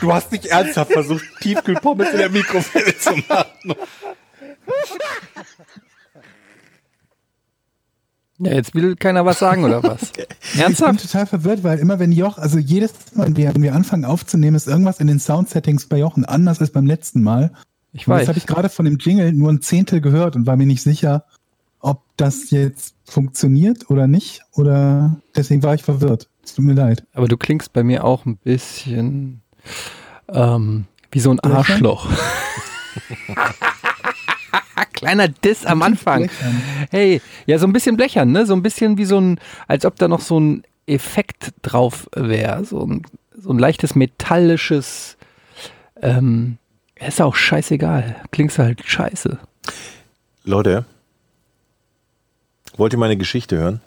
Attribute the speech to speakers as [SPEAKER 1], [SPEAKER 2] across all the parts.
[SPEAKER 1] Du hast nicht ernsthaft versucht, Tiefkühlpommes in der Mikrofile zu machen.
[SPEAKER 2] Ja, jetzt will keiner was sagen, oder was? Ernsthaft?
[SPEAKER 3] Ich bin total verwirrt, weil immer wenn Joch, also jedes Mal, wenn wir anfangen aufzunehmen, ist irgendwas in den Soundsettings bei Jochen anders als beim letzten Mal.
[SPEAKER 2] Ich
[SPEAKER 3] Und
[SPEAKER 2] weiß.
[SPEAKER 3] Jetzt habe ich gerade von dem Jingle nur ein Zehntel gehört und war mir nicht sicher, ob das jetzt funktioniert oder nicht. Oder deswegen war ich verwirrt. Es tut mir leid.
[SPEAKER 2] Aber du klingst bei mir auch ein bisschen ähm, wie so ein Arschloch. Kleiner Diss am Anfang.
[SPEAKER 3] Blechern.
[SPEAKER 2] Hey, ja, so ein bisschen blechern, ne? So ein bisschen wie so ein, als ob da noch so ein Effekt drauf wäre. So ein, so ein leichtes metallisches. Ähm, ist auch scheißegal. Klingst halt scheiße.
[SPEAKER 1] Leute, wollt ihr meine Geschichte hören?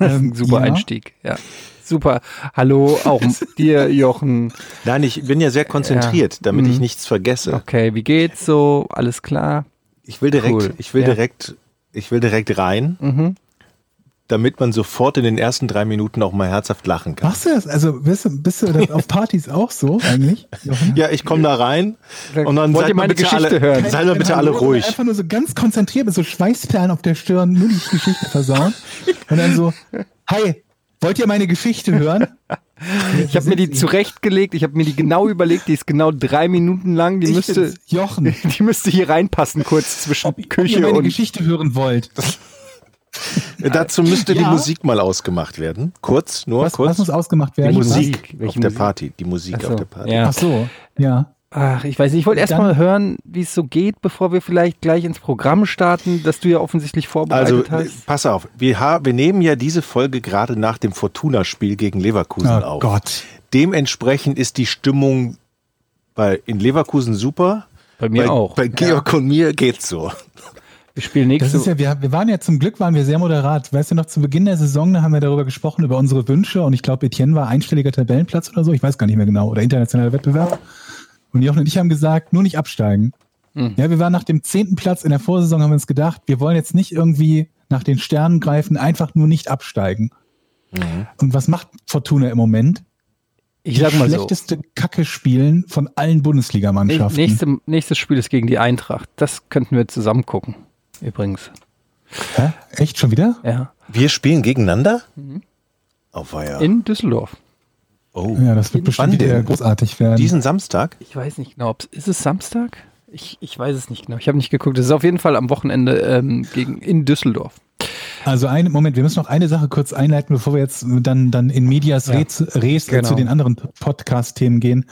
[SPEAKER 3] Ähm,
[SPEAKER 2] Super
[SPEAKER 3] ja.
[SPEAKER 2] Einstieg, ja. Super. Hallo auch dir, Jochen.
[SPEAKER 1] Nein, ich bin ja sehr konzentriert, damit
[SPEAKER 2] Mhm.
[SPEAKER 1] ich nichts vergesse.
[SPEAKER 2] Okay, wie geht's so? Alles klar?
[SPEAKER 1] Ich will direkt,
[SPEAKER 2] Cool.
[SPEAKER 1] ich will
[SPEAKER 2] Ja.
[SPEAKER 1] direkt, ich will direkt rein,
[SPEAKER 2] Mhm.
[SPEAKER 1] damit man sofort in den ersten drei Minuten auch mal herzhaft lachen kann.
[SPEAKER 3] Machst du das? Also bist du, bist du das auf Partys auch so eigentlich? Jochen?
[SPEAKER 1] Ja, ich komme da rein und dann
[SPEAKER 2] Mhm. Wollt
[SPEAKER 1] seid
[SPEAKER 2] ihr
[SPEAKER 1] mal
[SPEAKER 2] meine
[SPEAKER 1] bitte
[SPEAKER 2] Geschichte
[SPEAKER 1] alle,
[SPEAKER 2] hören? Genau.
[SPEAKER 1] Seid mal bitte alle
[SPEAKER 3] Wenn man
[SPEAKER 1] ruhig.
[SPEAKER 3] Einfach nur so ganz konzentriert mit so Schweißperlen auf der Stirn, nur die Geschichte versauen. Und dann so, hi, wollt ihr meine Geschichte hören?
[SPEAKER 2] Ich habe mir die zurechtgelegt, ich habe mir die genau überlegt, die ist genau drei Minuten lang, die
[SPEAKER 3] Ich
[SPEAKER 2] müsste,
[SPEAKER 3] bin's, Jochen,
[SPEAKER 2] die müsste hier reinpassen, kurz zwischen
[SPEAKER 3] wenn ihr
[SPEAKER 2] Küche
[SPEAKER 3] meine
[SPEAKER 2] und.
[SPEAKER 3] Geschichte hören wollt.
[SPEAKER 1] Dazu müsste die
[SPEAKER 3] Ja.
[SPEAKER 1] Musik mal ausgemacht werden. Kurz, nur
[SPEAKER 3] Was,
[SPEAKER 1] kurz.
[SPEAKER 3] was muss ausgemacht
[SPEAKER 1] die
[SPEAKER 3] werden?
[SPEAKER 1] Musik
[SPEAKER 2] Welche
[SPEAKER 1] auf der
[SPEAKER 2] Musik?
[SPEAKER 1] Party. Die Musik
[SPEAKER 2] Ach so,
[SPEAKER 1] auf der Party.
[SPEAKER 2] ja.
[SPEAKER 3] Ach so, ja.
[SPEAKER 2] Ach, ich weiß nicht, ich wollte erst
[SPEAKER 3] Dann-
[SPEAKER 2] mal hören, wie es so geht, bevor wir vielleicht gleich ins Programm starten, das du ja offensichtlich
[SPEAKER 1] Also,
[SPEAKER 2] vorbereitet
[SPEAKER 1] äh,
[SPEAKER 2] hast.
[SPEAKER 1] pass auf, wir, ha- wir nehmen ja diese Folge gerade nach dem Fortuna-Spiel gegen Leverkusen
[SPEAKER 3] Oh
[SPEAKER 1] auf.
[SPEAKER 3] Gott.
[SPEAKER 1] Dementsprechend ist die Stimmung bei, in Leverkusen super.
[SPEAKER 2] Bei mir
[SPEAKER 1] bei,
[SPEAKER 2] auch.
[SPEAKER 1] Bei Georg und mir geht's so.
[SPEAKER 2] Wir spielen
[SPEAKER 3] Das
[SPEAKER 2] nächste
[SPEAKER 3] ist ja, wir, wir waren ja zum Glück waren wir sehr moderat. Weißt du noch, zu Beginn der Saison da haben wir darüber gesprochen, über unsere Wünsche und ich glaube, Etienne war einstelliger Tabellenplatz oder so, ich weiß gar nicht mehr genau, oder internationaler Wettbewerb. Und Jochen und ich haben gesagt, nur nicht absteigen.
[SPEAKER 2] Hm.
[SPEAKER 3] Ja, wir waren nach dem zehnten Platz in der Vorsaison, haben wir uns gedacht, wir wollen jetzt nicht irgendwie nach den Sternen greifen, einfach nur nicht absteigen. Und was macht Fortuna im Moment?
[SPEAKER 2] Mhm. ich sag
[SPEAKER 3] Die
[SPEAKER 2] mal so.
[SPEAKER 3] schlechteste Kacke spielen von allen
[SPEAKER 2] Nä-
[SPEAKER 3] Bundesligamannschaften.
[SPEAKER 2] Nächste, nächstes Spiel ist gegen die Eintracht. Das könnten wir zusammen gucken. Übrigens.
[SPEAKER 3] Hä? Echt schon wieder?
[SPEAKER 2] Ja.
[SPEAKER 1] Wir spielen gegeneinander? Mhm. Auf Feier.
[SPEAKER 2] In Düsseldorf.
[SPEAKER 1] oh.
[SPEAKER 3] Ja, das wird
[SPEAKER 1] Wann
[SPEAKER 3] bestimmt wieder
[SPEAKER 1] denn?
[SPEAKER 3] großartig werden.
[SPEAKER 1] Diesen Samstag?
[SPEAKER 2] Ich weiß nicht genau, ob's, ist es Samstag? Ich, ich weiß es nicht genau. Ich habe nicht geguckt. Es ist auf jeden Fall am Wochenende ähm, gegen, in Düsseldorf.
[SPEAKER 3] Also ein Moment, wir müssen noch eine Sache kurz einleiten, bevor wir jetzt dann, dann in Medias
[SPEAKER 2] Ja,
[SPEAKER 3] Res, Res
[SPEAKER 2] genau.
[SPEAKER 3] zu den anderen Podcast-Themen gehen.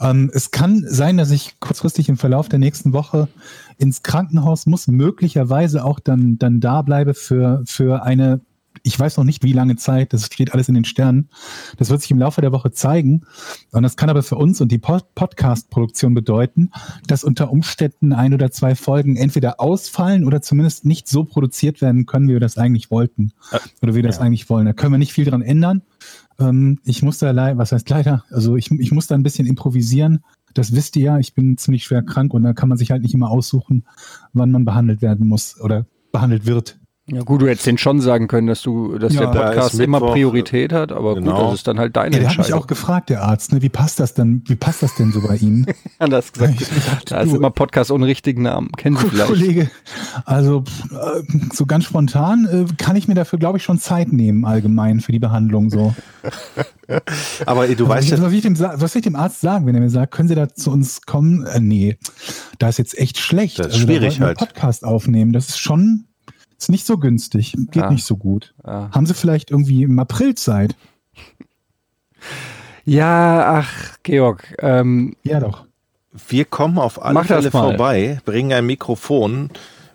[SPEAKER 3] Ähm, es kann sein, dass ich kurzfristig im Verlauf der nächsten Woche ins Krankenhaus muss, möglicherweise auch dann, dann da bleibe für, für eine, ich weiß noch nicht wie lange Zeit, das steht alles in den Sternen. Das wird sich im Laufe der Woche zeigen. Und das kann aber für uns und die Pod Podcast-Produktion bedeuten, dass unter Umständen ein oder zwei Folgen entweder ausfallen oder zumindest nicht so produziert werden können, wie wir das eigentlich wollten. Oder wie wir das eigentlich wollen. Da können wir nicht viel dran ändern. Ähm, ich muss da leider, was heißt leider, also ich, ich muss da ein bisschen improvisieren. Das wisst ihr ja, ich bin ziemlich schwer krank und da kann man sich halt nicht immer aussuchen, wann man behandelt werden muss oder behandelt wird.
[SPEAKER 2] Ja gut, du hättest den schon sagen können, dass du, dass
[SPEAKER 3] Ja,
[SPEAKER 2] der
[SPEAKER 1] da
[SPEAKER 2] Podcast
[SPEAKER 1] ist
[SPEAKER 2] immer
[SPEAKER 1] Mittwoch.
[SPEAKER 2] Priorität hat, aber gut,
[SPEAKER 1] Genau.
[SPEAKER 2] das ist dann halt deine
[SPEAKER 3] Ja, der hat mich
[SPEAKER 2] Entscheidung.
[SPEAKER 3] auch gefragt, der Arzt, ne, wie passt das denn, wie passt das denn so bei Ihnen?
[SPEAKER 2] anders gesagt. da ist
[SPEAKER 3] du-
[SPEAKER 2] immer Podcast ohne richtigen Namen. Kennen Sie vielleicht.
[SPEAKER 3] Kollege, also pff, äh, so ganz spontan äh, kann ich mir dafür, glaube ich, schon Zeit nehmen allgemein für die Behandlung so.
[SPEAKER 1] Aber ey, du
[SPEAKER 3] Also,
[SPEAKER 1] weißt
[SPEAKER 3] ich,
[SPEAKER 1] ja,
[SPEAKER 3] was, will ich dem, sa- was will ich dem Arzt sagen, wenn er mir sagt, können Sie da zu uns kommen? Äh, nee, da ist jetzt echt schlecht. Also,
[SPEAKER 1] Das ist
[SPEAKER 3] da
[SPEAKER 1] schwierig
[SPEAKER 3] wollten wir
[SPEAKER 1] halt.
[SPEAKER 3] Podcast aufnehmen, das ist schon ist nicht so günstig, geht
[SPEAKER 2] Ah.
[SPEAKER 3] nicht so gut.
[SPEAKER 2] Ah.
[SPEAKER 3] Haben Sie vielleicht irgendwie im April Zeit?
[SPEAKER 2] Ja, ach, Georg, ähm,
[SPEAKER 3] Ja doch.
[SPEAKER 1] wir kommen auf alle
[SPEAKER 2] Mach das
[SPEAKER 1] Fälle
[SPEAKER 2] mal.
[SPEAKER 1] vorbei, bringen ein Mikrofon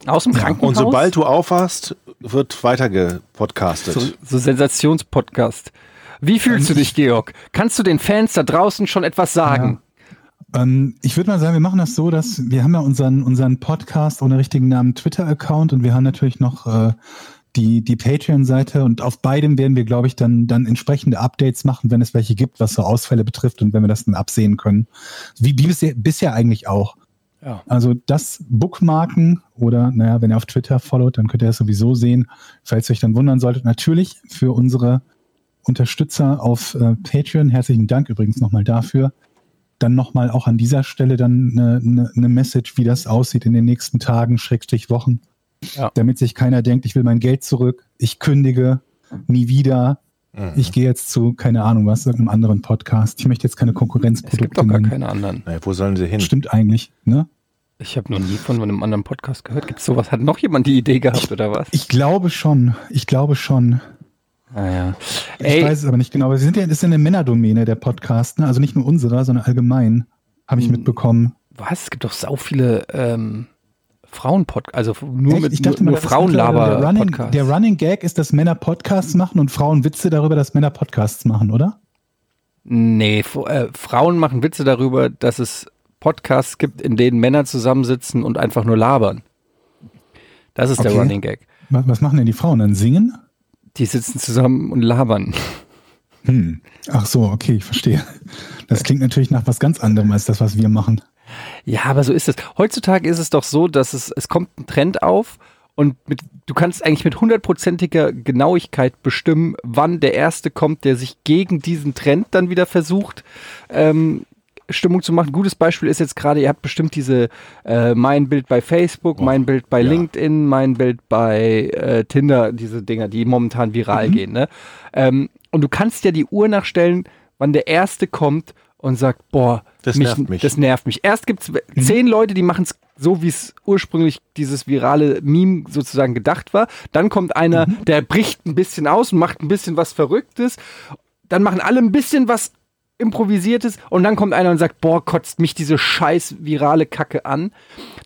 [SPEAKER 2] aus dem Krankenhaus.
[SPEAKER 1] und sobald du aufwachst, wird weiter gepodcastet.
[SPEAKER 2] So, so Sensationspodcast. Wie fühlst du dich, Georg? Kannst du den Fans da draußen schon etwas sagen?
[SPEAKER 3] Ähm, ich würde mal sagen, wir machen das so, dass wir haben ja unseren, unseren Podcast ohne richtigen Namen Twitter-Account und wir haben natürlich noch äh, die, die Patreon-Seite und auf beidem werden wir, glaube ich, dann, dann entsprechende Updates machen, wenn es welche gibt, was so Ausfälle betrifft und wenn wir das dann absehen können. Wie, wie bisher, bisher eigentlich auch.
[SPEAKER 2] Ja.
[SPEAKER 3] Also das Bookmarken oder, naja, wenn ihr auf Twitter followt, dann könnt ihr das sowieso sehen, falls ihr euch dann wundern solltet. Natürlich für unsere Unterstützer auf äh, Patreon, herzlichen Dank übrigens nochmal dafür. Dann nochmal auch an dieser Stelle dann eine ne, ne Message, wie das aussieht in den nächsten Tagen, Schrägstrich Wochen damit sich keiner denkt, ich will mein Geld zurück, ich kündige, nie wieder,
[SPEAKER 2] Mhm.
[SPEAKER 3] ich gehe jetzt zu, keine Ahnung was, irgendeinem anderen Podcast. Ich möchte jetzt keine
[SPEAKER 2] Es gibt
[SPEAKER 3] Konkurrenzprodukte
[SPEAKER 2] doch gar
[SPEAKER 3] nennen.
[SPEAKER 2] keine anderen.
[SPEAKER 1] Naja, wo sollen sie hin?
[SPEAKER 3] Stimmt eigentlich, ne?
[SPEAKER 2] Ich habe noch nie von einem anderen Podcast gehört. Gibt's sowas? Hat noch jemand die Idee gehabt oder was?
[SPEAKER 3] Ich glaube schon, ich glaube schon.
[SPEAKER 2] ah, ja.
[SPEAKER 3] Ich
[SPEAKER 2] Ey,
[SPEAKER 3] weiß es aber nicht genau, aber wir sind ja, das ist ja eine Männerdomäne, der Podcast, ne? Also nicht nur unserer, sondern allgemein, habe ich
[SPEAKER 2] Hm.
[SPEAKER 3] mitbekommen.
[SPEAKER 2] was? Es gibt doch sau viele ähm, Frauen-Podcasts, also nur
[SPEAKER 3] Echt?
[SPEAKER 2] mit
[SPEAKER 3] ich dachte
[SPEAKER 2] nur,
[SPEAKER 3] mal,
[SPEAKER 2] nur
[SPEAKER 3] das ist mittlerweile der Running,
[SPEAKER 2] Frauenlaber-Podcasts.
[SPEAKER 3] der Running Gag ist, dass Männer Podcasts machen und Frauen Witze darüber, dass Männer Podcasts machen, oder?
[SPEAKER 2] Nee, F- äh, Frauen machen Witze darüber, dass es Podcasts gibt, in denen Männer zusammensitzen und einfach nur labern. Das ist der
[SPEAKER 3] Okay.
[SPEAKER 2] Running Gag.
[SPEAKER 3] Wa- Was machen denn die Frauen dann? Singen?
[SPEAKER 2] Die sitzen zusammen und labern.
[SPEAKER 3] Hm. Ach so, okay, ich verstehe. Das klingt natürlich nach was ganz anderem als das, was wir machen.
[SPEAKER 2] Ja, aber so ist es. Heutzutage ist es doch so, dass es, es kommt ein Trend auf und mit, du kannst eigentlich mit hundertprozentiger Genauigkeit bestimmen, wann der Erste kommt, der sich gegen diesen Trend dann wieder versucht, ähm, Stimmung zu machen. Gutes Beispiel ist jetzt gerade, ihr habt bestimmt diese äh, mein Bild bei Facebook, mein Bild bei
[SPEAKER 1] ja.
[SPEAKER 2] LinkedIn, mein Bild bei äh, Tinder, diese Dinger, die momentan
[SPEAKER 1] Mhm.
[SPEAKER 2] viral gehen. Ne? Ähm, und du kannst ja die Uhr nachstellen, wann der Erste kommt und sagt, boah,
[SPEAKER 1] Das nervt mich. Mhm.
[SPEAKER 2] das nervt mich. Erst gibt es zehn Leute, die machen es so, wie es ursprünglich dieses virale Meme sozusagen gedacht war. Dann kommt einer,
[SPEAKER 1] Mhm.
[SPEAKER 2] der bricht ein bisschen aus und macht ein bisschen was Verrücktes. Dann machen alle ein bisschen was Improvisiertes und dann kommt einer und sagt, boah, kotzt mich diese scheiß virale Kacke an.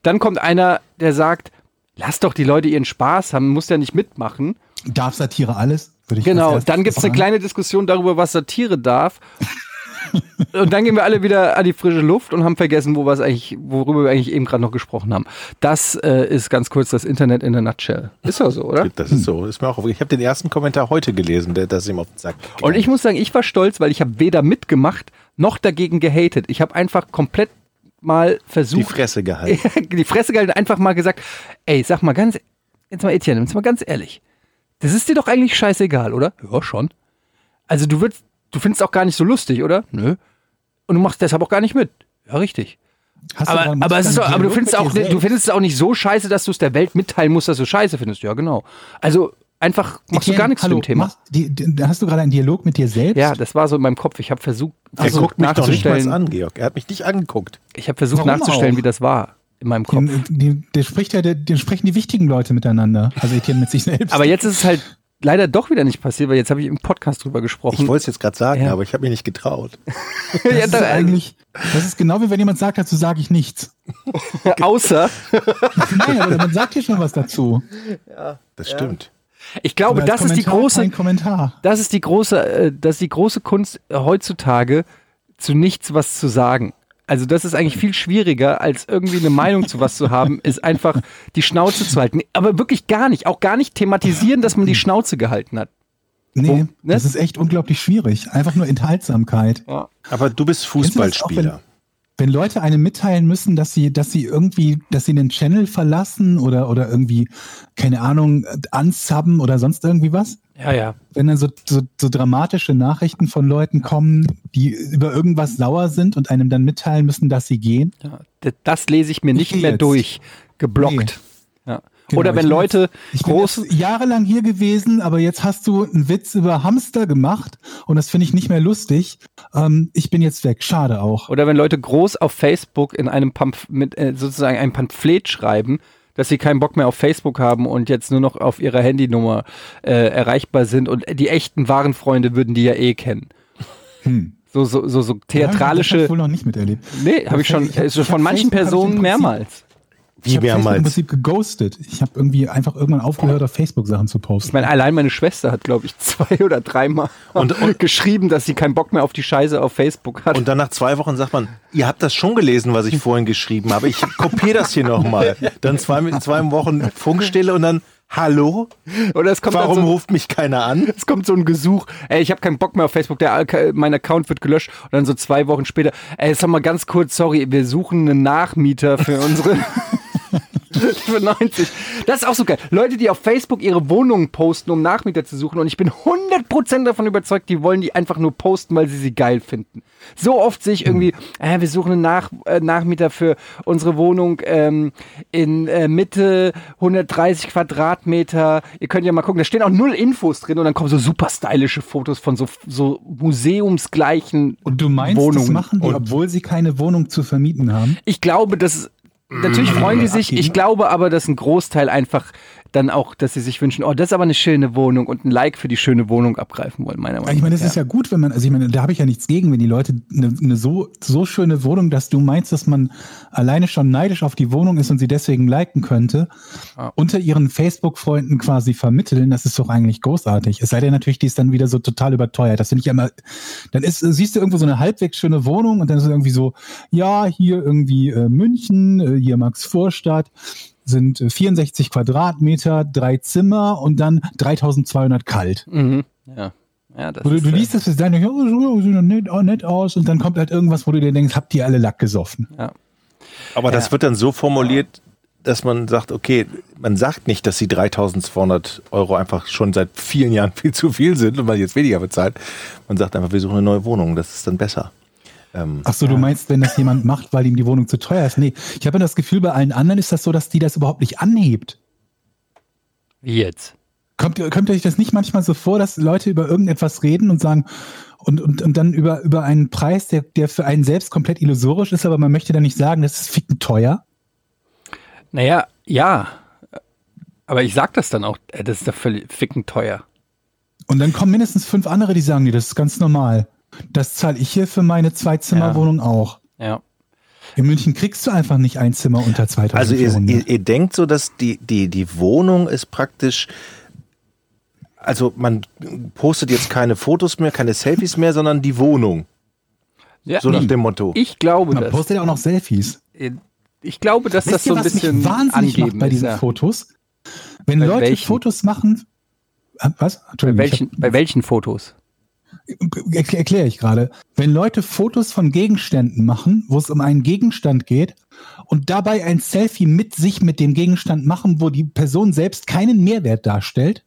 [SPEAKER 2] Dann kommt einer, der sagt, lass doch die Leute ihren Spaß haben, muss ja nicht mitmachen.
[SPEAKER 3] Darf Satire alles? Würde ich als
[SPEAKER 2] Genau,
[SPEAKER 3] erstes
[SPEAKER 2] dann gibt es eine
[SPEAKER 3] sagen.
[SPEAKER 2] kleine Diskussion darüber, was Satire darf. und dann gehen wir alle wieder an die frische Luft und haben vergessen, wo wir's eigentlich, worüber wir eigentlich eben gerade noch gesprochen haben. Das äh, ist ganz kurz das Internet in der Nutshell. Ist doch so, oder?
[SPEAKER 1] Das ist so. Ist mir auch aufgefallen. Ich habe den ersten Kommentar heute gelesen, der das ihm auf den Sack.
[SPEAKER 2] Und ich muss sagen, ich war stolz, weil ich habe weder mitgemacht noch dagegen gehatet. Ich habe einfach komplett mal
[SPEAKER 1] die
[SPEAKER 2] versucht,
[SPEAKER 1] Fresse gehalten.
[SPEAKER 2] die Fresse gehalten und einfach mal gesagt, ey, sag mal ganz, jetzt mal Etienne, jetzt mal ganz ehrlich, das ist dir doch eigentlich scheißegal, oder? Ja, schon. Also du würdest, du findest auch gar nicht so lustig, oder? Nö. Und du machst deshalb auch gar nicht mit. Ja, richtig.
[SPEAKER 3] Hast du
[SPEAKER 2] Aber,
[SPEAKER 3] dann-
[SPEAKER 2] aber, es
[SPEAKER 3] dann
[SPEAKER 2] ist doch, aber du
[SPEAKER 3] Dialog
[SPEAKER 2] findest
[SPEAKER 3] mit
[SPEAKER 2] auch,
[SPEAKER 3] dir
[SPEAKER 2] nicht- du
[SPEAKER 3] selbst?
[SPEAKER 2] findest es auch nicht so scheiße, dass du es der Welt mitteilen musst, dass du scheiße findest. Ja, genau. Also einfach machst du
[SPEAKER 3] Etienne,
[SPEAKER 2] gar nichts
[SPEAKER 3] hallo,
[SPEAKER 2] zu dem Thema.
[SPEAKER 3] machst- die, die, hast du gerade einen Dialog mit dir selbst?
[SPEAKER 2] ja, das war so in meinem Kopf. Ich habe versucht,
[SPEAKER 1] Er
[SPEAKER 2] versucht
[SPEAKER 1] guckt mich doch nicht mal
[SPEAKER 2] nachzustellen.
[SPEAKER 1] an, Georg. Er hat mich nicht angeguckt.
[SPEAKER 2] Ich habe versucht
[SPEAKER 3] Warum
[SPEAKER 2] nachzustellen,
[SPEAKER 3] auch?
[SPEAKER 2] wie das war in meinem Kopf.
[SPEAKER 3] Den, äh, den, der spricht ja, den, den sprechen die wichtigen Leute miteinander. Also Etienne mit sich selbst.
[SPEAKER 2] Aber jetzt ist es halt leider doch wieder nicht passiert, weil jetzt habe ich im Podcast drüber
[SPEAKER 1] Ich
[SPEAKER 2] gesprochen.
[SPEAKER 1] wollte es jetzt gerade sagen,
[SPEAKER 2] Ja.
[SPEAKER 1] aber ich habe mich nicht getraut.
[SPEAKER 3] das
[SPEAKER 2] ja,
[SPEAKER 3] ist
[SPEAKER 2] da- äh,
[SPEAKER 3] eigentlich, das ist genau wie wenn jemand sagt, dazu sage ich nichts.
[SPEAKER 2] Außer,
[SPEAKER 3] Nein, aber man sagt hier schon was dazu.
[SPEAKER 1] Das stimmt.
[SPEAKER 2] ich glaube,
[SPEAKER 3] Oder
[SPEAKER 2] Oh, das
[SPEAKER 3] als
[SPEAKER 2] ist die
[SPEAKER 3] Kommentar
[SPEAKER 2] große,
[SPEAKER 3] Kein Kommentar.
[SPEAKER 2] das ist die große, äh, das ist die große Kunst äh, heutzutage, zu nichts was zu sagen. Also das ist eigentlich viel schwieriger, als irgendwie eine Meinung zu was zu haben, ist einfach die Schnauze zu halten. Aber wirklich gar nicht, auch gar nicht thematisieren, dass man die Schnauze gehalten hat.
[SPEAKER 3] Nee,
[SPEAKER 2] Wo- ne?
[SPEAKER 3] das ist echt unglaublich schwierig. Einfach nur Enthaltsamkeit.
[SPEAKER 1] Aber du bist
[SPEAKER 3] Kennst du das auch,
[SPEAKER 1] Fußballspieler.
[SPEAKER 3] wenn Leute einem mitteilen müssen, dass sie, dass sie irgendwie, dass sie den Channel verlassen oder, oder irgendwie, keine Ahnung, äh, unsubben oder sonst irgendwie was.
[SPEAKER 2] Ja, ja.
[SPEAKER 3] Wenn dann so, so, so dramatische Nachrichten von Leuten kommen, die über irgendwas sauer sind und einem dann mitteilen müssen, dass sie gehen.
[SPEAKER 2] Ja, d- das lese ich mir nicht
[SPEAKER 3] Ich
[SPEAKER 2] mehr
[SPEAKER 3] jetzt.
[SPEAKER 2] durch. Geblockt. Ja. Oder
[SPEAKER 3] Genau,
[SPEAKER 2] wenn
[SPEAKER 3] ich bin
[SPEAKER 2] Leute
[SPEAKER 3] Ich bin
[SPEAKER 2] groß,
[SPEAKER 3] jetzt jahrelang hier gewesen, aber jetzt hast du einen Witz über Hamster gemacht und das finde ich nicht mehr lustig. Ähm, ich bin jetzt weg. Schade auch.
[SPEAKER 2] Oder wenn Leute groß auf Facebook in einem Pamph mit, äh, sozusagen ein Pamphlet schreiben, dass sie keinen Bock mehr auf Facebook haben und jetzt nur noch auf ihrer Handynummer äh, erreichbar sind und die echten wahren Freunde würden die ja eh kennen.
[SPEAKER 3] Hm.
[SPEAKER 2] So, so, so, so
[SPEAKER 3] Ja, Das hab
[SPEAKER 2] theatralische.
[SPEAKER 3] ich wohl noch nicht miterlebt.
[SPEAKER 2] Nee, habe ich schon
[SPEAKER 3] Ich hab-
[SPEAKER 2] also
[SPEAKER 3] ich hab
[SPEAKER 2] von manchen
[SPEAKER 3] Facebook- hab ich im
[SPEAKER 2] Personen
[SPEAKER 3] Prinzip-
[SPEAKER 2] mehrmals.
[SPEAKER 3] ich
[SPEAKER 1] Wie
[SPEAKER 3] hab Facebook im
[SPEAKER 1] mehrmals.
[SPEAKER 3] Prinzip geghostet. Ich habe irgendwie einfach irgendwann aufgehört, auf Facebook Sachen zu
[SPEAKER 2] Ich
[SPEAKER 3] posten.
[SPEAKER 2] meine, allein meine Schwester hat, glaube ich, zwei oder dreimal geschrieben, dass sie keinen Bock mehr auf die Scheiße auf Facebook hat.
[SPEAKER 1] Und dann nach zwei Wochen sagt man, ihr habt das schon gelesen, was ich vorhin geschrieben habe. Ich kopiere das hier nochmal. Dann zwei, zwei Wochen Funkstille und dann, hallo?
[SPEAKER 2] Oder es kommt dann
[SPEAKER 1] Warum
[SPEAKER 2] so,
[SPEAKER 1] ruft mich keiner an?
[SPEAKER 2] es kommt so ein Gesuch, ey, ich habe keinen Bock mehr auf Facebook, der, Alka- mein Account wird gelöscht und dann so zwei Wochen später, ey, sag mal ganz kurz, sorry, wir suchen einen Nachmieter für unsere für 90. Das ist auch so geil. Leute, die auf Facebook ihre Wohnungen posten, um Nachmieter zu suchen und ich bin 100% davon überzeugt, die wollen die einfach nur posten, weil sie sie geil finden. So oft sehe ich irgendwie, äh, wir suchen einen Nach äh, Nachmieter für unsere Wohnung ähm, in äh, Mitte 130 Quadratmeter. Ihr könnt ja mal gucken, da stehen auch null Infos drin und dann kommen so super stylische Fotos von so, so museumsgleichen
[SPEAKER 3] Und du meinst, das
[SPEAKER 2] Wohnungen
[SPEAKER 3] machen die,
[SPEAKER 1] und-
[SPEAKER 3] obwohl sie keine Wohnung zu vermieten haben?
[SPEAKER 2] ich glaube, dass natürlich freuen die sich. Ich glaube aber, dass ein Großteil einfach dann auch, dass sie sich wünschen, oh, das ist aber eine schöne Wohnung und ein Like für die schöne Wohnung abgreifen wollen, meiner
[SPEAKER 3] Ja,
[SPEAKER 2] Meinung
[SPEAKER 3] Ich
[SPEAKER 2] nach.
[SPEAKER 3] meine, das ist ja gut, wenn man, also ich meine, da habe ich ja nichts gegen, wenn die Leute eine eine so, so schöne Wohnung, dass du meinst, dass man alleine schon neidisch auf die Wohnung ist und sie deswegen liken könnte, unter ihren Facebook-Freunden quasi vermitteln, das ist doch eigentlich großartig. Es sei denn natürlich, die ist dann wieder so total überteuert. Das finde ich ja immer, dann ist, siehst du irgendwo so eine halbwegs schöne Wohnung und dann ist es irgendwie so, ja, hier irgendwie äh, München, äh, hier Maxvorstadt sind äh, 64 Quadratmeter, drei Zimmer und dann 3200 kalt.
[SPEAKER 2] Mhm. Ja. Ja, das
[SPEAKER 3] Wo du,
[SPEAKER 2] ist,
[SPEAKER 3] du
[SPEAKER 2] äh,
[SPEAKER 3] liest das bis dahin, ja, so, sieht doch nett, oh, nett aus und dann kommt halt irgendwas, wo du dir denkst, habt ihr alle Lack gesoffen?
[SPEAKER 1] Aber das wird dann so formuliert, dass man sagt, okay, man sagt nicht, dass die 3200 Euro einfach schon seit vielen Jahren viel zu viel sind und man jetzt weniger bezahlt. Man sagt einfach, wir suchen eine neue Wohnung. Das ist dann besser.
[SPEAKER 2] Mhm.
[SPEAKER 3] Ach so, du meinst, wenn das jemand macht, weil ihm die Wohnung zu teuer ist? Nee, ich habe ja das Gefühl, bei allen anderen ist das so, dass die das überhaupt nicht anhebt.
[SPEAKER 2] Wie jetzt?
[SPEAKER 3] Kommt, ihr- kommt euch das nicht manchmal so vor, dass Leute über irgendetwas reden und sagen, und, und, und dann über, über einen Preis, der, der für einen selbst komplett illusorisch ist, aber man möchte dann nicht sagen, das ist ficken teuer?
[SPEAKER 2] Naja, ja. Aber ich sag das dann auch, äh, das ist doch völlig ficken teuer.
[SPEAKER 3] Und dann kommen mindestens fünf andere, die sagen, nee, das ist ganz normal. Das zahle ich hier für meine Zwei-Zimmer-Wohnung auch.
[SPEAKER 2] Ja.
[SPEAKER 3] In München kriegst du einfach nicht ein Zimmer unter 2000
[SPEAKER 1] Also ihr,
[SPEAKER 3] ne?
[SPEAKER 1] ihr, ihr denkt so, dass die, die, die Wohnung ist praktisch, also man postet jetzt keine Fotos mehr, keine Selfies mehr, sondern die Wohnung.
[SPEAKER 2] ja
[SPEAKER 1] So nach
[SPEAKER 2] ich-
[SPEAKER 1] dem Motto.
[SPEAKER 2] Mhm. ich glaube,
[SPEAKER 3] Man
[SPEAKER 2] dass,
[SPEAKER 3] postet ja auch noch Selfies.
[SPEAKER 2] ich glaube, dass das
[SPEAKER 3] Wisst
[SPEAKER 2] so
[SPEAKER 3] ihr,
[SPEAKER 2] ein
[SPEAKER 3] was
[SPEAKER 2] bisschen
[SPEAKER 3] mich wahnsinnig
[SPEAKER 2] angeben
[SPEAKER 3] macht bei diesen
[SPEAKER 2] ist, ja.
[SPEAKER 3] Fotos? Wenn
[SPEAKER 2] Bei
[SPEAKER 3] Leute
[SPEAKER 2] welchen?
[SPEAKER 3] Fotos machen... Ah, Was?
[SPEAKER 2] Bei
[SPEAKER 3] Entschuldigung,
[SPEAKER 2] welchen, bei welchen Fotos?
[SPEAKER 3] Erkläre erklär ich gerade. Wenn Leute Fotos von Gegenständen machen, wo es um einen Gegenstand geht und dabei ein Selfie mit sich mit dem Gegenstand machen, wo die Person selbst keinen Mehrwert darstellt,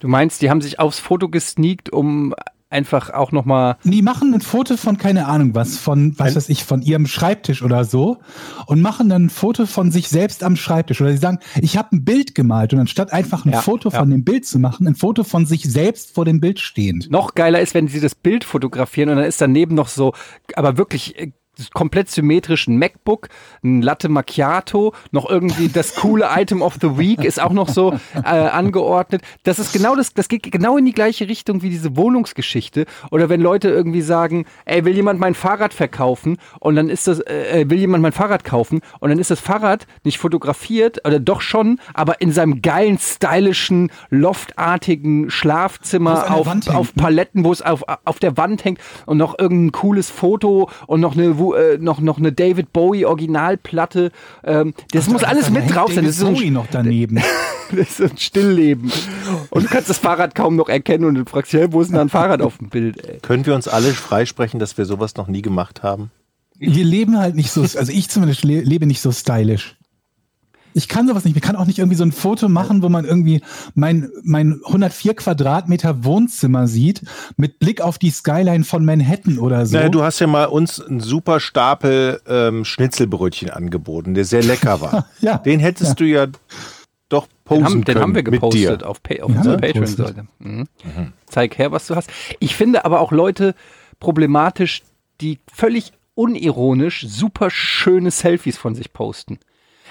[SPEAKER 2] Du meinst, die haben sich aufs Foto gesneakt, um einfach auch nochmal
[SPEAKER 3] Die machen ein Foto von, keine Ahnung was, von, was
[SPEAKER 1] Ein-
[SPEAKER 3] weiß ich, von ihrem Schreibtisch oder so und machen dann ein Foto von sich selbst am Schreibtisch. Oder sie sagen, ich habe ein Bild gemalt und anstatt einfach ein
[SPEAKER 2] Ja,
[SPEAKER 3] Foto
[SPEAKER 2] ja.
[SPEAKER 3] von dem Bild zu machen, ein Foto von sich selbst vor dem Bild stehend.
[SPEAKER 2] Noch geiler ist, wenn sie das Bild fotografieren und dann ist daneben noch so, aber wirklich äh, komplett symmetrisch ein MacBook, ein Latte Macchiato, noch irgendwie das coole Item of the Week ist auch noch so äh, angeordnet. Das ist genau das, das geht genau in die gleiche Richtung wie diese Wohnungsgeschichte. Oder wenn Leute irgendwie sagen, ey, will jemand mein Fahrrad verkaufen und dann ist das, äh, äh, will jemand mein Fahrrad kaufen und dann ist das Fahrrad nicht fotografiert oder doch schon, aber in seinem geilen, stylischen, loftartigen
[SPEAKER 3] Muss an
[SPEAKER 2] Schlafzimmer
[SPEAKER 3] der
[SPEAKER 2] auf,
[SPEAKER 3] Wand hängen.
[SPEAKER 2] auf Paletten, wo es auf, auf der Wand hängt und noch irgendein cooles Foto und noch eine, Wu- äh, noch, noch eine David Bowie Originalplatte. Ähm, das muss
[SPEAKER 3] Da-
[SPEAKER 2] alles
[SPEAKER 3] da
[SPEAKER 2] mit
[SPEAKER 3] hängt
[SPEAKER 2] drauf sein.
[SPEAKER 3] David
[SPEAKER 2] Das ist, so
[SPEAKER 3] Bowie
[SPEAKER 2] ein,
[SPEAKER 3] noch daneben.
[SPEAKER 2] das ist so ein Stillleben. Und du kannst das Fahrrad kaum noch erkennen und du fragst dich, hey, wo ist denn da ein Fahrrad auf dem Bild? Ey?
[SPEAKER 1] Können wir uns alle freisprechen, dass wir sowas noch nie gemacht haben?
[SPEAKER 3] Wir leben halt nicht so, also ich zumindest le lebe nicht so stylisch. Ich kann sowas nicht. Ich kann auch nicht irgendwie so ein Foto machen, wo man irgendwie mein, mein 104 Quadratmeter Wohnzimmer sieht, mit Blick auf die Skyline von Manhattan oder so.
[SPEAKER 1] Naja, du hast ja mal uns einen super Stapel ähm, Schnitzelbrötchen angeboten, der sehr lecker war.
[SPEAKER 3] Ja.
[SPEAKER 1] Den hättest du ja doch posen
[SPEAKER 2] Den, haben,
[SPEAKER 1] können
[SPEAKER 2] den haben wir
[SPEAKER 1] mit
[SPEAKER 2] gepostet
[SPEAKER 1] dir.
[SPEAKER 2] auf, pa auf
[SPEAKER 3] Den haben
[SPEAKER 2] unserer
[SPEAKER 3] wir gepostet.
[SPEAKER 2] Patreon-Seite. Mhm. Zeig her, was du hast. Ich finde aber auch Leute problematisch, die völlig unironisch super schöne Selfies von sich posten.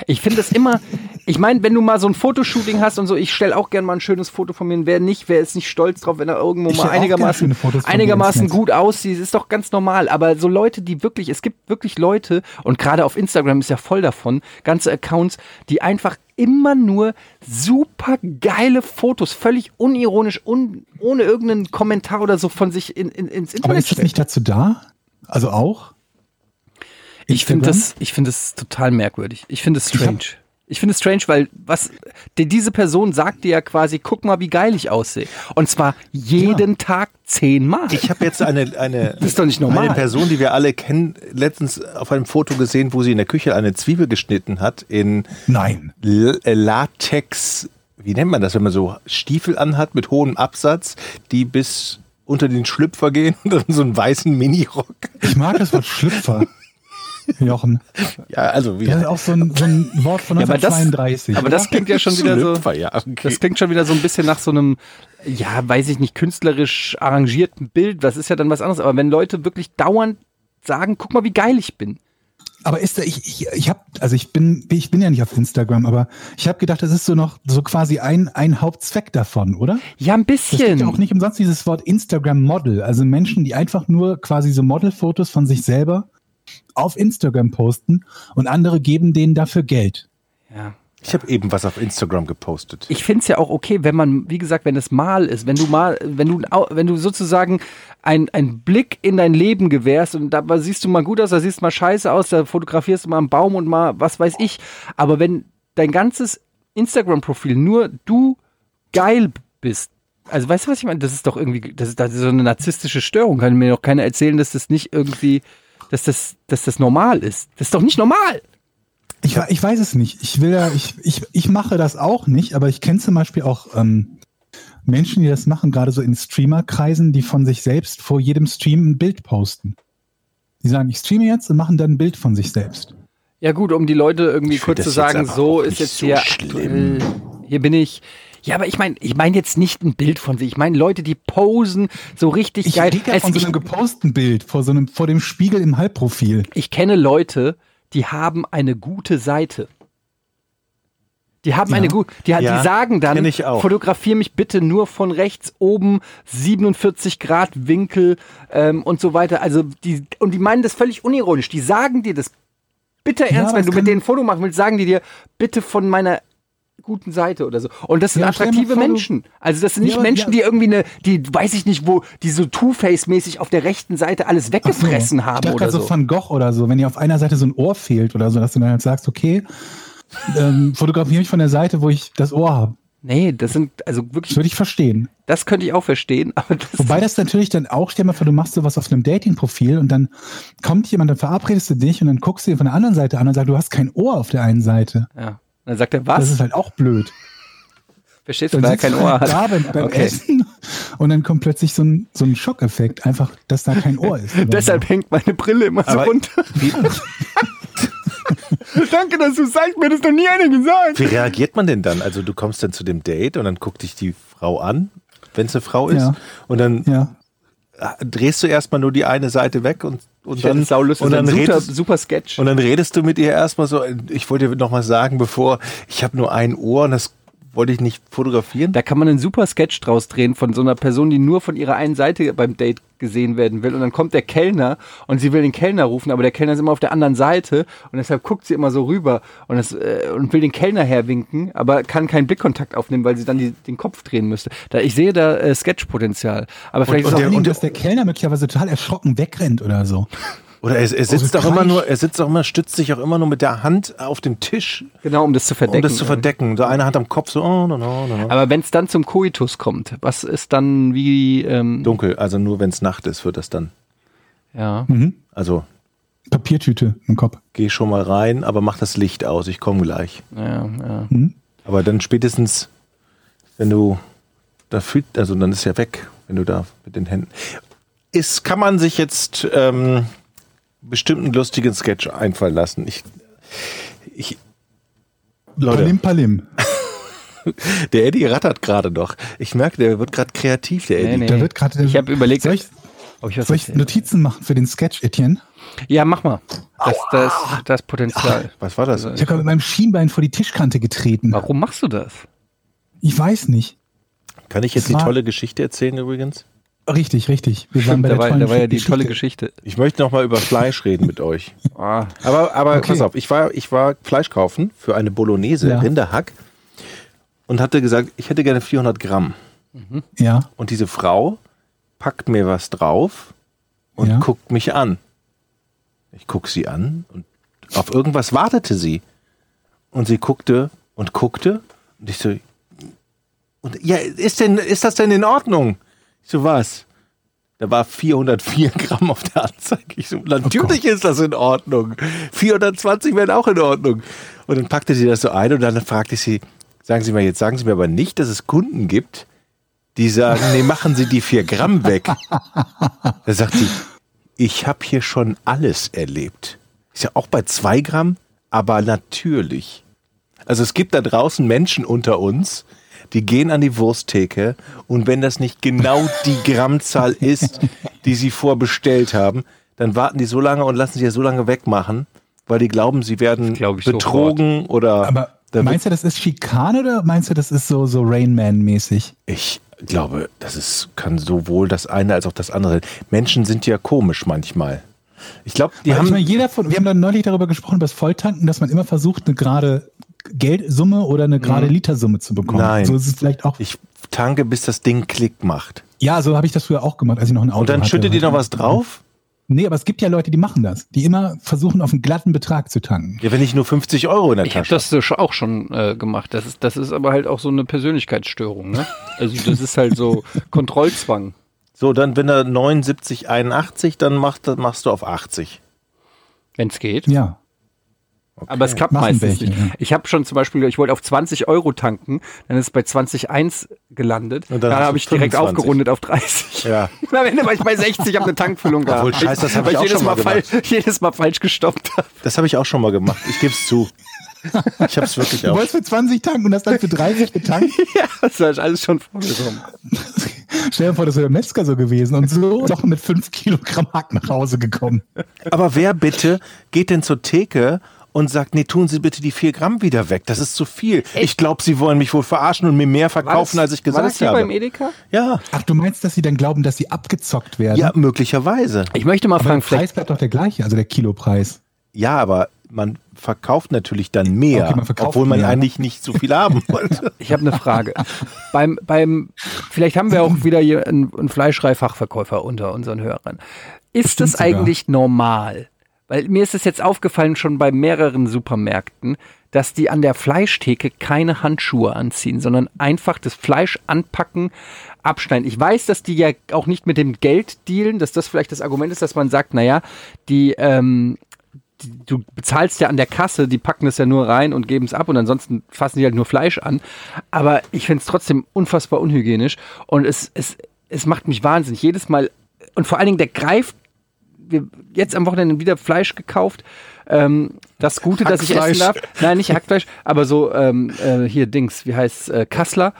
[SPEAKER 4] Ich finde es immer, ich meine, wenn du mal so ein Fotoshooting hast und so, ich stelle auch gerne mal ein schönes Foto von mir. Und wer nicht, wer ist nicht stolz drauf, wenn er irgendwo
[SPEAKER 3] Ich
[SPEAKER 4] mal
[SPEAKER 3] stell auch gerne
[SPEAKER 4] einigermaßen,
[SPEAKER 3] schöne Fotos von mir
[SPEAKER 4] einigermaßen
[SPEAKER 3] ins Netz.
[SPEAKER 4] gut aussieht, ist doch ganz normal. Aber so Leute, die wirklich, es gibt wirklich Leute, und gerade auf Instagram ist ja voll davon, ganze Accounts, die einfach immer nur super geile Fotos, völlig unironisch, un, ohne irgendeinen Kommentar oder so von sich in, in, ins Internet
[SPEAKER 3] Aber ist das
[SPEAKER 4] stellen.
[SPEAKER 3] nicht dazu da? Also auch?
[SPEAKER 4] Ich finde
[SPEAKER 3] Instagram?
[SPEAKER 4] das, ich finde es total merkwürdig. Ich finde es
[SPEAKER 3] Ich
[SPEAKER 4] strange. Ich finde es strange, weil was die, diese Person sagt dir ja quasi, guck mal, wie geil ich aussehe. Und zwar jeden Tag zehnmal.
[SPEAKER 1] Ich habe jetzt eine, eine,
[SPEAKER 4] Das ist doch nicht normal.
[SPEAKER 1] eine Person, die wir alle kennen, letztens auf einem Foto gesehen, wo sie in der Küche eine Zwiebel geschnitten hat in
[SPEAKER 3] Nein.
[SPEAKER 1] L äh, Latex, wie nennt man das, wenn man so Stiefel anhat mit hohem Absatz, die bis unter den Schlüpfer gehen und dann so einen weißen Minirock.
[SPEAKER 3] Ich mag das Wort Schlüpfer. Jochen.
[SPEAKER 1] Ja, also wie
[SPEAKER 3] Das ist auch so ein, so ein Wort von
[SPEAKER 4] aber das-
[SPEAKER 3] 1932.
[SPEAKER 4] aber das klingt ja schon wieder so.
[SPEAKER 1] Schlüpfer, ja, okay.
[SPEAKER 4] Das klingt schon wieder so ein bisschen nach so einem, ja, weiß ich nicht, künstlerisch arrangierten Bild. Das ist ja dann was anderes. Aber wenn Leute wirklich dauernd sagen, guck mal, wie geil ich bin.
[SPEAKER 3] Aber ist da, ich, ich, ich habe, also ich bin, ich bin ja nicht auf Instagram, aber ich habe gedacht, das ist so noch so quasi ein, ein Hauptzweck davon, oder?
[SPEAKER 4] Ja, ein
[SPEAKER 3] Das gibt
[SPEAKER 4] bisschen.
[SPEAKER 3] ja auch nicht umsonst dieses Wort Instagram-Model. Also Menschen, die einfach nur quasi so Modelfotos von sich selber auf Instagram posten und andere geben denen dafür Geld.
[SPEAKER 4] Ja.
[SPEAKER 1] Ich habe eben was auf Instagram gepostet.
[SPEAKER 4] ich finde es ja auch okay, wenn man, wie gesagt, wenn es mal ist, wenn du mal, wenn du, au- wenn du sozusagen ein- einen Blick in dein Leben gewährst und da siehst du mal gut aus, da siehst du mal scheiße aus, da fotografierst du mal einen Baum und mal was weiß ich. Aber wenn dein ganzes Instagram-Profil nur du geil bist, also weißt du, was ich meine? Das ist doch irgendwie, das ist, das ist so eine narzisstische Störung. Kann mir doch keiner erzählen, dass das nicht irgendwie, dass das, dass das normal ist. Das ist doch nicht normal.
[SPEAKER 3] Ich, we- ich weiß es nicht. Ich will ja, ich, ich, ich mache das auch nicht, aber ich kenne zum Beispiel auch ähm, Menschen, die das machen, gerade so in Streamerkreisen, die von sich selbst vor jedem Stream ein Bild posten. Die sagen, ich streame jetzt und machen dann ein Bild von sich selbst.
[SPEAKER 4] Ja gut, um die Leute irgendwie
[SPEAKER 1] Ich find
[SPEAKER 4] kurz
[SPEAKER 1] das
[SPEAKER 4] zu
[SPEAKER 1] jetzt
[SPEAKER 4] sagen,
[SPEAKER 1] aber
[SPEAKER 4] so
[SPEAKER 1] auch
[SPEAKER 4] ist
[SPEAKER 1] nicht
[SPEAKER 4] jetzt
[SPEAKER 1] so
[SPEAKER 4] hier
[SPEAKER 1] schlimm.
[SPEAKER 4] aktuell, hier bin ich. Ja, aber ich meine, ich meine jetzt nicht ein Bild von sich. Ich meine Leute, die posen so richtig
[SPEAKER 3] Ich
[SPEAKER 4] geil.
[SPEAKER 3] rede ja
[SPEAKER 4] Also
[SPEAKER 3] von so
[SPEAKER 4] ich,
[SPEAKER 3] einem geposten Bild, vor so einem, vor dem Spiegel im Halbprofil.
[SPEAKER 4] ich kenne Leute, die haben eine gute Seite. Die haben eine gute, die,
[SPEAKER 1] Ja,
[SPEAKER 4] die sagen dann,
[SPEAKER 1] kenn ich auch.
[SPEAKER 4] fotografier mich bitte nur von rechts oben, 47 Grad Winkel ähm, und so weiter. Also die, und die meinen das völlig unironisch. Die sagen dir das bitter ernst,
[SPEAKER 3] aber
[SPEAKER 4] wenn
[SPEAKER 3] es
[SPEAKER 4] du mit
[SPEAKER 3] kann-
[SPEAKER 4] denen ein Foto machen willst, sagen die dir, bitte von meiner guten Seite oder so. Und das sind
[SPEAKER 3] Ja, stell dir
[SPEAKER 4] attraktive
[SPEAKER 3] mal vor, du-
[SPEAKER 4] Menschen. Also das sind nicht
[SPEAKER 3] Ja, aber-
[SPEAKER 4] Menschen, die
[SPEAKER 3] ja.
[SPEAKER 4] irgendwie eine, die weiß ich nicht wo, die so Two-Face-mäßig auf der rechten Seite alles
[SPEAKER 3] Ach so.
[SPEAKER 4] weggefressen
[SPEAKER 3] ich
[SPEAKER 4] haben
[SPEAKER 3] dachte
[SPEAKER 4] oder
[SPEAKER 3] grad
[SPEAKER 4] so.
[SPEAKER 3] so Van Gogh oder so, wenn dir auf einer Seite so ein Ohr fehlt oder so, dass du dann halt sagst, okay, ähm, fotografiere mich von der Seite, wo ich das Ohr habe.
[SPEAKER 4] Nee, das sind, also
[SPEAKER 3] Das
[SPEAKER 4] wirklich,
[SPEAKER 3] würde ich verstehen.
[SPEAKER 4] das könnte ich auch verstehen, aber das
[SPEAKER 1] Oh.
[SPEAKER 3] Wobei das natürlich dann auch, stell mal vor, du machst sowas auf einem Dating-Profil und dann kommt jemand, dann verabredest du dich und dann guckst du ihn von der anderen Seite an und sagst, du hast kein Ohr auf der einen Seite.
[SPEAKER 4] ja. Dann sagt er,
[SPEAKER 3] Das
[SPEAKER 4] was?
[SPEAKER 3] ist halt auch blöd.
[SPEAKER 4] Verstehst du,
[SPEAKER 3] Dann
[SPEAKER 4] weil er
[SPEAKER 3] sitzt
[SPEAKER 4] kein
[SPEAKER 3] du
[SPEAKER 4] Ohr
[SPEAKER 3] halt
[SPEAKER 4] hat.
[SPEAKER 3] Da beim, beim
[SPEAKER 4] Okay.
[SPEAKER 3] Essen und dann kommt plötzlich so ein, so ein Schockeffekt, einfach, dass da kein Ohr ist.
[SPEAKER 4] Deshalb hängt meine Brille immer so
[SPEAKER 1] Aber-
[SPEAKER 4] runter. Danke, dass du sagst, mir hat das noch nie einer gesagt.
[SPEAKER 1] Wie reagiert man denn dann? Also du kommst dann zu dem Date und dann guckt dich die Frau an, wenn es eine Frau ist.
[SPEAKER 3] Ja.
[SPEAKER 1] Und dann
[SPEAKER 3] Ja.
[SPEAKER 1] drehst du erstmal nur die eine Seite weg und, und
[SPEAKER 4] Dann,
[SPEAKER 1] dann,
[SPEAKER 4] saulustig,
[SPEAKER 1] und dann
[SPEAKER 4] super,
[SPEAKER 1] redest,
[SPEAKER 4] super Sketch.
[SPEAKER 1] Und dann redest du mit ihr erstmal so, ich wollte dir nochmal sagen, bevor, ich habe nur ein Ohr und das wollte ich nicht fotografieren.
[SPEAKER 4] Da kann man einen super Sketch draus drehen von so einer Person, die nur von ihrer einen Seite beim Date gesehen werden will. Und dann kommt der Kellner und sie will den Kellner rufen, aber der Kellner ist immer auf der anderen Seite und deshalb guckt sie immer so rüber und, das, äh, und will den Kellner herwinken, aber kann keinen Blickkontakt aufnehmen, weil sie dann die, den Kopf drehen müsste. Da, ich sehe da äh, Sketchpotenzial. Aber vielleicht ist
[SPEAKER 3] Und, vor
[SPEAKER 4] auch
[SPEAKER 3] allen Dingen, dass der Kellner möglicherweise total erschrocken wegrennt oder so.
[SPEAKER 1] Oder er,
[SPEAKER 4] Oh,
[SPEAKER 1] er sitzt
[SPEAKER 3] so
[SPEAKER 1] auch immer
[SPEAKER 3] gleich.
[SPEAKER 1] nur, er sitzt auch immer, stützt sich auch immer nur mit der Hand auf dem Tisch,
[SPEAKER 4] genau, um das zu verdecken.
[SPEAKER 1] um das zu verdecken. So eine Hand am Kopf, so, oh, no, no, no.
[SPEAKER 4] Aber wenn es dann zum Koitus kommt, was ist dann wie, ähm,
[SPEAKER 1] Dunkel, also nur wenn es Nacht ist, wird das dann.
[SPEAKER 4] ja.
[SPEAKER 1] Also
[SPEAKER 3] Papiertüte im Kopf.
[SPEAKER 1] geh schon mal rein, aber mach das Licht aus, ich komme gleich.
[SPEAKER 4] ja, ja.
[SPEAKER 1] Aber dann spätestens, wenn du da fühlt, also dann ist ja weg, wenn du da mit den Händen. Ist, kann man sich jetzt ähm, bestimmt einen lustigen Sketch einfallen lassen. Ich, ich, Leute,
[SPEAKER 3] Palim, palim.
[SPEAKER 1] der Eddie rattert gerade noch. Ich merke, der wird gerade kreativ, der Eddie.
[SPEAKER 4] Nee, nee.
[SPEAKER 3] Da wird gerade.
[SPEAKER 4] Ich habe überlegt,
[SPEAKER 3] Soll ich,
[SPEAKER 4] Ob ich was
[SPEAKER 3] Soll ich
[SPEAKER 4] erzählen?
[SPEAKER 3] Notizen machen für den Sketch, Etienne?
[SPEAKER 4] Ja, mach mal. Das, das, das Potenzial.
[SPEAKER 1] Was war das?
[SPEAKER 4] Also,
[SPEAKER 3] Ich habe gerade mit meinem Schienbein vor die Tischkante getreten.
[SPEAKER 4] Warum machst du das?
[SPEAKER 3] Ich weiß nicht.
[SPEAKER 1] Kann ich jetzt die
[SPEAKER 3] war-
[SPEAKER 1] tolle Geschichte erzählen übrigens?
[SPEAKER 3] Richtig, richtig. Wir
[SPEAKER 4] Stimmt, da, war, da war ja die
[SPEAKER 3] Geschichte.
[SPEAKER 4] tolle Geschichte.
[SPEAKER 1] Ich möchte noch mal über Fleisch reden mit euch.
[SPEAKER 4] Ah,
[SPEAKER 1] Aber, aber
[SPEAKER 3] Okay.
[SPEAKER 1] pass auf, ich war, ich war Fleisch kaufen für eine Bolognese,
[SPEAKER 3] Ja.
[SPEAKER 1] Rinderhack, und hatte gesagt, ich hätte gerne 400 Gramm.
[SPEAKER 3] Ja,
[SPEAKER 1] Und diese Frau packt mir was drauf und
[SPEAKER 3] Ja.
[SPEAKER 1] guckt mich an. Ich guck sie an und auf irgendwas wartete sie. Und sie guckte und guckte und ich so, und ja, ist denn, ist das denn in Ordnung? Ich so, was? Da war 404 Gramm auf der Anzeige. Ich so, natürlich ist das in Ordnung. 420 wären auch in Ordnung. Und dann packte sie das so ein und dann fragte ich sie, sagen Sie mal jetzt, sagen Sie mir aber nicht, dass es Kunden gibt, die sagen, nee, machen Sie die 4 Gramm weg. Da sagt sie, ich habe hier schon alles erlebt. Ist ja auch bei 2 Gramm, aber natürlich. Also es gibt da draußen Menschen unter uns, die gehen an die Wursttheke und wenn das nicht genau die Grammzahl ist, die sie vorbestellt haben, dann warten die so lange und lassen sie ja so lange wegmachen, weil die glauben, sie werden
[SPEAKER 4] glaub ich
[SPEAKER 1] betrogen oder
[SPEAKER 3] aber
[SPEAKER 1] da wird-
[SPEAKER 3] meinst du, das ist Schikane oder meinst du, das ist so, so Rain Man-mäßig?
[SPEAKER 1] Ich glaube, das ist, kann sowohl das eine als auch das andere. Menschen sind ja komisch manchmal. Ich glaube, die
[SPEAKER 3] Weil ich
[SPEAKER 1] haben.
[SPEAKER 3] meine, jeder von, wir haben da neulich darüber gesprochen, über das Volltanken, dass man immer versucht, eine gerade Geldsumme oder eine gerade Litersumme zu bekommen.
[SPEAKER 1] Mhm. Nein.
[SPEAKER 3] So ist es vielleicht auch.
[SPEAKER 1] ich tanke, bis das Ding Klick macht.
[SPEAKER 3] ja, so habe ich das früher auch gemacht, als ich noch ein Auto
[SPEAKER 1] Und dann
[SPEAKER 3] hatte.
[SPEAKER 1] schüttet ihr
[SPEAKER 4] halt
[SPEAKER 1] noch was drauf?
[SPEAKER 3] Nee, aber es gibt ja Leute, die machen das. Die immer versuchen, auf einen glatten Betrag zu tanken.
[SPEAKER 1] Ja, wenn ich nur 50 Euro in der
[SPEAKER 4] ich habe
[SPEAKER 1] Tasche
[SPEAKER 4] das so sch- auch schon äh, gemacht. Das ist, das ist aber halt auch so eine Persönlichkeitsstörung. Ne? Also das ist halt so Kontrollzwang.
[SPEAKER 1] hab. So, dann, wenn er 79, 81, dann macht, dann machst du auf 80.
[SPEAKER 4] Wenn es geht.
[SPEAKER 3] Ja.
[SPEAKER 4] Aber es klappt
[SPEAKER 3] Machen
[SPEAKER 4] meistens
[SPEAKER 3] welche,
[SPEAKER 4] nicht.
[SPEAKER 3] ja.
[SPEAKER 4] Ich habe schon zum Beispiel, ich wollte auf 20 Euro tanken, dann ist es bei 20,1 gelandet.
[SPEAKER 1] Und
[SPEAKER 4] Und
[SPEAKER 1] dann
[SPEAKER 4] dann
[SPEAKER 1] hast du
[SPEAKER 4] habe ich direkt
[SPEAKER 1] 25.
[SPEAKER 4] aufgerundet auf 30.
[SPEAKER 1] Ja.
[SPEAKER 4] Und am Ende war ich bei 60, habe eine Tankfüllung gehabt.
[SPEAKER 1] Obwohl, scheiß, das hab
[SPEAKER 4] Weil
[SPEAKER 1] ich auch
[SPEAKER 4] jedes
[SPEAKER 1] schon mal
[SPEAKER 4] falsch- jedes Mal falsch gestoppt habe.
[SPEAKER 1] Das habe ich auch schon mal gemacht. Ich gebe es zu. Ich habe es wirklich
[SPEAKER 3] Du
[SPEAKER 1] auch.
[SPEAKER 3] wolltest für 20 tanken und hast dann für 30 getankt.
[SPEAKER 4] ja, das war alles schon vorgekommen.
[SPEAKER 3] Stell dir vor, das wäre der Metzger so gewesen und so doch mit 5 Kilogramm Hack nach Hause gekommen.
[SPEAKER 1] Aber wer bitte geht denn zur Theke und sagt, nee, tun Sie bitte die 4 Gramm wieder weg. Das ist zu viel. Ich glaube, Sie wollen mich wohl verarschen und mir mehr verkaufen, als ich gesagt
[SPEAKER 4] war das hier
[SPEAKER 1] habe.
[SPEAKER 4] beim E- Edeka?
[SPEAKER 1] Ja,
[SPEAKER 3] Ach, du meinst, dass sie dann glauben, dass sie abgezockt werden?
[SPEAKER 1] ja, möglicherweise.
[SPEAKER 4] Ich möchte mal
[SPEAKER 3] aber der
[SPEAKER 4] fragen, vielleicht,
[SPEAKER 3] Preis bleibt doch der gleiche, also der Kilopreis.
[SPEAKER 1] Ja, aber man verkauft natürlich dann mehr,
[SPEAKER 3] Okay, man verkauft
[SPEAKER 1] obwohl man
[SPEAKER 3] mehr.
[SPEAKER 1] eigentlich nicht so viel haben wollte.
[SPEAKER 4] ich habe eine Frage. beim, beim, vielleicht haben wir auch wieder hier einen, einen Fleischreifachverkäufer unter unseren Hörern. Ist
[SPEAKER 3] Bestimmt
[SPEAKER 4] das
[SPEAKER 3] sogar.
[SPEAKER 4] eigentlich normal? Weil mir ist es jetzt aufgefallen, schon bei mehreren Supermärkten, dass die an der Fleischtheke keine Handschuhe anziehen, sondern einfach das Fleisch anpacken, abschneiden. Ich weiß, dass die ja auch nicht mit dem Geld dealen, dass das vielleicht das Argument ist, dass man sagt, naja, die, ähm, die- du bezahlst ja an der Kasse, die packen es ja nur rein und geben es ab und ansonsten fassen die halt nur Fleisch an. Aber ich finde es trotzdem unfassbar unhygienisch und es, es, es macht mich wahnsinnig. Jedes Mal, und vor allen Dingen der greift, wir, jetzt am Wochenende wieder Fleisch gekauft. Ähm, das Gute, dass ich essen
[SPEAKER 3] Hackfleisch.
[SPEAKER 4] darf. Nein, nicht Hackfleisch, aber so ähm, äh, hier Dings, wie heißt äh, Kassler.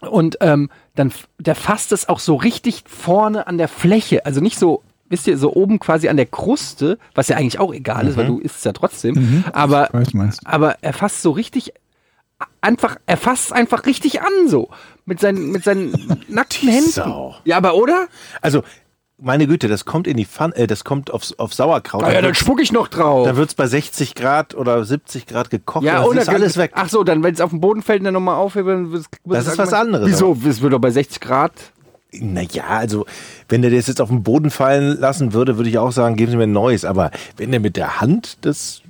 [SPEAKER 4] Und ähm, dann, f- der fasst es auch so richtig vorne an der Fläche. Also nicht so, wisst ihr, so oben quasi an der Kruste, was ja eigentlich auch egal ist, weil
[SPEAKER 1] Mhm.
[SPEAKER 4] du isst es ja trotzdem. Aber,
[SPEAKER 3] Ich weiß, was du meinst.
[SPEAKER 4] aber er fasst so richtig, a- einfach, er fasst einfach richtig an so. Mit seinen, mit seinen nackten Händen.
[SPEAKER 1] Sau.
[SPEAKER 4] Ja, aber oder?
[SPEAKER 1] Also, meine Güte, das kommt in die Pfanne, äh, das kommt aufs, auf Sauerkraut.
[SPEAKER 4] Ah, ja, dann
[SPEAKER 1] wird's-
[SPEAKER 4] spuck ich noch drauf.
[SPEAKER 1] da wird's bei 60 Grad oder 70 Grad gekocht.
[SPEAKER 4] ja, Ah.
[SPEAKER 1] und
[SPEAKER 4] oder
[SPEAKER 1] ist alles weg.
[SPEAKER 4] Ach so, dann wenn es auf den Boden fällt und dann nochmal aufheben, wird
[SPEAKER 1] Das ist was anderes.
[SPEAKER 4] Wieso? Es wird doch bei 60 Grad.
[SPEAKER 1] Naja, also, wenn der das jetzt auf den Boden fallen lassen würde, würde ich auch sagen, geben Sie mir ein neues. Aber wenn der mit der Hand das.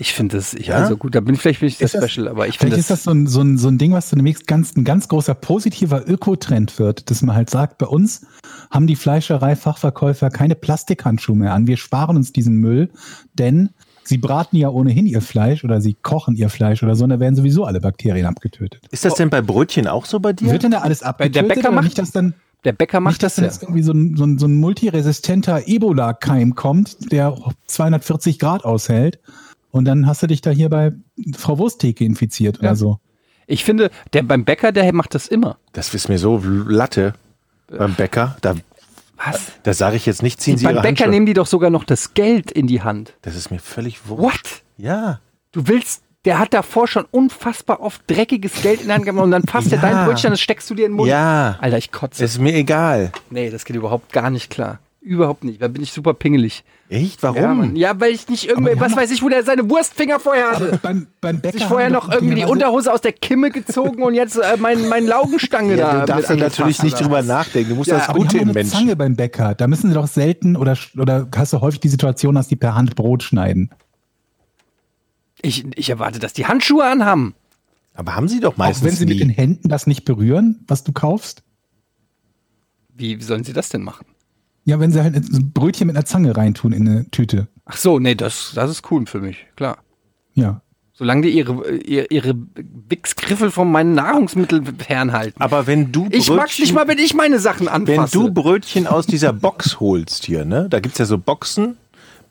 [SPEAKER 4] Ich finde das, ich, also gut, da bin ich vielleicht bin ich das,
[SPEAKER 3] Ist das-
[SPEAKER 4] Special, aber ich finde
[SPEAKER 3] Vielleicht
[SPEAKER 4] das,
[SPEAKER 3] ist das so ein, so, ein, so ein Ding, was demnächst ganz, ein ganz großer positiver Ökotrend wird, dass man halt sagt, bei uns haben die Fleischerei-Fachverkäufer keine Plastikhandschuhe mehr an. Wir sparen uns diesen Müll, denn sie braten ja ohnehin ihr Fleisch oder sie kochen ihr Fleisch oder so und da werden sowieso alle Bakterien abgetötet.
[SPEAKER 1] Ist das
[SPEAKER 4] Oh.
[SPEAKER 1] denn bei Brötchen auch so bei dir?
[SPEAKER 3] Wird denn da alles abgetötet?
[SPEAKER 4] Bäcker
[SPEAKER 3] oder
[SPEAKER 4] macht-
[SPEAKER 3] nicht, dass dann,
[SPEAKER 4] der Bäcker macht
[SPEAKER 3] nicht,
[SPEAKER 4] das
[SPEAKER 3] dass dann
[SPEAKER 4] ja.
[SPEAKER 3] jetzt irgendwie so ein, so ein, so ein multiresistenter Ebola-Keim kommt, der 240 Grad aushält und dann hast du dich da hier bei Frau Wursttheke infiziert
[SPEAKER 4] Ja.
[SPEAKER 3] oder so.
[SPEAKER 4] Ich finde, der beim Bäcker, der macht das immer.
[SPEAKER 1] Das ist mir so Latte beim Bäcker. Da
[SPEAKER 4] Was?
[SPEAKER 1] Das sage ich jetzt nicht, ziehen
[SPEAKER 4] Die,
[SPEAKER 1] Sie Ihre
[SPEAKER 4] beim Bäcker
[SPEAKER 1] Handschuhe.
[SPEAKER 4] nehmen die doch sogar noch das Geld in die Hand.
[SPEAKER 1] Das ist mir völlig wurscht.
[SPEAKER 4] What?
[SPEAKER 1] Ja.
[SPEAKER 4] Du willst, der hat davor schon unfassbar oft dreckiges Geld in die Hand genommen und dann fasst
[SPEAKER 1] Ja.
[SPEAKER 4] er dein Brötchen, das steckst du dir in den Mund.
[SPEAKER 1] Ja.
[SPEAKER 4] Alter, ich kotze.
[SPEAKER 1] Ist mir egal.
[SPEAKER 4] nee, das geht überhaupt gar nicht klar. Überhaupt nicht. Da bin ich super pingelig.
[SPEAKER 1] Echt? Warum?
[SPEAKER 4] Ja, Mann. ja weil ich nicht
[SPEAKER 3] Aber
[SPEAKER 4] irgendwie,
[SPEAKER 3] die
[SPEAKER 4] was
[SPEAKER 3] haben
[SPEAKER 4] weiß ich, wo der seine Wurstfinger vorher hatte.
[SPEAKER 3] Äh, beim, beim Bäcker
[SPEAKER 4] Sich vorher
[SPEAKER 3] haben
[SPEAKER 4] noch
[SPEAKER 3] doch
[SPEAKER 4] irgendwie die
[SPEAKER 3] möglicherweise-
[SPEAKER 4] Unterhose aus der Kimme gezogen und jetzt äh, mein, mein Laugenstange
[SPEAKER 1] Ja,
[SPEAKER 4] da.
[SPEAKER 1] Also du darfst
[SPEAKER 4] mit
[SPEAKER 1] ja natürlich
[SPEAKER 4] angefasst.
[SPEAKER 1] nicht drüber nachdenken. Du musst
[SPEAKER 4] Ja,
[SPEAKER 1] das
[SPEAKER 3] Aber die
[SPEAKER 1] Gute
[SPEAKER 3] haben
[SPEAKER 1] im
[SPEAKER 3] doch eine
[SPEAKER 1] Menschen.
[SPEAKER 3] Zange beim Bäcker. Da müssen sie doch selten oder, oder hast du häufig die Situation, dass die per Hand Brot schneiden.
[SPEAKER 4] Ich, ich erwarte, dass die Handschuhe anhaben.
[SPEAKER 1] Aber haben sie doch
[SPEAKER 3] Auch wenn
[SPEAKER 1] meistens
[SPEAKER 3] sie mit den
[SPEAKER 1] nie.
[SPEAKER 3] Händen das nicht berühren, was du kaufst.
[SPEAKER 4] Wie, wie sollen sie das denn machen?
[SPEAKER 3] Ja, wenn sie halt ein Brötchen mit einer Zange reintun in eine Tüte.
[SPEAKER 4] Ach so, nee, das, das ist cool für mich, klar.
[SPEAKER 3] Ja.
[SPEAKER 4] Solange die ihre, ihre, ihre Wichsgriffel von meinen Nahrungsmitteln fernhalten.
[SPEAKER 1] Aber wenn du
[SPEAKER 4] Ich mag's nicht mal, wenn ich meine Sachen
[SPEAKER 1] wenn
[SPEAKER 4] anfasse.
[SPEAKER 1] du Brötchen aus dieser Box holst hier, ne? Da gibt es ja so Boxen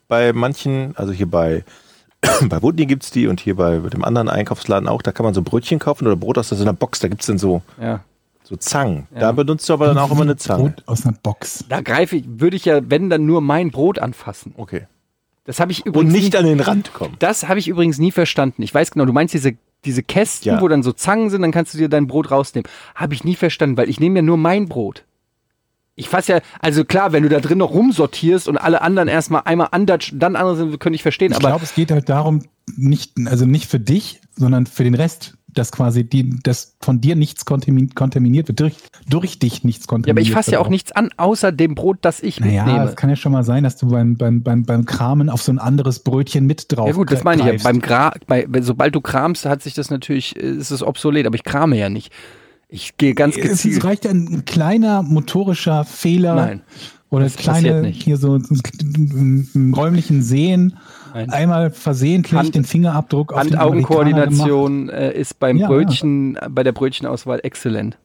[SPEAKER 1] bei manchen, also hier bei, bei Woodney gibt es die und hier bei dem anderen Einkaufsladen auch, da kann man so Brötchen kaufen oder Brot aus so einer Box, da gibt es dann so,
[SPEAKER 4] ja.
[SPEAKER 1] so Zangen. Da benutzt du aber dann auch immer eine Zange.
[SPEAKER 3] Brot aus einer Box.
[SPEAKER 4] Da greife ich, würde ich ja, wenn dann nur mein Brot anfassen.
[SPEAKER 1] Okay.
[SPEAKER 4] Das habe ich
[SPEAKER 1] Und
[SPEAKER 4] übrigens
[SPEAKER 1] nicht
[SPEAKER 4] nie,
[SPEAKER 1] an den Rand kommen.
[SPEAKER 4] das habe ich übrigens nie verstanden. Ich weiß genau, du meinst diese diese Kästen,
[SPEAKER 1] Ja.
[SPEAKER 4] wo dann so Zangen sind, dann kannst du dir dein Brot rausnehmen. Habe ich nie verstanden, weil ich nehme ja nur mein Brot. Ich fasse ja, also klar, wenn du da drin noch rumsortierst und alle anderen erstmal einmal andatschen, dann andere sind, könnte ich verstehen.
[SPEAKER 3] Ich
[SPEAKER 4] aber
[SPEAKER 3] glaube, es geht halt darum, nicht, also nicht für dich, sondern für den Rest, dass quasi die, dass von dir nichts kontami- kontaminiert wird, durch, durch dich nichts
[SPEAKER 4] Ja, aber
[SPEAKER 3] kontaminiert
[SPEAKER 4] ich fasse ja
[SPEAKER 3] wird
[SPEAKER 4] auch nichts an, außer dem Brot, das ich
[SPEAKER 3] Naja,
[SPEAKER 4] mitnehme.
[SPEAKER 3] es kann ja schon mal sein, dass du beim, beim, beim, beim Kramen auf so ein anderes Brötchen mit drauf
[SPEAKER 4] Ja gut, das meine ich ja.
[SPEAKER 3] greifst.
[SPEAKER 4] Beim Gra bei, bei- sobald du kramst, hat sich das natürlich, äh, ist es obsolet, aber ich krame ja nicht. Ich gehe ganz
[SPEAKER 3] es, es
[SPEAKER 4] gezielt.
[SPEAKER 3] reicht ja ein, ein kleiner motorischer Fehler
[SPEAKER 4] Nein.
[SPEAKER 3] oder
[SPEAKER 4] das passiert
[SPEAKER 3] kleine
[SPEAKER 4] nicht.
[SPEAKER 3] hier so ein- ein- ein räumlichen Sehen.
[SPEAKER 4] Nein.
[SPEAKER 3] Einmal versehentlich
[SPEAKER 4] Hand-
[SPEAKER 3] den Fingerabdruck auf den Amerikaner gemacht.
[SPEAKER 4] Hand-Augen-Koordination äh, ist beim
[SPEAKER 3] Ja,
[SPEAKER 4] Brötchen, äh, bei der Brötchenauswahl exzellent.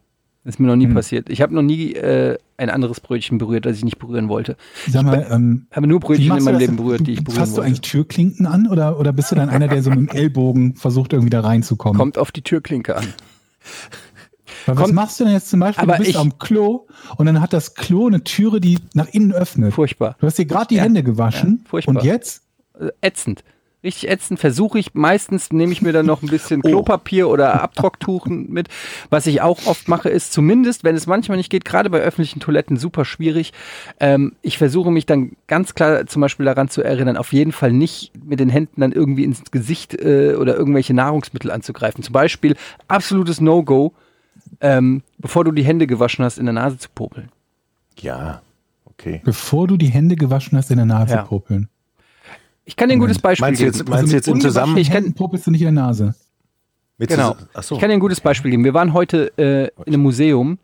[SPEAKER 4] Das ist mir noch
[SPEAKER 3] Hm.
[SPEAKER 4] nie passiert. Ich habe noch nie äh, ein anderes Brötchen berührt, das ich nicht berühren wollte.
[SPEAKER 3] Sag mal, ähm,
[SPEAKER 4] Ich habe nur
[SPEAKER 3] wie
[SPEAKER 4] Brötchen
[SPEAKER 3] machst
[SPEAKER 4] in
[SPEAKER 3] du
[SPEAKER 4] meinem
[SPEAKER 3] das?
[SPEAKER 4] Leben berührt, die ich berühren
[SPEAKER 3] Fasst du
[SPEAKER 4] wollte.
[SPEAKER 3] eigentlich Türklinken an oder, oder bist du dann einer, der so mit dem Ellbogen versucht, irgendwie da reinzukommen?
[SPEAKER 4] Kommt auf die Türklinke an.
[SPEAKER 3] Weil was
[SPEAKER 4] kommt-
[SPEAKER 3] machst du denn jetzt zum Beispiel?
[SPEAKER 4] Aber
[SPEAKER 3] du bist
[SPEAKER 4] ich-
[SPEAKER 3] am Klo und dann hat das Klo eine Türe, die nach innen öffnet.
[SPEAKER 4] Furchtbar.
[SPEAKER 3] Du hast dir gerade die Hände gewaschen
[SPEAKER 4] ja, furchtbar.
[SPEAKER 3] und jetzt?
[SPEAKER 4] äh, ätzend. Richtig ätzend versuche ich. Meistens nehme ich mir dann noch ein bisschen
[SPEAKER 3] Oh.
[SPEAKER 4] Klopapier oder Abtrocktuchen mit. Was ich auch oft mache, ist zumindest, wenn es manchmal nicht geht, gerade bei öffentlichen Toiletten super schwierig. Ähm, ich versuche mich dann ganz klar zum Beispiel daran zu erinnern, auf jeden Fall nicht mit den Händen dann irgendwie ins Gesicht äh, oder irgendwelche Nahrungsmittel anzugreifen. Zum Beispiel absolutes No-Go, ähm, bevor du die Hände gewaschen hast, in der Nase zu popeln.
[SPEAKER 1] Ja. Okay.
[SPEAKER 3] Bevor du die Hände gewaschen hast, in der Nase
[SPEAKER 1] Ja.
[SPEAKER 3] popeln.
[SPEAKER 4] Ich kann dir ein gutes Beispiel
[SPEAKER 1] Meinst du
[SPEAKER 4] geben. Also
[SPEAKER 1] jetzt, meinst du
[SPEAKER 3] mit
[SPEAKER 1] jetzt im
[SPEAKER 3] ungewaschenen
[SPEAKER 1] Zusammenhang?
[SPEAKER 4] Ich kann-
[SPEAKER 3] Händen popelst du nicht in der Nase.
[SPEAKER 1] Mit
[SPEAKER 4] Genau.
[SPEAKER 1] Zus- Ach so.
[SPEAKER 4] Ich kann dir ein gutes Beispiel geben. Wir waren heute äh, in einem Museum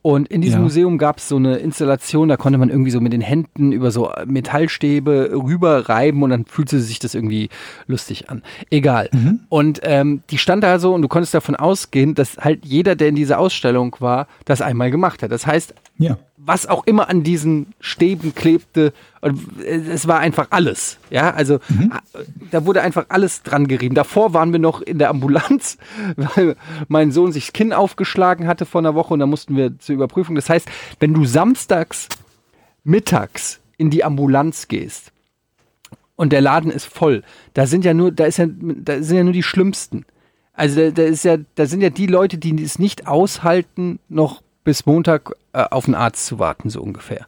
[SPEAKER 4] und in diesem
[SPEAKER 3] Ja.
[SPEAKER 4] Museum gab es so eine Installation, da konnte man irgendwie so mit den Händen über so Metallstäbe rüberreiben und dann fühlte sich das irgendwie lustig an. Egal.
[SPEAKER 1] Mhm.
[SPEAKER 4] Und ähm, die stand da so und du konntest davon ausgehen, dass halt jeder, der in dieser Ausstellung war, das einmal gemacht hat. Das heißt,
[SPEAKER 3] Ja.
[SPEAKER 4] was auch immer an diesen Stäben klebte. Und äh, es war einfach alles. Ja, also da wurde einfach alles dran gerieben. Davor waren wir noch in der Ambulanz, weil mein Sohn sich das Kinn aufgeschlagen hatte vor einer Woche und da mussten wir zur Überprüfung. Das heißt, wenn du samstags mittags in die Ambulanz gehst, und der Laden ist voll. Da sind ja nur, da ist ja, da sind ja nur die Schlimmsten. Also da, da ist ja, da sind ja die Leute, die es nicht aushalten, noch bis Montag äh, auf einen Arzt zu warten, so ungefähr.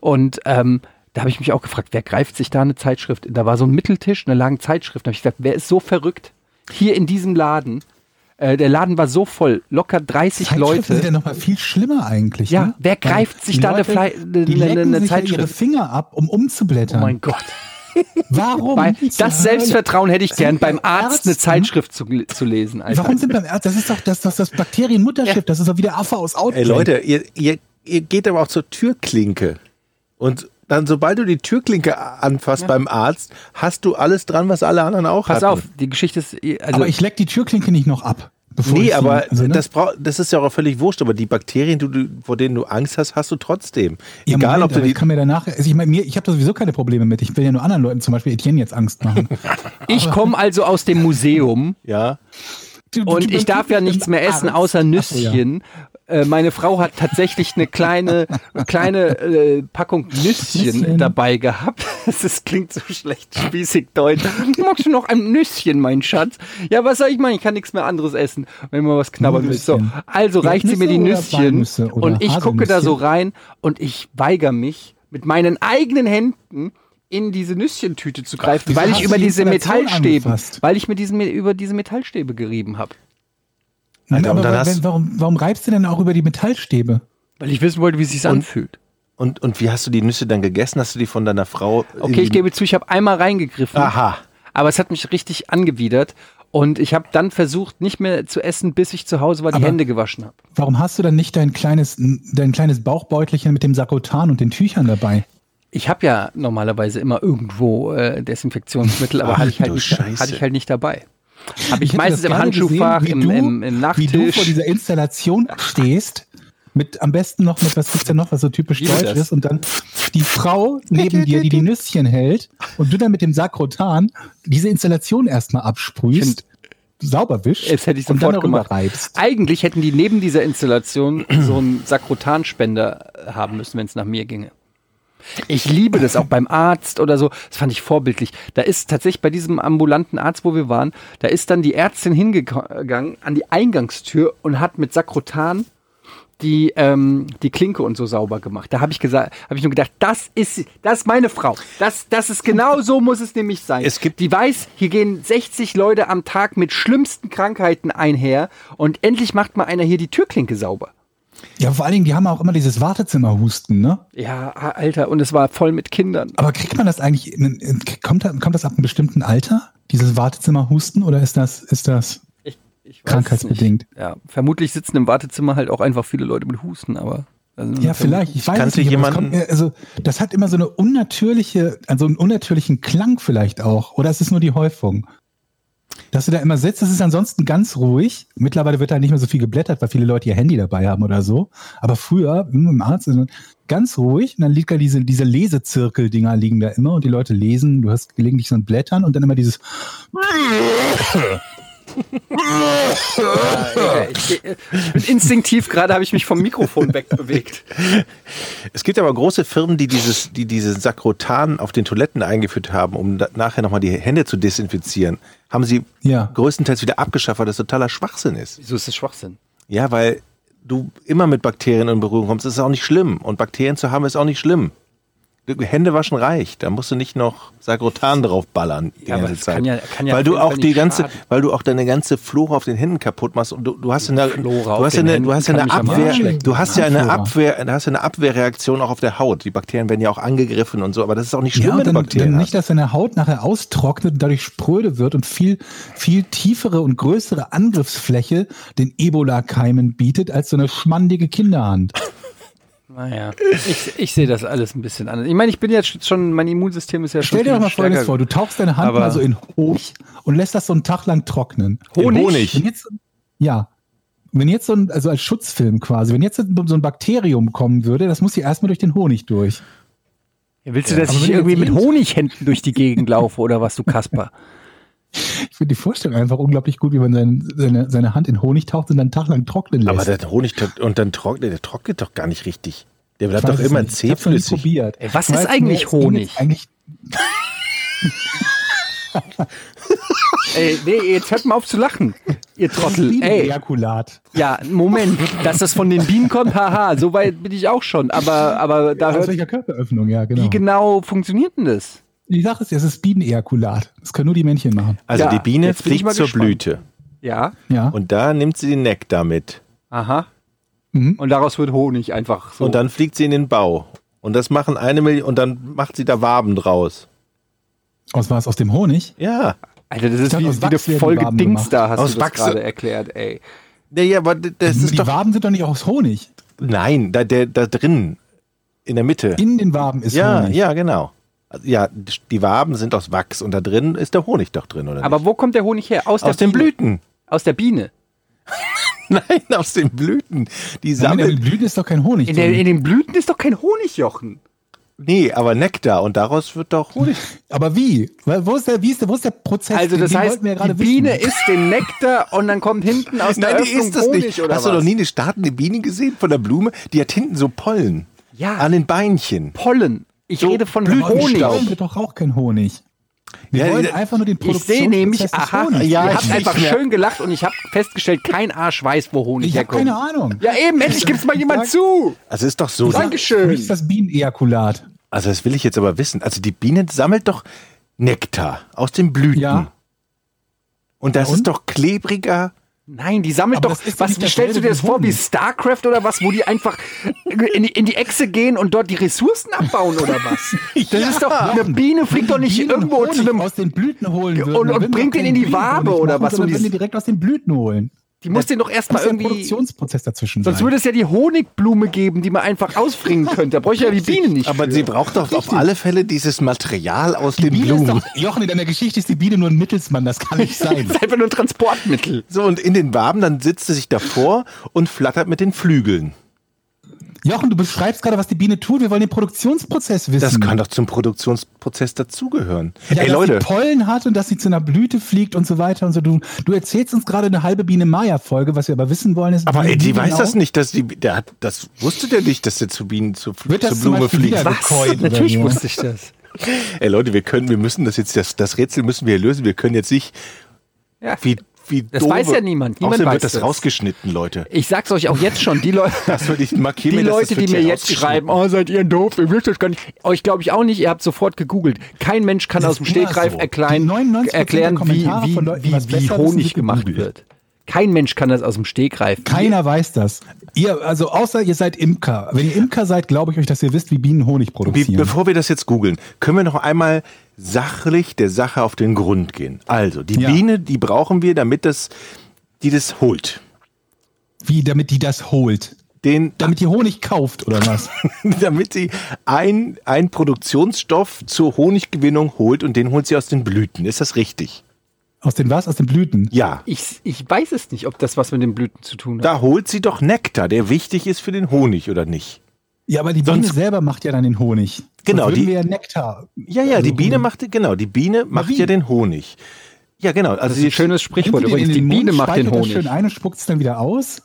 [SPEAKER 4] Und ähm, da habe ich mich auch gefragt, wer greift sich da eine Zeitschrift? Da war so ein Mitteltisch, und da lagen Zeitschriften. Da habe ich gedacht, wer ist so verrückt hier in diesem Laden? Äh, der Laden war so voll, locker 30
[SPEAKER 3] Zeitschriften
[SPEAKER 4] Leute.
[SPEAKER 3] sind ja noch mal viel schlimmer eigentlich.
[SPEAKER 4] Ja,
[SPEAKER 3] ne?
[SPEAKER 4] wer
[SPEAKER 3] Weil
[SPEAKER 4] greift sich
[SPEAKER 3] die
[SPEAKER 4] da eine
[SPEAKER 3] Leute,
[SPEAKER 4] Fle- eine-
[SPEAKER 3] die
[SPEAKER 4] eine-
[SPEAKER 3] lecken
[SPEAKER 4] eine
[SPEAKER 3] sich Ja ihre
[SPEAKER 4] Zeitschrift?
[SPEAKER 3] Finger ab, um
[SPEAKER 4] Oh
[SPEAKER 3] umzublättern.
[SPEAKER 4] mein Gott.
[SPEAKER 3] Warum?
[SPEAKER 4] Weil
[SPEAKER 3] zur
[SPEAKER 4] das
[SPEAKER 3] Hölle?
[SPEAKER 4] Selbstvertrauen hätte ich
[SPEAKER 3] Sind
[SPEAKER 4] gern, beim
[SPEAKER 3] wir
[SPEAKER 4] Arzt eine
[SPEAKER 3] Ärzte?
[SPEAKER 4] Zeitschrift zu, zu lesen. Alter.
[SPEAKER 3] ne? Warum sind beim Arzt? Das ist doch das, das, das Bakterienmutterschiff.
[SPEAKER 4] Ja.
[SPEAKER 3] Das ist doch wie der Affe aus Outback.
[SPEAKER 1] Ey Leute, ihr, ihr, ihr geht aber auch zur Türklinke. Und dann, sobald du die Türklinke anfasst beim Arzt, hast du alles dran, was alle anderen auch
[SPEAKER 4] Pass
[SPEAKER 1] hatten.
[SPEAKER 4] auf, die Geschichte ist. Also,
[SPEAKER 3] aber ich leck die Türklinke nicht noch ab. Bevor ich
[SPEAKER 1] Nee,
[SPEAKER 3] sie-
[SPEAKER 1] aber
[SPEAKER 3] also, ne?
[SPEAKER 1] das, brauch, das ist ja auch völlig wurscht. Aber die Bakterien, du, du, vor denen du Angst hast, hast du trotzdem.
[SPEAKER 3] Ja,
[SPEAKER 1] Egal,
[SPEAKER 3] Moment,
[SPEAKER 1] ob
[SPEAKER 3] aber
[SPEAKER 1] du
[SPEAKER 3] ich
[SPEAKER 1] die.
[SPEAKER 3] kann mir danach, also ich meine, mir, ich habe da sowieso keine Probleme mit. Ich will ja nur anderen Leuten, zum Beispiel Etienne, jetzt Angst machen.
[SPEAKER 4] Ich komme also aus dem Museum
[SPEAKER 1] Ja,
[SPEAKER 4] und ich darf ja nichts mehr essen außer
[SPEAKER 3] Ach so, ja.
[SPEAKER 4] Nüsschen. äh, meine Frau hat tatsächlich eine kleine, kleine äh, Packung Nüsschen
[SPEAKER 3] Nüsschen.
[SPEAKER 4] dabei gehabt. Das ist, klingt so schlecht, spießig deutsch. Magst du noch ein Nüsschen, mein Schatz? Ja, was soll ich machen? Ich kann nichts mehr anderes essen, wenn man was knabbern will. So,
[SPEAKER 3] Nüsschen.
[SPEAKER 4] also reicht sie mir die
[SPEAKER 3] Erdnüsse oder
[SPEAKER 4] Nüsschen
[SPEAKER 3] Walnüsse oder
[SPEAKER 4] und ich gucke da so
[SPEAKER 3] Haselnüsschen?
[SPEAKER 4] rein und ich weigere mich mit meinen eigenen Händen in diese Nüsschentüte zu greifen,
[SPEAKER 3] wieso
[SPEAKER 4] weil
[SPEAKER 3] hast
[SPEAKER 4] ich
[SPEAKER 3] du
[SPEAKER 4] über
[SPEAKER 3] die
[SPEAKER 4] diese
[SPEAKER 3] Installation
[SPEAKER 4] Metallstäbe,
[SPEAKER 3] angefasst?
[SPEAKER 4] weil ich mir diesen, über diese Metallstäbe gerieben habe.
[SPEAKER 3] Nein,
[SPEAKER 1] Alter, und
[SPEAKER 3] aber
[SPEAKER 1] dann
[SPEAKER 3] wa-
[SPEAKER 1] hast-
[SPEAKER 3] warum, warum reibst du denn auch über die Metallstäbe?
[SPEAKER 4] Weil ich wissen wollte, wie es sich anfühlt.
[SPEAKER 1] Und, und wie hast du die Nüsse dann gegessen? Hast du die von deiner Frau? in
[SPEAKER 4] Okay, ich
[SPEAKER 1] die-
[SPEAKER 4] gebe zu, ich habe einmal reingegriffen,
[SPEAKER 1] Aha.
[SPEAKER 4] aber es hat mich richtig angewidert und ich habe dann versucht, nicht mehr zu essen, bis ich zu Hause war, die
[SPEAKER 3] Aber-
[SPEAKER 4] Hände gewaschen habe.
[SPEAKER 3] Warum hast du dann nicht dein kleines, dein kleines Bauchbeutelchen mit dem Sakrotan und den Tüchern dabei?
[SPEAKER 4] Ich habe ja normalerweise immer irgendwo äh, Desinfektionsmittel, aber
[SPEAKER 1] Ach,
[SPEAKER 4] hatte ich, halt
[SPEAKER 1] du
[SPEAKER 4] nicht,
[SPEAKER 1] Scheiße.
[SPEAKER 4] hatte ich halt nicht dabei. Habe ich,
[SPEAKER 3] hätte
[SPEAKER 4] meistens
[SPEAKER 3] das
[SPEAKER 4] im
[SPEAKER 3] gerne
[SPEAKER 4] Handschuhfach,
[SPEAKER 3] gesehen, wie
[SPEAKER 4] im,
[SPEAKER 3] du-
[SPEAKER 4] im, im
[SPEAKER 3] Wie du vor
[SPEAKER 4] Nachttisch.
[SPEAKER 3] dieser Installation stehst, mit am besten noch mit, was gibt's denn noch, was so typisch
[SPEAKER 4] Liebe
[SPEAKER 3] deutsch
[SPEAKER 4] das.
[SPEAKER 3] ist, und dann die Frau neben dir, die die Nüsschen hält, und du dann mit dem Sakrotan diese Installation erstmal absprühst, sauber wischst
[SPEAKER 4] Das hätte ich
[SPEAKER 3] und dann
[SPEAKER 4] sofort
[SPEAKER 3] darüber
[SPEAKER 4] gemacht.
[SPEAKER 3] reibst.
[SPEAKER 4] Eigentlich hätten die neben dieser Installation so einen Sakrotanspender äh, haben müssen, wenn es nach mir ginge. Ich liebe das auch beim Arzt oder so. Das fand ich vorbildlich. Da ist tatsächlich bei diesem ambulanten Arzt, wo wir waren, da ist dann die Ärztin hingegangen an die Eingangstür und hat mit Sakrotan die, ähm, die Klinke und so sauber gemacht. Da habe ich gesagt, habe ich nur gedacht, das ist, das ist meine Frau. Das, das ist genau so muss es nämlich sein.
[SPEAKER 1] Es gibt-
[SPEAKER 4] die weiß, hier gehen 60 Leute am Tag mit schlimmsten Krankheiten einher und endlich macht mal einer hier die Türklinke sauber.
[SPEAKER 3] Ja, vor allen Dingen, die haben auch immer dieses Wartezimmerhusten, ne?
[SPEAKER 4] Ja, Alter, und es war voll mit Kindern.
[SPEAKER 3] Aber kriegt man das eigentlich, in- in- kommt, da- kommt das ab einem bestimmten Alter, dieses Wartezimmerhusten, oder ist das, ist das,
[SPEAKER 4] Ich, ich weiß
[SPEAKER 3] Krankheitsbedingt.
[SPEAKER 4] es nicht. Ja, vermutlich sitzen im Wartezimmer halt auch einfach viele Leute mit Husten, aber. also-
[SPEAKER 3] Ja, vielleicht. Ich weiß
[SPEAKER 1] kannte
[SPEAKER 3] es nicht. aber
[SPEAKER 1] jemanden-
[SPEAKER 3] es kommt mir- also, das hat immer so eine unnatürliche, also einen unnatürlichen Klang vielleicht auch. Oder es ist nur die Häufung. Dass du da immer sitzt, das ist ansonsten ganz ruhig. Mittlerweile wird da nicht mehr so viel geblättert, weil viele Leute ihr Handy dabei haben oder so. Aber früher, hm, im Arzt, also, ganz ruhig. Und dann liegt da diese, diese Lesezirkel-Dinger liegen da immer und die Leute lesen. Du hast gelegentlich so ein Blättern und dann immer dieses,
[SPEAKER 4] Ja, ich, äh, ich bin instinktiv gerade habe ich mich vom Mikrofon wegbewegt.
[SPEAKER 1] Es gibt aber große Firmen, die dieses, die diesen Sakrotan auf den Toiletten eingeführt haben, um da, nachher nochmal die Hände zu desinfizieren. Haben sie
[SPEAKER 3] Ja.
[SPEAKER 1] größtenteils wieder abgeschafft, weil das totaler Schwachsinn ist.
[SPEAKER 4] Wieso ist das Schwachsinn?
[SPEAKER 1] Ja, weil du immer mit Bakterien in Berührung kommst. Das ist auch nicht schlimm. Und Bakterien zu haben, ist auch nicht schlimm. Hände waschen reicht. Da musst du nicht noch Sagrotan draufballern die
[SPEAKER 4] Ja, aber
[SPEAKER 1] ganze
[SPEAKER 4] das
[SPEAKER 1] Zeit.
[SPEAKER 4] kann ja- kann ja
[SPEAKER 1] weil
[SPEAKER 4] auf
[SPEAKER 1] du
[SPEAKER 4] jeden
[SPEAKER 1] auch
[SPEAKER 4] Fall
[SPEAKER 1] die
[SPEAKER 4] nicht
[SPEAKER 1] ganze,
[SPEAKER 4] schaden.
[SPEAKER 1] weil du auch deine ganze Flora auf den Händen kaputt machst und du, du hast eine,
[SPEAKER 4] Flora
[SPEAKER 1] du
[SPEAKER 4] auf
[SPEAKER 1] hast ja
[SPEAKER 4] den
[SPEAKER 1] eine, du
[SPEAKER 4] Händen
[SPEAKER 1] hast ja
[SPEAKER 4] kann
[SPEAKER 1] eine
[SPEAKER 4] mich am Arsch
[SPEAKER 1] Abwehr,
[SPEAKER 4] lecken.
[SPEAKER 1] du hast ja eine
[SPEAKER 3] Flora.
[SPEAKER 1] Abwehr, du hast ja eine Abwehrreaktion auch auf der Haut. Die Bakterien werden ja auch angegriffen und so, aber das ist auch nicht schlimm,
[SPEAKER 3] Ja,
[SPEAKER 1] wenn
[SPEAKER 3] und
[SPEAKER 1] du
[SPEAKER 3] dann,
[SPEAKER 1] Bakterien
[SPEAKER 3] dann
[SPEAKER 1] hast.
[SPEAKER 3] nicht, dass deine Haut nachher austrocknet und dadurch spröde wird und viel, viel tiefere und größere Angriffsfläche den Ebola-Keimen bietet als so eine schmandige Kinderhand.
[SPEAKER 4] Naja, ich, ich sehe das alles ein bisschen anders. Ich meine, ich bin jetzt schon, mein Immunsystem ist ja schon.
[SPEAKER 3] Stell dir doch mal
[SPEAKER 4] viel
[SPEAKER 3] Folgendes vor,
[SPEAKER 4] stärker.
[SPEAKER 3] du tauchst deine Hand
[SPEAKER 4] Aber-
[SPEAKER 3] mal so in Honig und lässt das so einen Tag lang trocknen.
[SPEAKER 1] Honig?
[SPEAKER 3] Wenn jetzt, ja. Wenn jetzt so ein, also als Schutzfilm quasi, wenn jetzt so ein Bakterium kommen würde, das muss ja erstmal durch den Honig durch.
[SPEAKER 4] Ja, Willst du, dass
[SPEAKER 3] Aber
[SPEAKER 4] ich
[SPEAKER 3] wenn ihr
[SPEAKER 4] irgendwie mit
[SPEAKER 3] jetzt seht-
[SPEAKER 4] Honighänden durch die Gegend laufe oder was, du Kasper?
[SPEAKER 3] Ich finde die Vorstellung einfach unglaublich gut, wie man seine, seine, seine Hand in Honig taucht und dann einen Tag lang trocknen lässt.
[SPEAKER 1] aber der Honig tro- und dann trocknet, der trocknet doch gar nicht richtig. Der bleibt
[SPEAKER 3] Ich
[SPEAKER 1] doch
[SPEAKER 3] weiß es
[SPEAKER 1] immer
[SPEAKER 3] nicht. Ich hab's noch nie
[SPEAKER 1] zähflüssig.
[SPEAKER 3] probiert.
[SPEAKER 4] Ey, was
[SPEAKER 3] Ich
[SPEAKER 4] ist
[SPEAKER 3] weiß
[SPEAKER 4] eigentlich
[SPEAKER 3] nur, es ging jetzt
[SPEAKER 4] Honig?
[SPEAKER 3] Eigentlich,
[SPEAKER 4] Ey, nee, jetzt hört mal auf zu lachen. Ihr Trottel. Ey,
[SPEAKER 3] Bienenejakulat.
[SPEAKER 4] ja, Moment, dass das von den Bienen kommt, haha, so weit bin ich auch schon. Aber, aber da
[SPEAKER 3] Aus
[SPEAKER 1] also
[SPEAKER 4] hört,
[SPEAKER 3] welcher Körperöffnung, ja, genau.
[SPEAKER 4] wie genau funktioniert denn das?
[SPEAKER 3] Ich sag es dir, es ist Bienenejakulat. Das können nur die Männchen machen.
[SPEAKER 1] Also
[SPEAKER 4] Ja,
[SPEAKER 1] die Biene
[SPEAKER 4] jetzt bin ich
[SPEAKER 1] fliegt
[SPEAKER 4] mal
[SPEAKER 1] zur
[SPEAKER 4] gespannt.
[SPEAKER 1] Blüte
[SPEAKER 4] Ja,
[SPEAKER 3] Ja.
[SPEAKER 1] und da nimmt sie den Nektar mit
[SPEAKER 4] aha.
[SPEAKER 3] Mhm.
[SPEAKER 4] Und daraus wird Honig einfach so.
[SPEAKER 1] und dann fliegt sie in den Bau und das machen eine Million und dann macht sie da Waben draus.
[SPEAKER 3] Aus was? Aus dem Honig?
[SPEAKER 1] Ja,
[SPEAKER 4] Alter, das ist
[SPEAKER 3] dachte,
[SPEAKER 4] wie,
[SPEAKER 3] aus
[SPEAKER 4] wie eine
[SPEAKER 3] Wachs werden die
[SPEAKER 4] Folge
[SPEAKER 3] Waben
[SPEAKER 4] Dings
[SPEAKER 3] gemacht.
[SPEAKER 4] da, hast
[SPEAKER 1] Aus
[SPEAKER 4] du das
[SPEAKER 1] Wachs-
[SPEAKER 4] gerade erklärt, ey.
[SPEAKER 1] ja, ja aber d- das ist
[SPEAKER 3] die
[SPEAKER 1] doch
[SPEAKER 3] Waben sind doch nicht aus Honig.
[SPEAKER 1] nein, da der da drin in der Mitte.
[SPEAKER 3] In den Waben ist
[SPEAKER 1] Ja,
[SPEAKER 3] Honig.
[SPEAKER 1] ja, genau. Also, Ja, die Waben sind aus Wachs und da drin ist der Honig doch drin oder
[SPEAKER 4] Aber wo kommt der Honig her? Aus,
[SPEAKER 1] nicht? Aus
[SPEAKER 4] der
[SPEAKER 1] den
[SPEAKER 4] Biene.
[SPEAKER 1] Blüten.
[SPEAKER 4] Aus der Biene.
[SPEAKER 1] Nein, aus den Blüten. Die
[SPEAKER 3] Damit in
[SPEAKER 1] sammeln
[SPEAKER 3] den Blüten ist doch kein Honig.
[SPEAKER 4] In, der,
[SPEAKER 3] drin.
[SPEAKER 4] in den Blüten ist doch kein Honigjochen.
[SPEAKER 1] Nee, aber Nektar und daraus wird doch Honig.
[SPEAKER 3] Aber wie? Weil Wo ist der, wie ist der, wo ist der Prozess?
[SPEAKER 2] Also das
[SPEAKER 3] Den
[SPEAKER 2] heißt,
[SPEAKER 3] wollten wir ja gerade
[SPEAKER 2] die Biene
[SPEAKER 3] wissen.
[SPEAKER 2] isst den Nektar und dann kommt hinten aus der Öffnung Honig oder
[SPEAKER 1] Hast
[SPEAKER 2] was?
[SPEAKER 1] du noch nie eine startende Biene gesehen von der Blume? Die hat hinten so Pollen.
[SPEAKER 2] Ja.
[SPEAKER 1] An den Beinchen.
[SPEAKER 2] Pollen. Ich
[SPEAKER 1] So
[SPEAKER 2] rede von
[SPEAKER 3] Honig.
[SPEAKER 2] Honig.
[SPEAKER 1] Blütenstaub.
[SPEAKER 3] Wir doch auch kein Honig. Wir
[SPEAKER 1] Ja,
[SPEAKER 3] wollen
[SPEAKER 1] ja,
[SPEAKER 3] einfach nur den
[SPEAKER 2] Ich
[SPEAKER 3] Produktionsprozess
[SPEAKER 2] sehe nämlich,
[SPEAKER 3] des
[SPEAKER 2] aha,
[SPEAKER 3] Honigs.
[SPEAKER 1] Ja,
[SPEAKER 2] ihr
[SPEAKER 1] ich
[SPEAKER 2] habt
[SPEAKER 1] nicht
[SPEAKER 2] einfach
[SPEAKER 1] mehr.
[SPEAKER 2] schön gelacht und ich habe festgestellt, kein Arsch weiß, wo Honig
[SPEAKER 3] ich habe
[SPEAKER 2] herkommt.
[SPEAKER 3] keine Ahnung.
[SPEAKER 2] Ja eben, endlich gibt's mal jemand zu.
[SPEAKER 1] Also ist doch so.
[SPEAKER 3] Für mich ist
[SPEAKER 2] Dankeschön.
[SPEAKER 3] das Bienenejakulat.
[SPEAKER 1] Also das will ich jetzt aber wissen. Also die Biene sammelt doch Nektar aus den Blüten.
[SPEAKER 3] Ja.
[SPEAKER 1] Und das
[SPEAKER 3] Ja, und?
[SPEAKER 1] ist doch klebriger.
[SPEAKER 2] Nein, die sammelt
[SPEAKER 3] Aber
[SPEAKER 2] doch,
[SPEAKER 3] das ist doch
[SPEAKER 2] was
[SPEAKER 3] nicht
[SPEAKER 2] wie stellst du
[SPEAKER 3] dasselbe
[SPEAKER 2] dir das
[SPEAKER 3] wie
[SPEAKER 2] vor, wie
[SPEAKER 3] Honig.
[SPEAKER 2] StarCraft oder was, wo die einfach in die, in die Echse gehen und dort die Ressourcen abbauen oder was? Das ist doch, eine Biene fliegt doch nicht
[SPEAKER 3] Bienen
[SPEAKER 2] irgendwo
[SPEAKER 3] Honig
[SPEAKER 2] zu einem
[SPEAKER 3] aus den Blüten holen würden,
[SPEAKER 2] und
[SPEAKER 3] dann würden wir
[SPEAKER 2] bringt
[SPEAKER 3] doch
[SPEAKER 2] ihn
[SPEAKER 3] keinen
[SPEAKER 2] in die
[SPEAKER 3] Bienenhonig
[SPEAKER 2] Wabe oder
[SPEAKER 3] machen,
[SPEAKER 2] was?
[SPEAKER 3] sondern
[SPEAKER 2] Und
[SPEAKER 3] würden
[SPEAKER 2] die-
[SPEAKER 3] die direkt aus den Blüten holen.
[SPEAKER 2] Die muss den doch
[SPEAKER 3] Das
[SPEAKER 2] erstmal
[SPEAKER 3] ist ja ein
[SPEAKER 2] irgendwie.
[SPEAKER 3] Produktionsprozess dazwischen.
[SPEAKER 2] Sonst
[SPEAKER 3] sein.
[SPEAKER 2] würde es ja die Honigblume geben, die man einfach ausfringen könnte. Da bräuchte ja die Biene nicht.
[SPEAKER 1] Aber
[SPEAKER 2] für.
[SPEAKER 1] sie braucht doch auf alle Fälle dieses Material aus den
[SPEAKER 3] Biene ist
[SPEAKER 1] Blumen.
[SPEAKER 3] doch, Jochen, in deiner Geschichte ist die Biene nur ein Mittelsmann, das kann nicht sein.
[SPEAKER 2] das ist einfach nur ein Transportmittel.
[SPEAKER 1] So, und in den Waben, dann sitzt sie sich davor und flattert mit den Flügeln.
[SPEAKER 3] Jochen, du beschreibst gerade, was die Biene tut. Wir wollen den Produktionsprozess wissen.
[SPEAKER 1] Das kann doch zum Produktionsprozess dazugehören.
[SPEAKER 3] Ja,
[SPEAKER 1] Ey,
[SPEAKER 3] dass
[SPEAKER 1] Leute,
[SPEAKER 3] sie Pollen hat und dass sie zu einer Blüte fliegt und so weiter und so. Du, du erzählst uns gerade eine halbe Biene Maya-Folge, was wir aber wissen wollen ist.
[SPEAKER 1] aber
[SPEAKER 3] wie-
[SPEAKER 1] ey, die
[SPEAKER 3] wie
[SPEAKER 1] weiß
[SPEAKER 3] genau
[SPEAKER 1] das nicht, dass die, der hat, das wusste der nicht, dass der zu Bienen zu,
[SPEAKER 3] Wird
[SPEAKER 1] zur
[SPEAKER 3] das zum
[SPEAKER 1] Blume
[SPEAKER 3] Beispiel
[SPEAKER 1] fliegt.
[SPEAKER 3] wieder- Gekäut oder
[SPEAKER 2] Natürlich
[SPEAKER 3] so.
[SPEAKER 2] wusste ich das.
[SPEAKER 1] Ey Leute, wir können, wir müssen das jetzt, das, das Rätsel müssen wir lösen. Wir können jetzt nicht
[SPEAKER 2] Ja.
[SPEAKER 1] wie, wie
[SPEAKER 2] Das weiß ja niemand. Niemand
[SPEAKER 1] Außerdem
[SPEAKER 2] weiß
[SPEAKER 1] wird das
[SPEAKER 2] das.
[SPEAKER 1] rausgeschnitten, Leute.
[SPEAKER 2] Ich sag's euch auch jetzt schon, die Leute.
[SPEAKER 1] Das würde ich markieren.
[SPEAKER 2] Die
[SPEAKER 1] dass
[SPEAKER 2] Leute,
[SPEAKER 1] das wird
[SPEAKER 2] die mir
[SPEAKER 1] hier
[SPEAKER 2] jetzt
[SPEAKER 1] rausgeschnitten.
[SPEAKER 2] schreiben, oh, seid ihr doof, ihr wisst das gar nicht. Euch glaube ich auch nicht, ihr habt sofort gegoogelt. Kein Mensch kann
[SPEAKER 3] Das
[SPEAKER 2] aus dem
[SPEAKER 3] ist immer
[SPEAKER 2] Stegreif
[SPEAKER 3] so. Die
[SPEAKER 2] erklären,
[SPEAKER 3] 99%
[SPEAKER 2] erklären
[SPEAKER 3] der
[SPEAKER 2] wie,
[SPEAKER 3] Kommentare
[SPEAKER 2] wie,
[SPEAKER 3] von Leuten, die was
[SPEAKER 2] wie, wie
[SPEAKER 3] besser wissen,
[SPEAKER 2] Honig
[SPEAKER 3] wird
[SPEAKER 2] gemacht
[SPEAKER 3] gegoogelt.
[SPEAKER 2] wird. Kein Mensch kann das aus dem Stegreif.
[SPEAKER 3] Keiner weiß das. Ihr, also außer ihr seid Imker. Wenn ihr Imker seid, glaube ich euch, dass ihr wisst, wie Bienen Honig
[SPEAKER 1] Wie,
[SPEAKER 3] produzieren.
[SPEAKER 1] bevor wir das jetzt googeln, können wir noch einmal sachlich der Sache auf den Grund gehen. Also, die
[SPEAKER 3] Ja.
[SPEAKER 1] Biene, die brauchen wir, damit das, die das holt.
[SPEAKER 3] wie, damit die das holt.
[SPEAKER 1] Den,
[SPEAKER 3] Damit die Honig kauft oder was?
[SPEAKER 1] damit sie ein, ein Produktionsstoff zur Honiggewinnung holt und den holt sie aus den Blüten. Ist das richtig?
[SPEAKER 3] Aus den was? Aus den Blüten.
[SPEAKER 1] Ja.
[SPEAKER 2] Ich, ich weiß es nicht, ob das was mit den Blüten zu tun hat.
[SPEAKER 1] Da holt sie doch Nektar, der wichtig ist für den Honig, oder nicht?
[SPEAKER 3] Ja, aber die
[SPEAKER 1] Sonst-
[SPEAKER 3] Biene selber macht ja dann den Honig.
[SPEAKER 1] Genau,
[SPEAKER 3] Sonst
[SPEAKER 1] die-
[SPEAKER 3] würden wir ja Nektar.
[SPEAKER 1] Ja, ja, die Biene macht, genau, die Biene macht
[SPEAKER 3] wie?
[SPEAKER 1] ja den Honig. Ja, genau. Also
[SPEAKER 2] Das ist ein schönes Sprichwort.
[SPEAKER 3] Nimmt
[SPEAKER 2] Übrigens, die
[SPEAKER 3] den in
[SPEAKER 2] Biene
[SPEAKER 3] den Mund,
[SPEAKER 2] macht den
[SPEAKER 3] spaltet das
[SPEAKER 2] Honig.
[SPEAKER 3] schön ein und spuckt es dann wieder aus?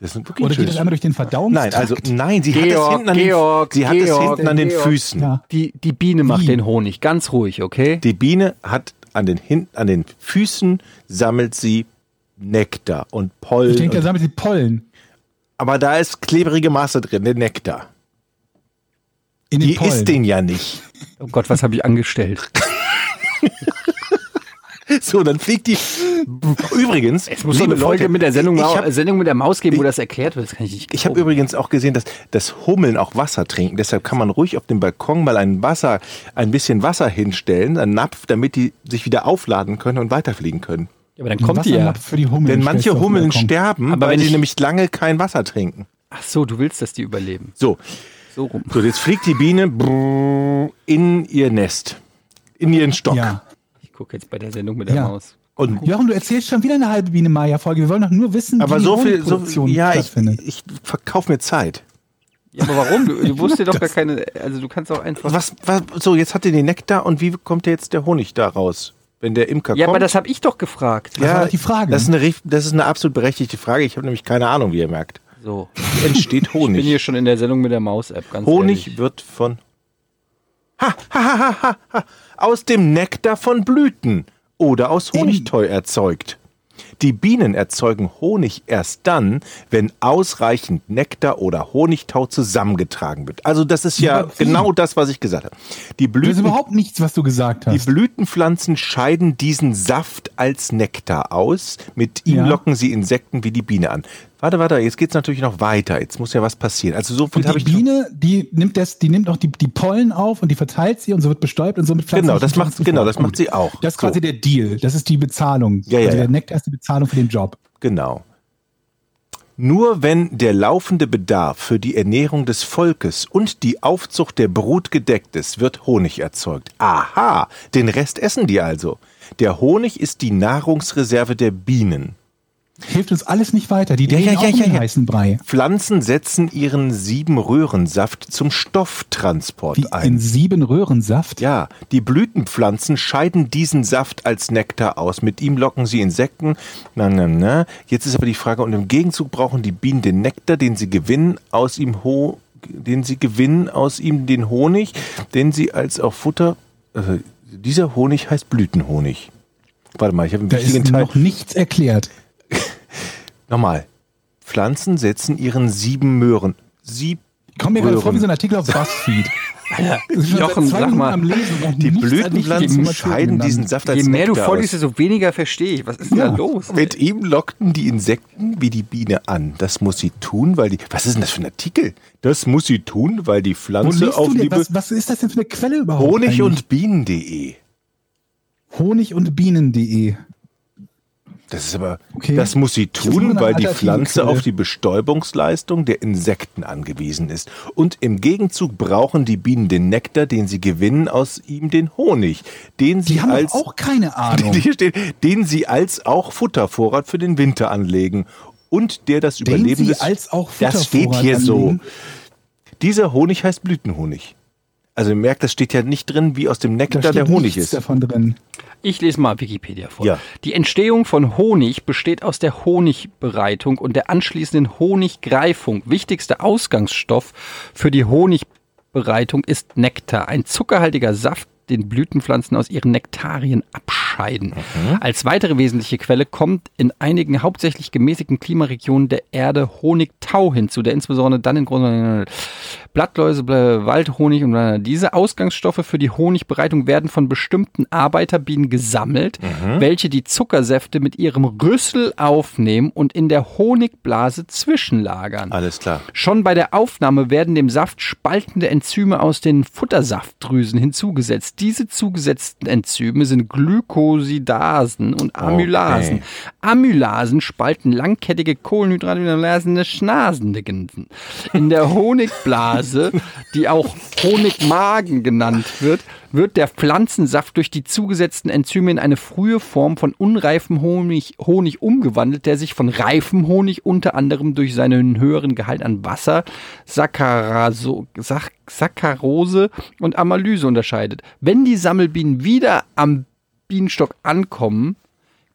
[SPEAKER 1] das ist ein wirklich
[SPEAKER 3] Oder geht das
[SPEAKER 1] schönes
[SPEAKER 3] einmal durch den Verdauungstrakt?
[SPEAKER 1] Nein, also nein, sie hat
[SPEAKER 2] Georg,
[SPEAKER 1] es hinten an,
[SPEAKER 2] Georg,
[SPEAKER 1] den, sie hat es
[SPEAKER 2] Georg,
[SPEAKER 1] hinten an den
[SPEAKER 2] Georg.
[SPEAKER 1] Füßen.
[SPEAKER 3] Ja.
[SPEAKER 2] Die, die Biene macht
[SPEAKER 3] Wie?
[SPEAKER 2] den Honig, ganz ruhig, okay?
[SPEAKER 1] Die Biene hat an den, hin, an den Füßen sammelt sie Nektar und Pollen.
[SPEAKER 3] Ich denke, also- da
[SPEAKER 1] und,
[SPEAKER 3] sammelt sie Pollen.
[SPEAKER 1] aber da ist klebrige Masse drin, der Nektar.
[SPEAKER 3] In den
[SPEAKER 1] Die
[SPEAKER 3] Pollen.
[SPEAKER 1] isst den ja nicht.
[SPEAKER 2] Oh Gott, was habe ich angestellt?
[SPEAKER 1] So, dann fliegt die. Übrigens,
[SPEAKER 2] Es muss so eine Folge mit der Sendung,
[SPEAKER 1] ich
[SPEAKER 2] Mau-
[SPEAKER 1] hab-
[SPEAKER 2] Sendung mit der Maus geben, wo das erklärt wird. Das kann ich nicht
[SPEAKER 1] Ich habe
[SPEAKER 2] glauben.
[SPEAKER 1] übrigens auch gesehen, dass das Hummeln auch Wasser trinken. Deshalb kann man ruhig auf dem Balkon mal ein Wasser, ein bisschen Wasser hinstellen, einen Napf, damit die sich wieder aufladen können und weiterfliegen können.
[SPEAKER 2] Aber dann
[SPEAKER 3] Ein
[SPEAKER 2] kommt die ja.
[SPEAKER 3] Wasserlapp für die Hummeln.
[SPEAKER 1] Denn
[SPEAKER 3] stellst du
[SPEAKER 1] manche
[SPEAKER 3] auf den
[SPEAKER 1] Hummeln
[SPEAKER 3] Balkon.
[SPEAKER 1] sterben,
[SPEAKER 2] Aber
[SPEAKER 1] weil
[SPEAKER 2] wenn
[SPEAKER 1] sie
[SPEAKER 2] ich-
[SPEAKER 1] nämlich lange kein Wasser trinken.
[SPEAKER 2] Ach so, du willst, dass die überleben.
[SPEAKER 1] So,
[SPEAKER 2] So rum.
[SPEAKER 1] so jetzt fliegt die Biene brrr, in ihr Nest, in ihren Stock.
[SPEAKER 3] Ja.
[SPEAKER 2] Ich gucke jetzt bei der Sendung mit der
[SPEAKER 3] Ja.
[SPEAKER 2] Maus.
[SPEAKER 1] Und
[SPEAKER 3] Jochen, du erzählst schon wieder eine halbe Biene Maya Folge. Wir wollen doch nur wissen,
[SPEAKER 1] aber
[SPEAKER 3] wie
[SPEAKER 1] so
[SPEAKER 3] die
[SPEAKER 1] viel, so,
[SPEAKER 3] Honigproduktion
[SPEAKER 1] ja, ich,
[SPEAKER 3] stattfindet.
[SPEAKER 1] ich verkaufe mir Zeit.
[SPEAKER 2] Ja, aber warum? Du, du wusstest doch gar keine. Also du kannst auch einfach.
[SPEAKER 1] Was, was, so, jetzt hat ihr den Nektar und wie kommt der jetzt der Honig da raus, wenn der Imker
[SPEAKER 2] Ja,
[SPEAKER 1] kommt?
[SPEAKER 2] aber das habe ich doch gefragt.
[SPEAKER 3] war doch die Frage.
[SPEAKER 1] Das ist eine, richt- das ist eine absolut berechtigte Frage. Ich habe nämlich keine Ahnung, wie ihr merkt.
[SPEAKER 2] So.
[SPEAKER 1] Wie entsteht
[SPEAKER 2] Ich bin hier
[SPEAKER 1] Honig?
[SPEAKER 2] schon in der Sendung mit der Maus-App. Ganz
[SPEAKER 1] Honig
[SPEAKER 2] ehrlich.
[SPEAKER 1] wird von ha, ha, ha, ha, ha, ha, aus dem Nektar von Blüten oder aus Honigteu erzeugt. Die Bienen erzeugen Honig erst dann, wenn ausreichend Nektar oder Honigtau zusammengetragen wird. Also das ist ja
[SPEAKER 3] Aber wie?
[SPEAKER 1] genau das, was ich gesagt habe. Die
[SPEAKER 3] Du weißt
[SPEAKER 1] Blüten
[SPEAKER 3] überhaupt nichts, was du gesagt
[SPEAKER 1] Die
[SPEAKER 3] hast.
[SPEAKER 1] Blütenpflanzen scheiden diesen Saft als Nektar aus. Mit ihm
[SPEAKER 3] Ja.
[SPEAKER 1] locken sie Insekten wie die Biene an. Warte, warte, jetzt geht's natürlich noch weiter. Jetzt muss ja was passieren. Also so viel
[SPEAKER 3] Und
[SPEAKER 1] habe
[SPEAKER 3] die
[SPEAKER 1] ich.
[SPEAKER 3] Biene, die nimmt das, die nimmt auch die, die Pollen auf und die verteilt sie und so wird bestäubt und somit
[SPEAKER 1] Genau,
[SPEAKER 3] sich
[SPEAKER 1] das
[SPEAKER 3] die
[SPEAKER 1] macht-
[SPEAKER 3] Pflanzen
[SPEAKER 1] genau,
[SPEAKER 3] fort.
[SPEAKER 1] das macht
[SPEAKER 3] Gut.
[SPEAKER 1] sie auch.
[SPEAKER 3] Das ist
[SPEAKER 1] So.
[SPEAKER 3] quasi der Deal. Das ist die Bezahlung.
[SPEAKER 1] Ja, ja,
[SPEAKER 3] also
[SPEAKER 1] ja.
[SPEAKER 3] der Nektar ist die Bezahlung für den Job.
[SPEAKER 1] Genau. Nur wenn der laufende Bedarf für die Ernährung des Volkes und die Aufzucht der Brut gedeckt ist, wird Honig erzeugt. Aha, den Rest essen die also. Der Honig ist die Nahrungsreserve der Bienen.
[SPEAKER 3] Hilft uns alles nicht weiter. Die
[SPEAKER 1] Ja,
[SPEAKER 3] drehen
[SPEAKER 1] ja, ja,
[SPEAKER 3] auch um
[SPEAKER 1] ja,
[SPEAKER 3] den
[SPEAKER 1] ja.
[SPEAKER 3] heißen Brei.
[SPEAKER 1] Pflanzen setzen ihren Siebenröhrensaft zum Stofftransport
[SPEAKER 3] Wie in
[SPEAKER 1] ein.
[SPEAKER 3] sieben Röhrensaft.
[SPEAKER 1] Ja, die Blütenpflanzen scheiden diesen Saft als Nektar aus. Mit ihm locken sie Insekten. Na, na, na. Jetzt ist aber die Frage, und im Gegenzug brauchen die Bienen den Nektar, den sie gewinnen, aus ihm ho den sie gewinnen aus ihm den Honig, den sie als auch Futter. Also dieser Honig heißt Blütenhonig. Warte mal, ich habe einen
[SPEAKER 3] Da ist
[SPEAKER 1] wichtigen Teil.
[SPEAKER 3] noch nichts erklärt.
[SPEAKER 1] Nochmal. Pflanzen setzen ihren sieben Möhren. Sieb
[SPEAKER 3] Kommt mir gerade vor
[SPEAKER 1] Röhren.
[SPEAKER 3] wie so ein Artikel auf BuzzFeed.
[SPEAKER 2] Jochen, sag mal,
[SPEAKER 1] Die Blütenpflanzen scheiden diesen Saft als
[SPEAKER 2] Je mehr du
[SPEAKER 1] Nektar aus.
[SPEAKER 2] vorliest, desto weniger verstehe ich. Was ist denn da los?
[SPEAKER 1] Mit ihm lockten die Insekten wie die Biene an. Das muss sie tun, weil die. Was ist denn das für ein Artikel? Das muss sie tun, weil die
[SPEAKER 3] Wo
[SPEAKER 1] Pflanze
[SPEAKER 3] liest
[SPEAKER 1] auf
[SPEAKER 3] du denn?
[SPEAKER 1] Liebe
[SPEAKER 3] Was, was ist das denn für eine Quelle überhaupt?
[SPEAKER 1] Honig
[SPEAKER 3] eigentlich?
[SPEAKER 1] und Bienen.de.
[SPEAKER 3] Honig und Bienen.de.
[SPEAKER 1] Das ist aber.
[SPEAKER 3] Okay.
[SPEAKER 1] Das muss sie
[SPEAKER 3] ist nur
[SPEAKER 1] tun,
[SPEAKER 3] eine
[SPEAKER 1] weil die
[SPEAKER 3] alternative
[SPEAKER 1] Pflanze
[SPEAKER 3] Quelle.
[SPEAKER 1] auf die Bestäubungsleistung der Insekten angewiesen ist. Und im Gegenzug brauchen die Bienen den Nektar, den sie gewinnen, aus ihm den Honig, den sie
[SPEAKER 3] Die haben
[SPEAKER 1] als
[SPEAKER 3] doch auch keine Ahnung.
[SPEAKER 1] Hier steht, den sie als auch Futtervorrat für den Winter anlegen und der das
[SPEAKER 3] Den
[SPEAKER 1] Überleben
[SPEAKER 3] sie
[SPEAKER 1] des
[SPEAKER 3] als auch
[SPEAKER 1] Das steht
[SPEAKER 3] Futtervorrat
[SPEAKER 1] hier so.
[SPEAKER 3] anlegen.
[SPEAKER 1] Dieser Honig heißt Blütenhonig. Also ihr merkt, das steht ja nicht drin, wie aus dem
[SPEAKER 3] Da
[SPEAKER 1] Nektar
[SPEAKER 3] steht
[SPEAKER 1] der Honig
[SPEAKER 3] nichts
[SPEAKER 1] ist.
[SPEAKER 3] davon drin.
[SPEAKER 2] Ich lese mal Wikipedia vor.
[SPEAKER 1] Ja.
[SPEAKER 2] Die Entstehung von Honig besteht aus der Honigbereitung und der anschließenden Honiggreifung. Wichtigster Ausgangsstoff für die Honigbereitung ist Nektar, ein zuckerhaltiger Saft, den Blütenpflanzen aus ihren Nektarien abscheiden.
[SPEAKER 1] Mhm.
[SPEAKER 2] Als weitere wesentliche Quelle kommt in einigen hauptsächlich gemäßigten Klimaregionen der Erde Honigtau hinzu, der insbesondere dann in großen Blattläuse, Bla- Waldhonig und bla- bla. diese Ausgangsstoffe für die Honigbereitung werden von bestimmten Arbeiterbienen gesammelt, welche die Zuckersäfte mit ihrem Rüssel aufnehmen und in der Honigblase zwischenlagern.
[SPEAKER 1] Alles klar.
[SPEAKER 2] Schon bei der Aufnahme werden dem Saft spaltende Enzyme aus den Futtersaftdrüsen hinzugesetzt. Diese zugesetzten Enzyme sind Glykosidasen und Amylasen.
[SPEAKER 1] Okay.
[SPEAKER 2] Amylasen spalten langkettige Kohlenhydrate in lasende Schnasendegenden. In der Honigblase, die auch Honigmagen genannt wird, wird der Pflanzensaft durch die zugesetzten Enzyme in eine frühe Form von unreifem Honig, Honig umgewandelt, der sich von reifem Honig unter anderem durch seinen höheren Gehalt an Wasser, Saccharase, Sac Saccharose und Amalyse unterscheidet. Wenn die Sammelbienen wieder am Bienenstock ankommen,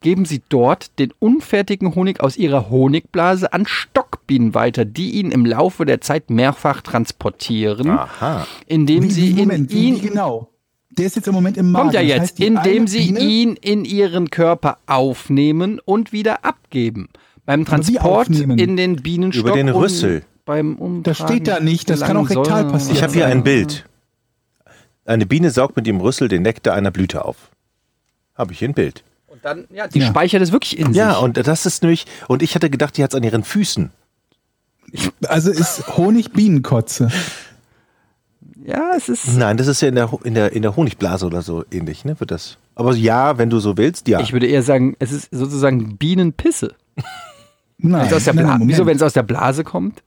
[SPEAKER 2] geben sie dort den unfertigen Honig aus ihrer Honigblase an Stockbienen weiter, die ihn im Laufe der Zeit mehrfach transportieren,
[SPEAKER 1] Aha.
[SPEAKER 2] indem
[SPEAKER 3] Wie-
[SPEAKER 2] sie
[SPEAKER 3] wie-
[SPEAKER 2] in
[SPEAKER 3] Moment, wie-
[SPEAKER 2] ihn
[SPEAKER 3] wie genau. Der ist jetzt im Moment im Magen.
[SPEAKER 2] kommt ja
[SPEAKER 3] Das
[SPEAKER 2] jetzt,
[SPEAKER 3] heißt, die eine
[SPEAKER 2] indem sie
[SPEAKER 3] Biene-
[SPEAKER 2] ihn in ihren Körper aufnehmen und wieder abgeben. Beim
[SPEAKER 3] Aber wie
[SPEAKER 2] Transport
[SPEAKER 3] aufnehmen?
[SPEAKER 2] in den Bienenstock
[SPEAKER 1] Über den
[SPEAKER 2] und
[SPEAKER 1] Rüssel.
[SPEAKER 2] beim um
[SPEAKER 3] Das
[SPEAKER 2] Umtragen
[SPEAKER 3] steht da nicht, das kann auch
[SPEAKER 2] gelangen
[SPEAKER 3] rektal
[SPEAKER 2] soll.
[SPEAKER 3] passieren.
[SPEAKER 1] Ich habe hier ein Bild. Eine Biene saugt mit ihrem Rüssel den Nektar einer Blüte auf. Habe ich hier ein Bild.
[SPEAKER 2] Und dann, ja, die
[SPEAKER 3] Ja.
[SPEAKER 2] speichert es wirklich in
[SPEAKER 1] Ja,
[SPEAKER 2] sich.
[SPEAKER 1] und das ist nämlich, und ich hatte gedacht, die hat es an ihren Füßen.
[SPEAKER 3] Also ist Honig Bienenkotze.
[SPEAKER 2] Ja, es ist.
[SPEAKER 1] Nein, das ist ja in der, Ho- in der, in der Honigblase oder so ähnlich, ne? Wird das. Aber ja, wenn du so willst, ja.
[SPEAKER 2] Ich würde eher sagen, es ist sozusagen Bienenpisse.
[SPEAKER 3] Nein,
[SPEAKER 2] Wenn's aus der
[SPEAKER 3] nein,
[SPEAKER 2] Bla
[SPEAKER 3] nein, Moment.
[SPEAKER 2] Wieso, wenn es aus der Blase kommt?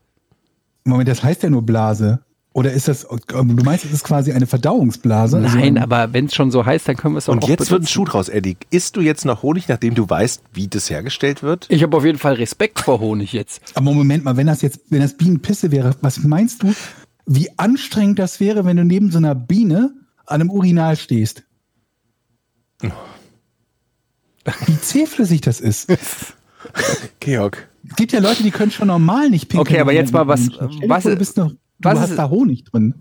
[SPEAKER 3] Moment, das heißt ja nur Blase. Oder ist das, du meinst, es ist quasi eine Verdauungsblase? Also
[SPEAKER 2] Nein,
[SPEAKER 3] ein-
[SPEAKER 2] aber wenn es schon so heißt, dann können wir es auch
[SPEAKER 1] und jetzt wird ein
[SPEAKER 2] benutzen.
[SPEAKER 1] Schuh draus, Eddie. Isst du jetzt noch Honig, nachdem du weißt, wie das hergestellt wird?
[SPEAKER 2] Ich habe auf jeden Fall Respekt vor Honig jetzt.
[SPEAKER 3] Aber Moment mal, wenn das jetzt, wenn das Bienenpisse wäre, was meinst du, wie anstrengend das wäre, wenn du neben so einer Biene an einem Urinal stehst? Wie zähflüssig das ist. Es
[SPEAKER 1] Georg.
[SPEAKER 3] gibt ja Leute, die können schon normal nicht pinkeln.
[SPEAKER 2] Okay, aber jetzt mal was-
[SPEAKER 3] Stell dir
[SPEAKER 2] was
[SPEAKER 3] vor, du
[SPEAKER 2] ist-
[SPEAKER 3] bist noch, du
[SPEAKER 2] was
[SPEAKER 3] hast
[SPEAKER 2] ist-
[SPEAKER 3] da Honig drin.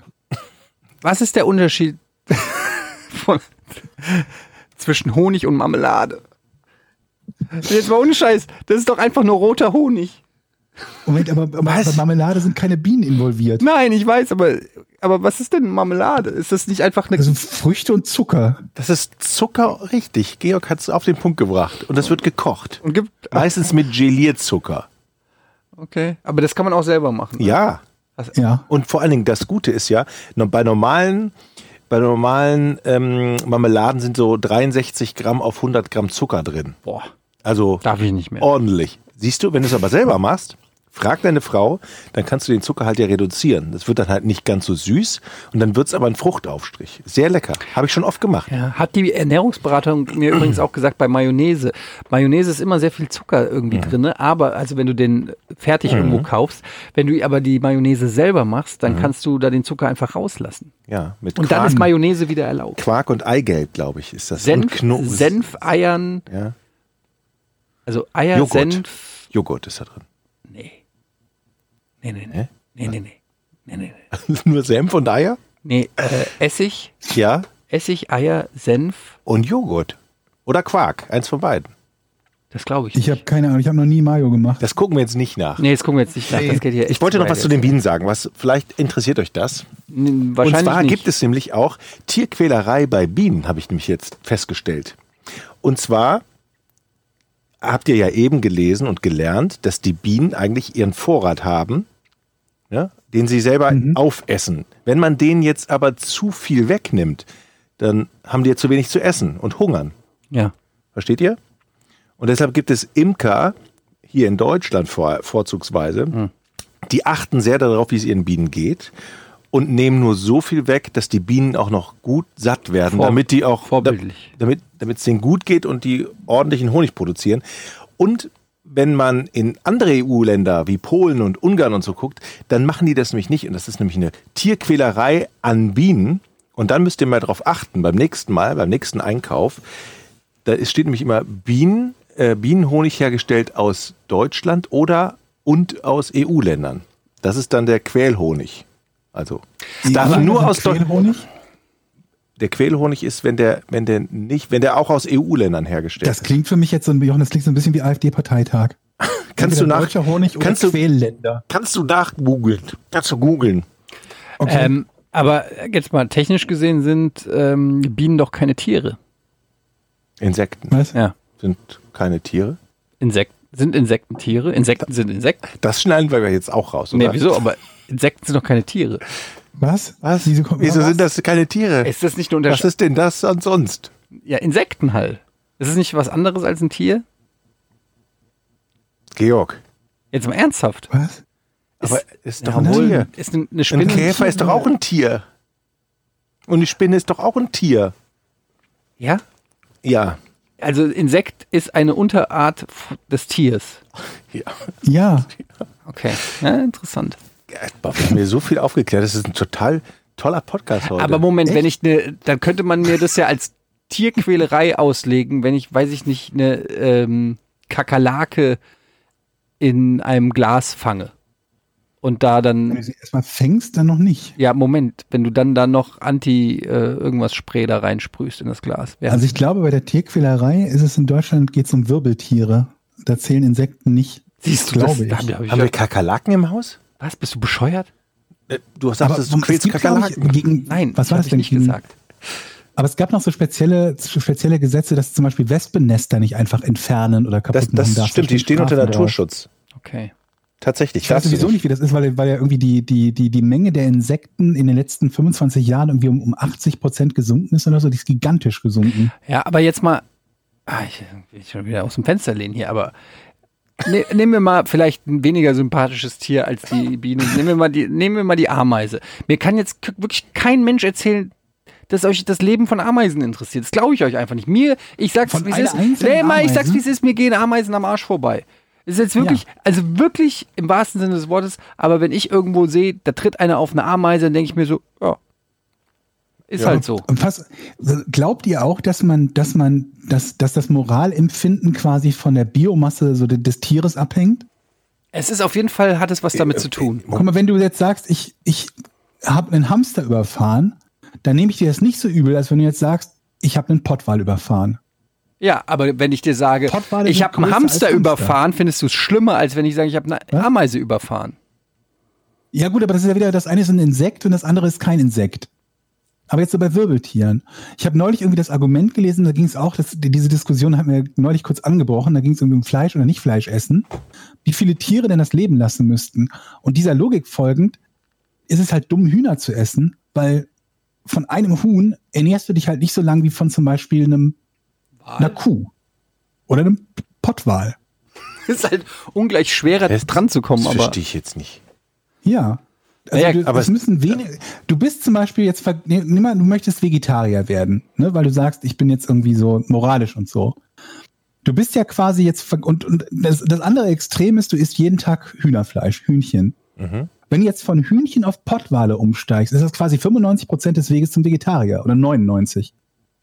[SPEAKER 2] Was ist der Unterschied von, zwischen Honig und Marmelade? Jetzt mal ohne Scheiß, das ist doch einfach nur roter Honig.
[SPEAKER 3] Moment, aber aber bei Marmelade sind keine Bienen involviert.
[SPEAKER 2] Nein, ich weiß, aber, aber was ist denn Marmelade? Ist das nicht einfach
[SPEAKER 3] Das
[SPEAKER 2] eine.
[SPEAKER 3] sind Also Früchte und Zucker.
[SPEAKER 1] Das ist Zucker, richtig. Georg hat es auf den Punkt gebracht. Und das wird gekocht.
[SPEAKER 2] Und gibt,
[SPEAKER 1] Meistens mit Gelierzucker.
[SPEAKER 2] okay, aber das kann man auch selber machen.
[SPEAKER 1] Ja.
[SPEAKER 3] Ja.
[SPEAKER 1] Und vor allen Dingen, das Gute ist ja, no- bei normalen, bei normalen ähm, Marmeladen sind so 63 Gramm auf 100 Gramm Zucker drin.
[SPEAKER 2] Boah,
[SPEAKER 1] Also
[SPEAKER 2] darf ich nicht mehr.
[SPEAKER 1] ordentlich. Siehst du, wenn du es aber selber machst, Frag deine Frau, dann kannst du den Zuckerhalt ja reduzieren. Das wird dann halt nicht ganz so süß und dann wird es aber ein Fruchtaufstrich. Sehr lecker. Habe ich schon oft gemacht.
[SPEAKER 2] Ja, hat die Ernährungsberatung mir übrigens auch gesagt bei Mayonnaise. Mayonnaise ist immer sehr viel Zucker irgendwie drin, aber also wenn du den fertig irgendwo kaufst, wenn du aber die Mayonnaise selber machst, dann kannst du da den Zucker einfach rauslassen.
[SPEAKER 1] Ja, mit
[SPEAKER 2] Und dann ist Mayonnaise wieder erlaubt.
[SPEAKER 1] Quark und Eigelb, glaube ich, ist das. Und
[SPEAKER 2] Senf,
[SPEAKER 1] Kno-
[SPEAKER 2] Senf, Eiern,
[SPEAKER 1] Ja.
[SPEAKER 2] also Eier,
[SPEAKER 1] Joghurt.
[SPEAKER 2] Senf.
[SPEAKER 1] Joghurt ist da drin.
[SPEAKER 2] Nee. Nee, nee,
[SPEAKER 1] Hä?
[SPEAKER 2] nee. Nee, nee, nee. Nee, nee, nee.
[SPEAKER 1] Also Nur Senf und Eier?
[SPEAKER 2] nee äh, Essig,
[SPEAKER 1] Ja.
[SPEAKER 2] Essig, Eier, Senf,
[SPEAKER 1] Und Joghurt. Oder Quark. Eins von beiden.
[SPEAKER 2] das glaube ich nicht.
[SPEAKER 3] Ich habe keine Ahnung, ich habe noch nie Mayo gemacht.
[SPEAKER 1] Das gucken wir jetzt nicht nach.
[SPEAKER 2] nee, jetzt gucken wir jetzt nicht nach. Das geht hier echt
[SPEAKER 1] Ich wollte noch
[SPEAKER 2] weit
[SPEAKER 1] was zu
[SPEAKER 2] jetzt.
[SPEAKER 1] den Bienen sagen. Was, vielleicht interessiert euch das.
[SPEAKER 2] Nee, Wahrscheinlich
[SPEAKER 1] und zwar
[SPEAKER 2] nicht.
[SPEAKER 1] gibt es nämlich auch Tierquälerei bei Bienen, habe ich nämlich jetzt festgestellt. Und zwar habt ihr ja eben gelesen und gelernt, dass die Bienen eigentlich ihren Vorrat haben, ja, den sie selber
[SPEAKER 2] Mhm.
[SPEAKER 1] aufessen. Wenn man den jetzt aber zu viel wegnimmt, dann haben die ja zu wenig zu essen und hungern.
[SPEAKER 2] Ja.
[SPEAKER 1] Versteht ihr? Und deshalb gibt es Imker, hier in Deutschland vor, vorzugsweise,
[SPEAKER 2] Hm.
[SPEAKER 1] die achten sehr darauf, wie es ihren Bienen geht und nehmen nur so viel weg, dass die Bienen auch noch gut satt werden,
[SPEAKER 2] Vor-
[SPEAKER 1] damit die auch,
[SPEAKER 2] vorbildlich.
[SPEAKER 1] damit damit es denen gut geht und die ordentlichen Honig produzieren. Und wenn man in andere EU-Länder wie Polen und Ungarn und so guckt, dann machen die das nämlich nicht. Und das ist nämlich eine Tierquälerei an Bienen. Und dann müsst ihr mal darauf achten, beim nächsten Mal, beim nächsten Einkauf, da ist- steht nämlich immer Bienen, äh, Bienenhonig hergestellt aus Deutschland oder und aus EU-Ländern. Das ist dann der Quälhonig. Also es darf nur aus Deutschland.
[SPEAKER 3] Honig?
[SPEAKER 1] Der Quälhonig ist, wenn der, wenn der nicht, wenn der auch aus EU-Ländern hergestellt
[SPEAKER 3] Das klingt für mich jetzt so ein, Jochen, das klingt so ein bisschen wie AfD-Parteitag.
[SPEAKER 1] ist. Kannst du nach,
[SPEAKER 3] Deutscher Honig
[SPEAKER 1] kannst
[SPEAKER 3] oder
[SPEAKER 1] du,
[SPEAKER 3] Quälländer.
[SPEAKER 1] kannst du nachgoogeln. Kannst du googeln.
[SPEAKER 3] Okay.
[SPEAKER 2] Ähm, aber jetzt mal technisch gesehen sind ähm, Bienen doch keine Tiere.
[SPEAKER 1] Insekten
[SPEAKER 3] Was?
[SPEAKER 2] Ja.
[SPEAKER 1] sind keine Tiere.
[SPEAKER 2] Insekten sind Insekten Tiere. Insekten sind Insekten.
[SPEAKER 1] Das schneiden wir jetzt auch raus.
[SPEAKER 2] Nee,
[SPEAKER 1] oder?
[SPEAKER 2] wieso? Aber Insekten sind doch keine Tiere.
[SPEAKER 3] Was?
[SPEAKER 1] Was?
[SPEAKER 3] Wieso, kommt,
[SPEAKER 1] Wieso
[SPEAKER 3] was?
[SPEAKER 1] sind das keine Tiere?
[SPEAKER 2] Ist das nicht eine
[SPEAKER 1] Was
[SPEAKER 2] Unterscheidung?
[SPEAKER 1] ist denn das ansonst?
[SPEAKER 2] Ja, Insekten halt. Ist es nicht was anderes als ein Tier?
[SPEAKER 1] Georg.
[SPEAKER 2] Jetzt mal ernsthaft.
[SPEAKER 3] Was?
[SPEAKER 1] Aber ist doch
[SPEAKER 3] Ja,
[SPEAKER 1] ein
[SPEAKER 3] wohl.
[SPEAKER 1] Tier.
[SPEAKER 2] Ist eine, eine
[SPEAKER 1] Ein
[SPEAKER 2] Spinne.
[SPEAKER 1] Käfer ist doch auch ein Tier. Und eine Spinne ist doch auch ein Tier.
[SPEAKER 2] Ja?
[SPEAKER 1] Ja.
[SPEAKER 2] Also Insekt ist eine Unterart f- des Tiers.
[SPEAKER 1] ja.
[SPEAKER 3] Ja.
[SPEAKER 2] Okay. Ja, interessant.
[SPEAKER 1] Boah, wir haben hier so viel aufgeklärt. Das ist ein total toller Podcast heute.
[SPEAKER 2] Aber Moment,
[SPEAKER 1] Echt?
[SPEAKER 2] wenn ich eine, dann könnte man mir das ja als Tierquälerei auslegen, wenn ich, weiß ich nicht, eine ähm, Kakerlake in einem Glas fange. Und da
[SPEAKER 3] Wenn du
[SPEAKER 2] dann,
[SPEAKER 3] sie erstmal fängst, dann noch nicht.
[SPEAKER 2] ja, Moment, wenn du dann da noch Anti-Irgendwas-Spray da reinsprühst in das Glas. Ja.
[SPEAKER 3] Also ich glaube, bei der Tierquälerei ist es in Deutschland, geht es um Wirbeltiere. Da zählen Insekten nicht.
[SPEAKER 2] Siehst du
[SPEAKER 3] glaube
[SPEAKER 2] das?
[SPEAKER 3] ich.
[SPEAKER 2] Da hab ich- hab ich
[SPEAKER 1] Haben wir
[SPEAKER 2] gedacht,
[SPEAKER 1] Kakerlaken im Haus?
[SPEAKER 2] was? Bist du bescheuert?
[SPEAKER 1] Äh, Du sagst, es
[SPEAKER 3] es
[SPEAKER 1] du quälst
[SPEAKER 3] gibt, glaube ich,
[SPEAKER 1] Kakerlaken.
[SPEAKER 3] gegen,
[SPEAKER 2] Nein,
[SPEAKER 3] was war
[SPEAKER 2] hab
[SPEAKER 3] das
[SPEAKER 2] ich
[SPEAKER 3] denn?
[SPEAKER 2] nicht
[SPEAKER 3] Gegen-
[SPEAKER 2] gesagt.
[SPEAKER 3] Aber es gab noch so spezielle, spezielle Gesetze, dass zum Beispiel Wespennester nicht einfach entfernen oder kaputt
[SPEAKER 1] Das,
[SPEAKER 3] machen
[SPEAKER 1] das
[SPEAKER 3] darfst.
[SPEAKER 1] stimmt,
[SPEAKER 3] Da
[SPEAKER 1] die stehen unter
[SPEAKER 3] Strafen drauf.
[SPEAKER 1] Naturschutz.
[SPEAKER 2] Okay.
[SPEAKER 1] Tatsächlich.
[SPEAKER 3] Ich weiß
[SPEAKER 1] darfst du
[SPEAKER 3] sowieso nicht, wie das ist, weil, weil ja irgendwie die, die, die, die Menge der Insekten in den letzten 25 Jahren irgendwie um, um 80 Prozent gesunken ist oder so. Die ist gigantisch gesunken.
[SPEAKER 2] Ja, aber jetzt mal, ah, ich will schon wieder aus dem Fenster lehnen hier, aber ne, nehmen wir mal vielleicht ein weniger sympathisches Tier als die Biene. Nehmen wir mal die, nehmen wir mal die Ameise. Mir kann jetzt k- wirklich kein Mensch erzählen, dass euch das Leben von Ameisen interessiert. Das glaube ich euch einfach nicht. Mir, ich sag's,
[SPEAKER 3] Von
[SPEAKER 2] wie es
[SPEAKER 3] einer
[SPEAKER 2] ist.
[SPEAKER 3] einzelnen
[SPEAKER 2] Nee, mal, ich
[SPEAKER 3] Ameise?
[SPEAKER 2] sag's, wie es ist. Mir gehen Ameisen am Arsch vorbei. Ist jetzt wirklich, also wirklich im wahrsten Sinne des Wortes, aber wenn ich irgendwo sehe, da tritt einer auf eine Ameise, dann denke ich mir so, ja. Ist halt so.
[SPEAKER 3] Und was, glaubt ihr auch, dass man, dass man, dass, dass das Moralempfinden quasi von der Biomasse so de- des Tieres abhängt?
[SPEAKER 2] Es ist auf jeden Fall, hat es was damit zu tun.
[SPEAKER 3] Guck mal, wenn du jetzt sagst, ich, ich habe einen Hamster überfahren, dann nehme ich dir das nicht so übel, als wenn du jetzt sagst, ich habe einen Pottwal überfahren.
[SPEAKER 2] Ja, aber wenn ich dir sage,
[SPEAKER 3] Pottwale
[SPEAKER 2] ich
[SPEAKER 3] sind
[SPEAKER 2] habe einen
[SPEAKER 3] größer
[SPEAKER 2] Hamster
[SPEAKER 3] als Hamster.
[SPEAKER 2] überfahren, findest du es schlimmer, als wenn ich sage, ich habe eine
[SPEAKER 3] Was?
[SPEAKER 2] Ameise überfahren.
[SPEAKER 3] Ja, gut, aber das ist ja wieder, das eine ist ein Insekt und das andere ist kein Insekt. Aber jetzt so bei Wirbeltieren. Ich habe neulich irgendwie das Argument gelesen, da ging es auch, dass, die- diese Diskussion hat mir neulich kurz angebrochen, da ging es irgendwie um Fleisch oder nicht Fleisch essen, wie viele Tiere denn das Leben lassen müssten. Und dieser Logik folgend ist es halt dumm, Hühner zu essen, weil von einem Huhn ernährst du dich halt nicht so lang wie von zum Beispiel einem, einer Kuh oder einem Pottwal.
[SPEAKER 2] ist halt ungleich schwerer,
[SPEAKER 1] Das-
[SPEAKER 2] dran zu kommen.
[SPEAKER 1] Das
[SPEAKER 2] Aber
[SPEAKER 1] verstehe ich jetzt nicht.
[SPEAKER 3] Ja. Also
[SPEAKER 2] Naja,
[SPEAKER 3] du,
[SPEAKER 1] aber
[SPEAKER 3] es
[SPEAKER 1] es-
[SPEAKER 3] müssen wenig, du bist zum Beispiel jetzt, ver- ne- nimm mal, du möchtest Vegetarier werden, ne, weil du sagst, ich bin jetzt irgendwie so moralisch und so. Du bist ja quasi jetzt, ver- und, und das, das andere Extrem ist, du isst jeden Tag Hühnerfleisch, Hühnchen. Wenn du jetzt von Hühnchen auf Pottwale umsteigst, ist das quasi 95 Prozent des Weges zum Vegetarier oder 99,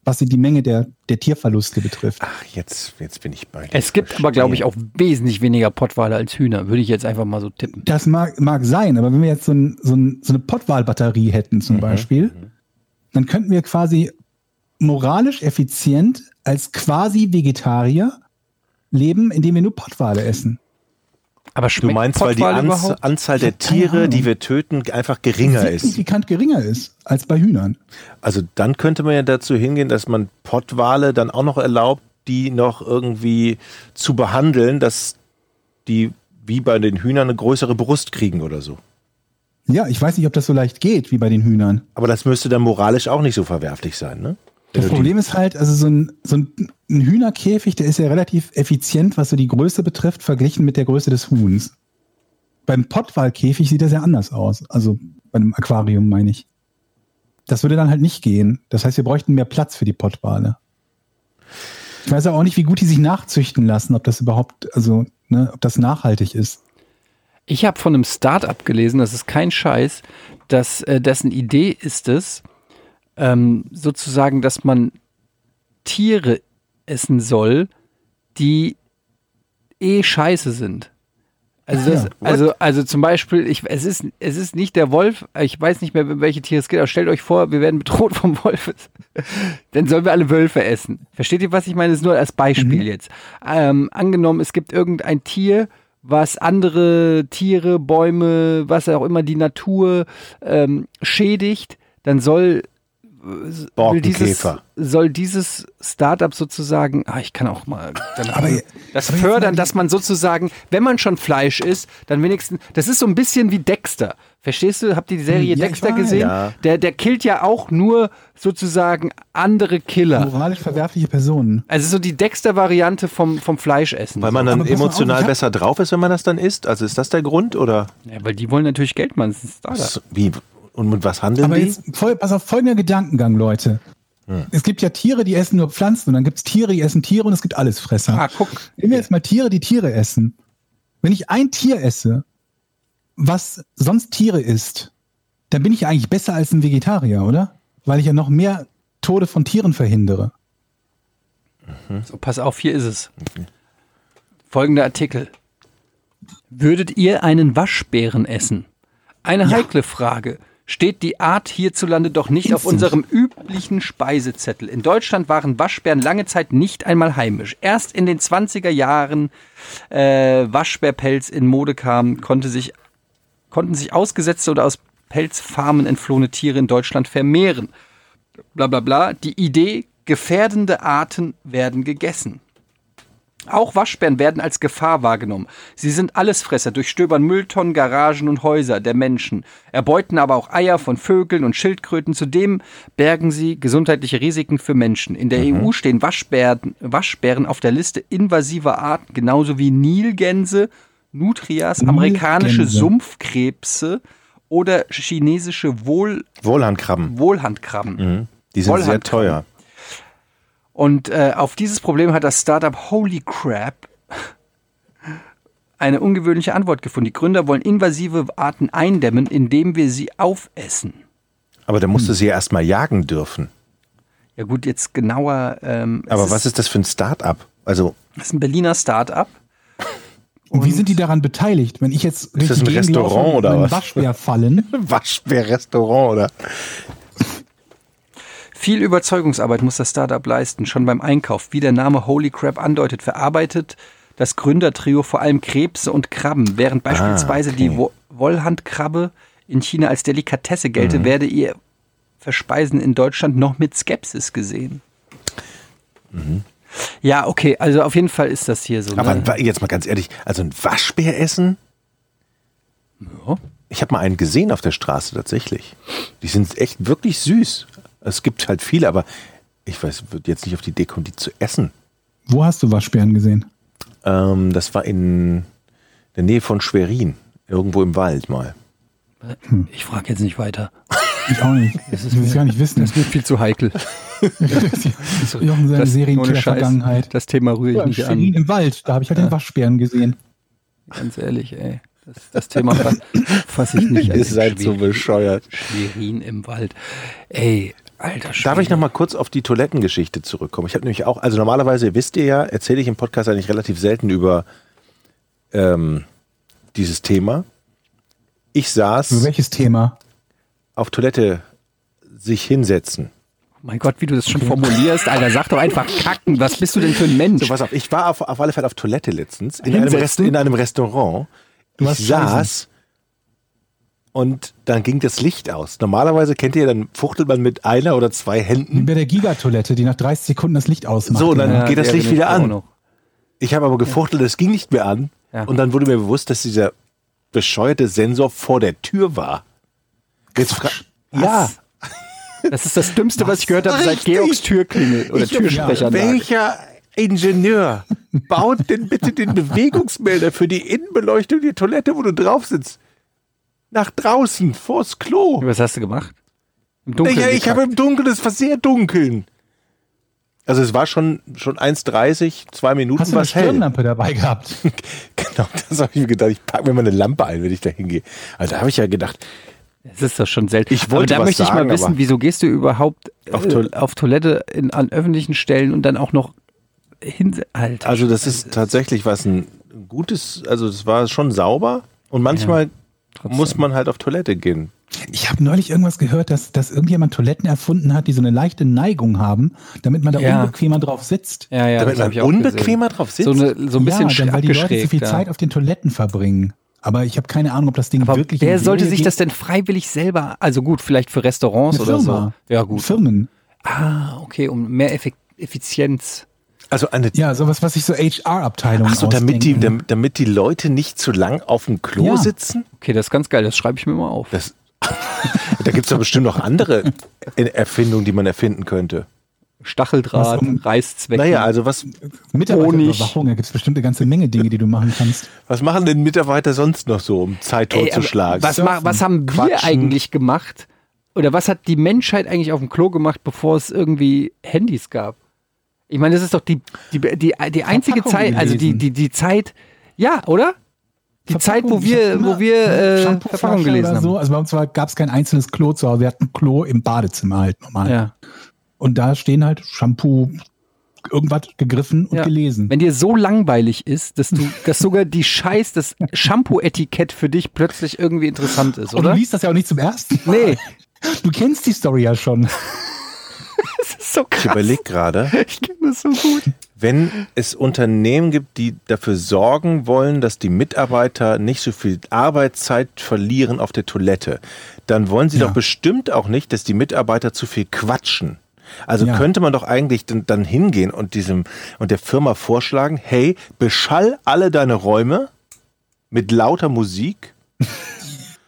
[SPEAKER 3] was die- die Menge der, der Tierverluste betrifft.
[SPEAKER 1] Ach, jetzt, jetzt bin ich bei dir.
[SPEAKER 2] es gibt aber, glaube ich, auch wesentlich weniger Pottwale als Hühner, würde ich jetzt einfach mal so tippen.
[SPEAKER 3] Das mag, mag sein, aber wenn wir jetzt so, ein, so, ein, so eine Pottwahlbatterie hätten
[SPEAKER 1] Mhm.
[SPEAKER 3] zum Beispiel, dann könnten wir quasi moralisch effizient als quasi Vegetarier leben, indem wir nur Pottwale essen.
[SPEAKER 2] Aber
[SPEAKER 1] Du
[SPEAKER 2] schmeckt
[SPEAKER 1] meinst, weil die
[SPEAKER 2] Pottwal
[SPEAKER 1] Anz
[SPEAKER 2] überhaupt?
[SPEAKER 1] Anzahl der
[SPEAKER 3] keine
[SPEAKER 1] Tiere,
[SPEAKER 3] Ahnung.
[SPEAKER 1] die wir töten, einfach geringer ist.
[SPEAKER 3] Signifikant geringer ist als bei Hühnern.
[SPEAKER 1] Also dann könnte man ja dazu hingehen, dass man Pottwale dann auch noch erlaubt, die noch irgendwie zu behandeln, dass die wie bei den Hühnern eine größere Brust kriegen oder so.
[SPEAKER 3] Ja, ich weiß nicht, ob das so leicht geht wie bei den Hühnern.
[SPEAKER 1] Aber das müsste dann moralisch auch nicht so verwerflich sein, ne? Wenn du
[SPEAKER 3] Das
[SPEAKER 1] die-
[SPEAKER 3] Problem ist halt, also so ein, so ein ein Hühnerkäfig, der ist ja relativ effizient, was so die Größe betrifft, verglichen mit der Größe des Huhns. Beim Pottwalkäfig sieht das ja anders aus. Also bei einem Aquarium meine ich. Das würde dann halt nicht gehen. Das heißt, wir bräuchten mehr Platz für die Pottwale. Ich weiß aber auch nicht, wie gut die sich nachzüchten lassen, ob das überhaupt, also, ne, ob das nachhaltig ist.
[SPEAKER 2] Ich habe von einem Start-up gelesen, das ist kein Scheiß, dass äh, dessen Idee ist es, ähm, sozusagen, dass man Tiere essen soll, die eh scheiße sind. Also, das,
[SPEAKER 3] Ja,
[SPEAKER 2] also, also zum Beispiel, ich, es, ist, es ist nicht der Wolf, ich weiß nicht mehr, um welche Tiere es geht, aber stellt euch vor, wir werden bedroht vom Wolf. Dann sollen wir alle Wölfe essen. Versteht ihr, was ich meine? Das ist nur als Beispiel jetzt. Ähm, angenommen, es gibt irgendein Tier, was andere Tiere, Bäume, was auch immer die Natur ähm, schädigt, dann soll will dieses,
[SPEAKER 1] Borkenkäfer.
[SPEAKER 2] soll dieses Startup sozusagen, ah, ich kann auch mal dann, das
[SPEAKER 3] Aber- aber jetzt mal
[SPEAKER 2] fördern,
[SPEAKER 3] die-
[SPEAKER 2] dass man sozusagen, wenn man schon Fleisch isst, dann wenigstens, das ist so ein bisschen wie Dexter. Verstehst du? Habt ihr die Serie
[SPEAKER 3] Hm,
[SPEAKER 1] Hm.
[SPEAKER 3] Ja, ich
[SPEAKER 2] Dexter
[SPEAKER 3] weiß.
[SPEAKER 2] gesehen?
[SPEAKER 1] Ja.
[SPEAKER 2] Der, der killt ja auch nur sozusagen andere
[SPEAKER 4] Ah.
[SPEAKER 2] Killer.
[SPEAKER 3] Moralisch verwerfliche Personen.
[SPEAKER 2] Also so die Dexter-Variante vom, vom Fleischessen.
[SPEAKER 1] Weil man dann
[SPEAKER 3] Aber pass mal auf,
[SPEAKER 1] emotional
[SPEAKER 3] ich hab-
[SPEAKER 1] besser drauf ist, wenn man das dann isst. Also ist das der Grund oder
[SPEAKER 2] ja, weil die wollen natürlich Geld machen, das ist ein Startup.
[SPEAKER 1] was, wie und mit was handeln
[SPEAKER 3] Aber
[SPEAKER 1] Also die?
[SPEAKER 3] jetzt, voll, pass auf, folgender Gedankengang, Leute. Es gibt ja Tiere, die essen nur Pflanzen und dann gibt es Tiere, die essen Tiere und es gibt Allesfresser.
[SPEAKER 2] Ah, guck.
[SPEAKER 3] Nehmen wir jetzt mal Tiere, die Tiere essen. Wenn ich ein Tier esse, was sonst Tiere isst, dann bin ich ja eigentlich besser als ein Vegetarier, oder? Weil ich ja noch mehr Tode von Tieren verhindere.
[SPEAKER 2] So, pass auf, hier ist es. Folgender Artikel. Würdet ihr einen Waschbären essen? Eine heikle Frage. Steht die Art hierzulande doch nicht auf
[SPEAKER 3] Instant.
[SPEAKER 2] unserem üblichen Speisezettel. In Deutschland waren Waschbären lange Zeit nicht einmal heimisch. Erst in den 20er Jahren äh, Waschbärpelz in Mode kam, konnte sich, konnten sich ausgesetzte oder aus Pelzfarmen entflohene Tiere in Deutschland vermehren. Bla bla bla. Die Idee, gefährdende Arten werden gegessen. Auch Waschbären werden als Gefahr wahrgenommen. Sie sind Allesfresser, durchstöbern Mülltonnen, Garagen und Häuser der Menschen, erbeuten aber auch Eier von Vögeln und Schildkröten. Zudem bergen sie gesundheitliche Risiken für Menschen. In der EU stehen Waschbären, Waschbären auf der Liste invasiver Arten, genauso wie Nilgänse, Nutrias, amerikanische
[SPEAKER 3] Nilgänse.
[SPEAKER 2] Sumpfkrebse oder chinesische Wohl
[SPEAKER 1] Wohlhandkrabben.
[SPEAKER 2] Wohlhandkrabben.
[SPEAKER 1] Die sind sehr
[SPEAKER 2] Wollhandkrabben.
[SPEAKER 1] teuer.
[SPEAKER 2] Und äh, auf dieses Problem hat das Startup Holy Crap eine ungewöhnliche Antwort gefunden. Die Gründer wollen invasive Arten eindämmen, indem wir sie aufessen.
[SPEAKER 1] Aber dann musst du sie ja erstmal jagen dürfen.
[SPEAKER 2] Ja gut, jetzt genauer. Ähm, es
[SPEAKER 1] Aber was ist das für ein Start-up? Also
[SPEAKER 2] Das ist ein Berliner Startup.
[SPEAKER 3] Und, wie sind die daran beteiligt? Wenn ich jetzt durch
[SPEAKER 1] das
[SPEAKER 3] die
[SPEAKER 1] ein
[SPEAKER 3] Gegend laufe
[SPEAKER 1] Restaurant
[SPEAKER 3] und
[SPEAKER 1] oder
[SPEAKER 3] einen
[SPEAKER 1] was?
[SPEAKER 3] Waschbär fallen,
[SPEAKER 1] Waschbär-Restaurant oder
[SPEAKER 2] Viel Überzeugungsarbeit muss das Startup leisten, schon beim Einkauf. Wie der Name Holy Crab andeutet, verarbeitet das Gründertrio vor allem Krebse und Krabben, während beispielsweise die Wo Wollhandkrabbe in China als Delikatesse gelte, werde ihr Verspeisen in Deutschland noch mit Skepsis gesehen. Mhm. Ja, okay, also auf jeden Fall ist das hier so.
[SPEAKER 1] Aber
[SPEAKER 2] ne?
[SPEAKER 1] ein Wa- jetzt mal ganz ehrlich, also ein Waschbär essen? Ich habe mal einen gesehen auf der Straße tatsächlich. Die sind echt wirklich süß. Es gibt halt viele, aber ich weiß, würde jetzt nicht auf die Idee kommen, die um zu essen.
[SPEAKER 3] wo hast du Waschbären gesehen?
[SPEAKER 1] Ähm, das war in der Nähe von Schwerin, irgendwo im Wald mal.
[SPEAKER 2] Ich frage jetzt nicht weiter.
[SPEAKER 3] Ich auch nicht.
[SPEAKER 2] Das
[SPEAKER 3] Das
[SPEAKER 2] ist
[SPEAKER 3] will ich gar nicht wissen.
[SPEAKER 2] Das wird viel zu heikel.
[SPEAKER 3] Jochen seine
[SPEAKER 2] Das- ohne Scheiß.
[SPEAKER 3] Serienkiller-Vergangenheit.
[SPEAKER 2] Das Thema rühre ich
[SPEAKER 3] Ja, in
[SPEAKER 2] nicht
[SPEAKER 3] Schwerin
[SPEAKER 2] an.
[SPEAKER 3] im Wald, da habe ich halt den Waschbären gesehen.
[SPEAKER 2] Ganz ehrlich, ey. Das, das Thema fasse ich nicht an. halt
[SPEAKER 1] Ihr seid so bescheuert.
[SPEAKER 2] Schwerin im Wald. Ey, alter Schwede.
[SPEAKER 1] Darf ich nochmal kurz auf die Toilettengeschichte zurückkommen? Ich habe nämlich auch, also normalerweise wisst ihr ja, erzähle ich im Podcast eigentlich relativ selten über ähm, dieses Thema. Ich
[SPEAKER 3] Über
[SPEAKER 1] saß
[SPEAKER 3] welches Thema?
[SPEAKER 1] auf Toilette sich hinsetzen.
[SPEAKER 2] Mein Gott, wie du das schon formulierst, Alter. Sag doch einfach kacken. Was bist du denn für ein Mensch?
[SPEAKER 1] So, pass auf, ich war auf, auf alle Fälle auf Toilette letztens in, einem,
[SPEAKER 2] Hinsetzen?
[SPEAKER 1] Rest, in einem Restaurant.
[SPEAKER 3] Du
[SPEAKER 1] ich
[SPEAKER 3] hast
[SPEAKER 1] saß und dann ging das Licht aus. Normalerweise kennt ihr, dann fuchtelt man mit einer oder zwei
[SPEAKER 3] Wie
[SPEAKER 1] Händen.
[SPEAKER 3] bei der Gigatoilette, die nach 30 Sekunden das Licht ausmacht.
[SPEAKER 1] So, dann-
[SPEAKER 3] Ja.
[SPEAKER 1] geht das
[SPEAKER 2] der
[SPEAKER 1] Licht
[SPEAKER 2] benutzt
[SPEAKER 1] wieder
[SPEAKER 2] auch
[SPEAKER 1] an.
[SPEAKER 2] noch.
[SPEAKER 1] Ich habe aber gefuchtelt, es ging nicht mehr an.
[SPEAKER 2] Ja.
[SPEAKER 1] Und dann wurde mir bewusst, dass dieser bescheuerte Sensor vor der Tür war. Jetzt fra- Ah, ja,
[SPEAKER 2] Das ist das Dümmste, was ich gehört habe seit
[SPEAKER 1] Richtig.
[SPEAKER 2] Georgs Türklingel oder
[SPEAKER 1] Ich-
[SPEAKER 2] Türsprecher.
[SPEAKER 1] welcher Ingenieur baut denn bitte den Bewegungsmelder für die Innenbeleuchtung der Toilette, wo du drauf sitzt? Nach draußen, vors Klo.
[SPEAKER 2] Was hast du gemacht? Im Dunkeln.
[SPEAKER 1] ja, ich
[SPEAKER 2] gekackt.
[SPEAKER 1] habe im Dunkeln, es war sehr dunkeln. Also es war schon, schon 1,30, zwei Minuten
[SPEAKER 3] Hast du eine
[SPEAKER 1] was hell.
[SPEAKER 3] Stirnlampe dabei gehabt?
[SPEAKER 1] Genau, das habe ich mir gedacht. Ich packe mir mal eine Lampe ein, wenn ich da hingehe. Also da habe ich ja gedacht,
[SPEAKER 2] Das ist doch schon selten.
[SPEAKER 1] Ich wollte
[SPEAKER 2] aber
[SPEAKER 1] was
[SPEAKER 2] da möchte ich
[SPEAKER 1] sagen,
[SPEAKER 2] mal wissen,
[SPEAKER 1] aber-
[SPEAKER 2] wieso gehst du überhaupt äh,
[SPEAKER 1] Auf Toil-
[SPEAKER 2] auf, Toilette in, an öffentlichen Stellen und dann auch noch hin. Alter.
[SPEAKER 1] also das ist tatsächlich was ein gutes, also es war schon sauber und manchmal muss man halt auf Toilette gehen.
[SPEAKER 3] Ich habe neulich irgendwas gehört, dass, dass irgendjemand Toiletten erfunden hat, die so eine leichte Neigung haben, damit man da
[SPEAKER 2] Ja.
[SPEAKER 3] unbequemer drauf sitzt.
[SPEAKER 2] ja, ja,
[SPEAKER 1] Damit
[SPEAKER 2] das hab
[SPEAKER 1] man
[SPEAKER 2] ich auch
[SPEAKER 1] unbequemer drauf sitzt.
[SPEAKER 2] gesehen. So, eine, so ein bisschen
[SPEAKER 3] ja,
[SPEAKER 2] ja,
[SPEAKER 3] dann, weil die Leute zu
[SPEAKER 2] abgeschrägt.
[SPEAKER 3] viel
[SPEAKER 2] ja.
[SPEAKER 3] Zeit auf den Toiletten verbringen. Aber ich habe keine Ahnung, ob das Ding
[SPEAKER 2] aber
[SPEAKER 3] wirklich.
[SPEAKER 2] wer
[SPEAKER 3] in die
[SPEAKER 2] sollte
[SPEAKER 3] Serie
[SPEAKER 2] sich
[SPEAKER 3] geht.
[SPEAKER 2] das denn freiwillig selber, also gut, vielleicht für Restaurants
[SPEAKER 3] Eine
[SPEAKER 2] oder
[SPEAKER 3] Firma.
[SPEAKER 2] so. Ja, gut.
[SPEAKER 3] Firmen.
[SPEAKER 2] Ah, okay, um mehr Effek Effizienz.
[SPEAKER 1] Also eine
[SPEAKER 3] Ja, sowas, was sich so HR-Abteilungen
[SPEAKER 1] Ach so, damit die, dam- damit die Leute nicht zu lang auf dem Klo
[SPEAKER 3] Ja.
[SPEAKER 1] sitzen?
[SPEAKER 2] Okay, das ist ganz geil, das schreibe ich mir mal auf.
[SPEAKER 1] Das, da gibt es doch bestimmt noch andere Erfindungen, die man erfinden könnte.
[SPEAKER 2] Stacheldraht,
[SPEAKER 3] Was um-
[SPEAKER 2] Reißzwecke.
[SPEAKER 1] Naja, also was,
[SPEAKER 3] Mitarbeiterüberwachung, da gibt es bestimmt eine ganze Menge Dinge, die du machen kannst.
[SPEAKER 1] was machen denn Mitarbeiter sonst noch so, um Zeit
[SPEAKER 2] Ey, aber
[SPEAKER 1] totzuschlagen?
[SPEAKER 2] Was, ma- was haben wir
[SPEAKER 1] Quatschen.
[SPEAKER 2] eigentlich gemacht? Oder was hat die Menschheit eigentlich auf dem Klo gemacht, bevor es irgendwie Handys gab? Ich meine, das ist doch die, die, die, die einzige
[SPEAKER 3] Verpackung
[SPEAKER 2] Zeit, also die,
[SPEAKER 3] gelesen.
[SPEAKER 2] die, die Zeit, ja, oder? Die Zeit, wo
[SPEAKER 3] Verpackung. Ich hab
[SPEAKER 2] wir,
[SPEAKER 3] immer
[SPEAKER 2] wo wir äh,
[SPEAKER 3] Shampoo-Flasche
[SPEAKER 2] Verpackung gelesen
[SPEAKER 3] oder
[SPEAKER 2] haben.
[SPEAKER 3] so. Also bei uns gab es kein einzelnes Klo zu Hause. Wir hatten ein Klo im Badezimmer halt normal.
[SPEAKER 2] Ja.
[SPEAKER 3] Und da stehen halt Shampoo, irgendwas gegriffen und
[SPEAKER 2] Ja.
[SPEAKER 3] gelesen.
[SPEAKER 2] Wenn dir so langweilig ist, dass du, dass sogar die Scheiß, das Shampoo-Etikett für dich plötzlich irgendwie interessant ist,
[SPEAKER 3] Und du
[SPEAKER 2] oder?
[SPEAKER 3] liest das ja auch nicht zum ersten Mal.
[SPEAKER 2] Nee,
[SPEAKER 3] Du kennst die Story ja schon.
[SPEAKER 2] das ist so
[SPEAKER 1] Ich
[SPEAKER 2] krass.
[SPEAKER 1] überlege gerade,
[SPEAKER 2] Ich kenne das so gut.
[SPEAKER 1] wenn es Unternehmen gibt, die dafür sorgen wollen, dass die Mitarbeiter nicht so viel Arbeitszeit verlieren auf der Toilette, dann wollen sie
[SPEAKER 3] Ja.
[SPEAKER 1] doch bestimmt auch nicht, dass die Mitarbeiter zu viel quatschen. Also
[SPEAKER 3] Ja.
[SPEAKER 1] könnte man doch eigentlich dann, dann hingehen und diesem und der Firma vorschlagen, hey, beschall alle deine Räume mit lauter Musik,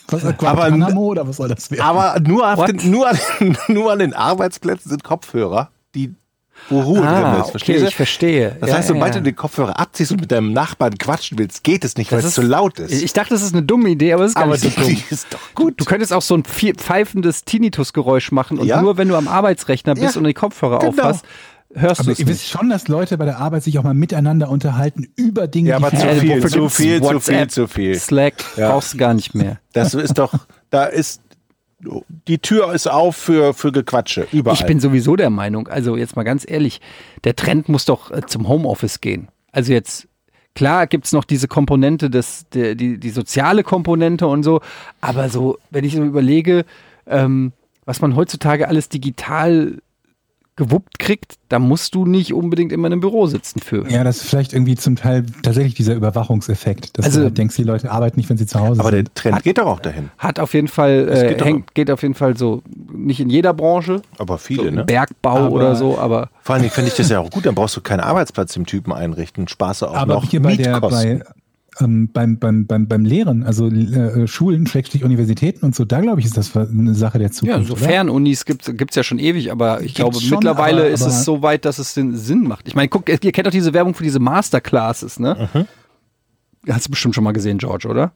[SPEAKER 3] Was, Guantanamo oder was soll das werden?
[SPEAKER 1] aber nur, auf
[SPEAKER 2] What?
[SPEAKER 1] den, nur, an, nur an den Arbeitsplätzen sind Kopfhörer, die wo Ruhe drin
[SPEAKER 2] Ah,
[SPEAKER 1] ist.
[SPEAKER 2] okay,
[SPEAKER 1] Verstehst du?
[SPEAKER 2] ich verstehe.
[SPEAKER 1] Das
[SPEAKER 2] Ja,
[SPEAKER 1] heißt,
[SPEAKER 2] ja,
[SPEAKER 1] sobald
[SPEAKER 2] ja.
[SPEAKER 1] du den Kopfhörer abziehst und mit deinem Nachbarn quatschen willst, geht es nicht, weil
[SPEAKER 2] Das
[SPEAKER 1] es zu
[SPEAKER 2] ist-
[SPEAKER 1] laut ist.
[SPEAKER 2] Ich dachte, das ist eine dumme Idee, aber es ist gar
[SPEAKER 1] aber
[SPEAKER 2] nicht so
[SPEAKER 1] die,
[SPEAKER 2] dumm.
[SPEAKER 1] die ist doch gut.
[SPEAKER 2] Du könntest auch so ein pfie- pfeifendes Tinnitus-Geräusch machen und
[SPEAKER 1] Ja.
[SPEAKER 2] nur wenn du am Arbeitsrechner bist
[SPEAKER 1] Ja,
[SPEAKER 2] und die Kopfhörer
[SPEAKER 1] genau.
[SPEAKER 2] auffasst, hörst du
[SPEAKER 3] Aber
[SPEAKER 2] es
[SPEAKER 3] ihr wisst
[SPEAKER 2] nicht.
[SPEAKER 3] schon, dass Leute bei der Arbeit sich auch mal miteinander unterhalten über Dinge,
[SPEAKER 1] Ja, aber
[SPEAKER 3] die
[SPEAKER 1] zu
[SPEAKER 3] Äh,
[SPEAKER 2] Äh,
[SPEAKER 1] viel,
[SPEAKER 2] wofür
[SPEAKER 1] zu
[SPEAKER 2] gibt's
[SPEAKER 1] viel, zu viel,
[SPEAKER 2] WhatsApp,
[SPEAKER 1] zu viel.
[SPEAKER 2] Slack
[SPEAKER 1] Ja.
[SPEAKER 2] brauchst du gar nicht mehr.
[SPEAKER 1] Das ist doch, da ist, die Tür ist auf für, für Gequatsche, überall.
[SPEAKER 2] Ich bin sowieso der Meinung, also jetzt mal ganz ehrlich, der Trend muss doch äh, zum Homeoffice gehen. Also jetzt, klar gibt es noch diese Komponente, des, der, die, die soziale Komponente und so, aber so, wenn ich so überlege, ähm, was man heutzutage alles digital gewuppt kriegt, da musst du nicht unbedingt immer in einem Büro sitzen für.
[SPEAKER 3] ja, das ist vielleicht irgendwie zum Teil tatsächlich dieser Überwachungseffekt, dass
[SPEAKER 2] Also-
[SPEAKER 3] du halt denkst, die Leute arbeiten nicht, wenn sie zu Hause
[SPEAKER 1] aber
[SPEAKER 3] sind.
[SPEAKER 1] der Trend geht doch auch dahin.
[SPEAKER 2] Hat auf jeden Fall,
[SPEAKER 1] Das
[SPEAKER 2] äh,
[SPEAKER 1] geht
[SPEAKER 2] geht,
[SPEAKER 1] doch-
[SPEAKER 2] hängt, geht auf jeden Fall so, nicht in jeder Branche,
[SPEAKER 1] Aber
[SPEAKER 2] so
[SPEAKER 1] viele,
[SPEAKER 2] im
[SPEAKER 1] ne?
[SPEAKER 2] Bergbau
[SPEAKER 3] Aber-
[SPEAKER 2] oder so, aber
[SPEAKER 1] Vor allem finde ich das ja auch gut, dann brauchst du keinen Arbeitsplatz dem Typen einrichten, sparst du auch
[SPEAKER 3] Aber
[SPEAKER 1] noch
[SPEAKER 3] hier bei der,
[SPEAKER 1] Mietkosten.
[SPEAKER 3] bei, ähm, beim, beim, beim, beim Lehren, also äh, Schulen, Schrägstrich Universitäten und so, da glaube ich, ist das eine Sache der Zukunft.
[SPEAKER 2] Ja, so
[SPEAKER 3] oder?
[SPEAKER 2] Fernunis gibt es ja schon ewig, aber ich
[SPEAKER 3] Gibt's
[SPEAKER 2] glaube,
[SPEAKER 3] schon,
[SPEAKER 2] mittlerweile
[SPEAKER 3] aber-
[SPEAKER 2] ist
[SPEAKER 3] aber-
[SPEAKER 2] es so weit, dass es den Sinn macht. Ich meine, guck, ihr kennt doch diese Werbung für diese Masterclasses, ne? Hast du bestimmt schon mal gesehen, George, oder?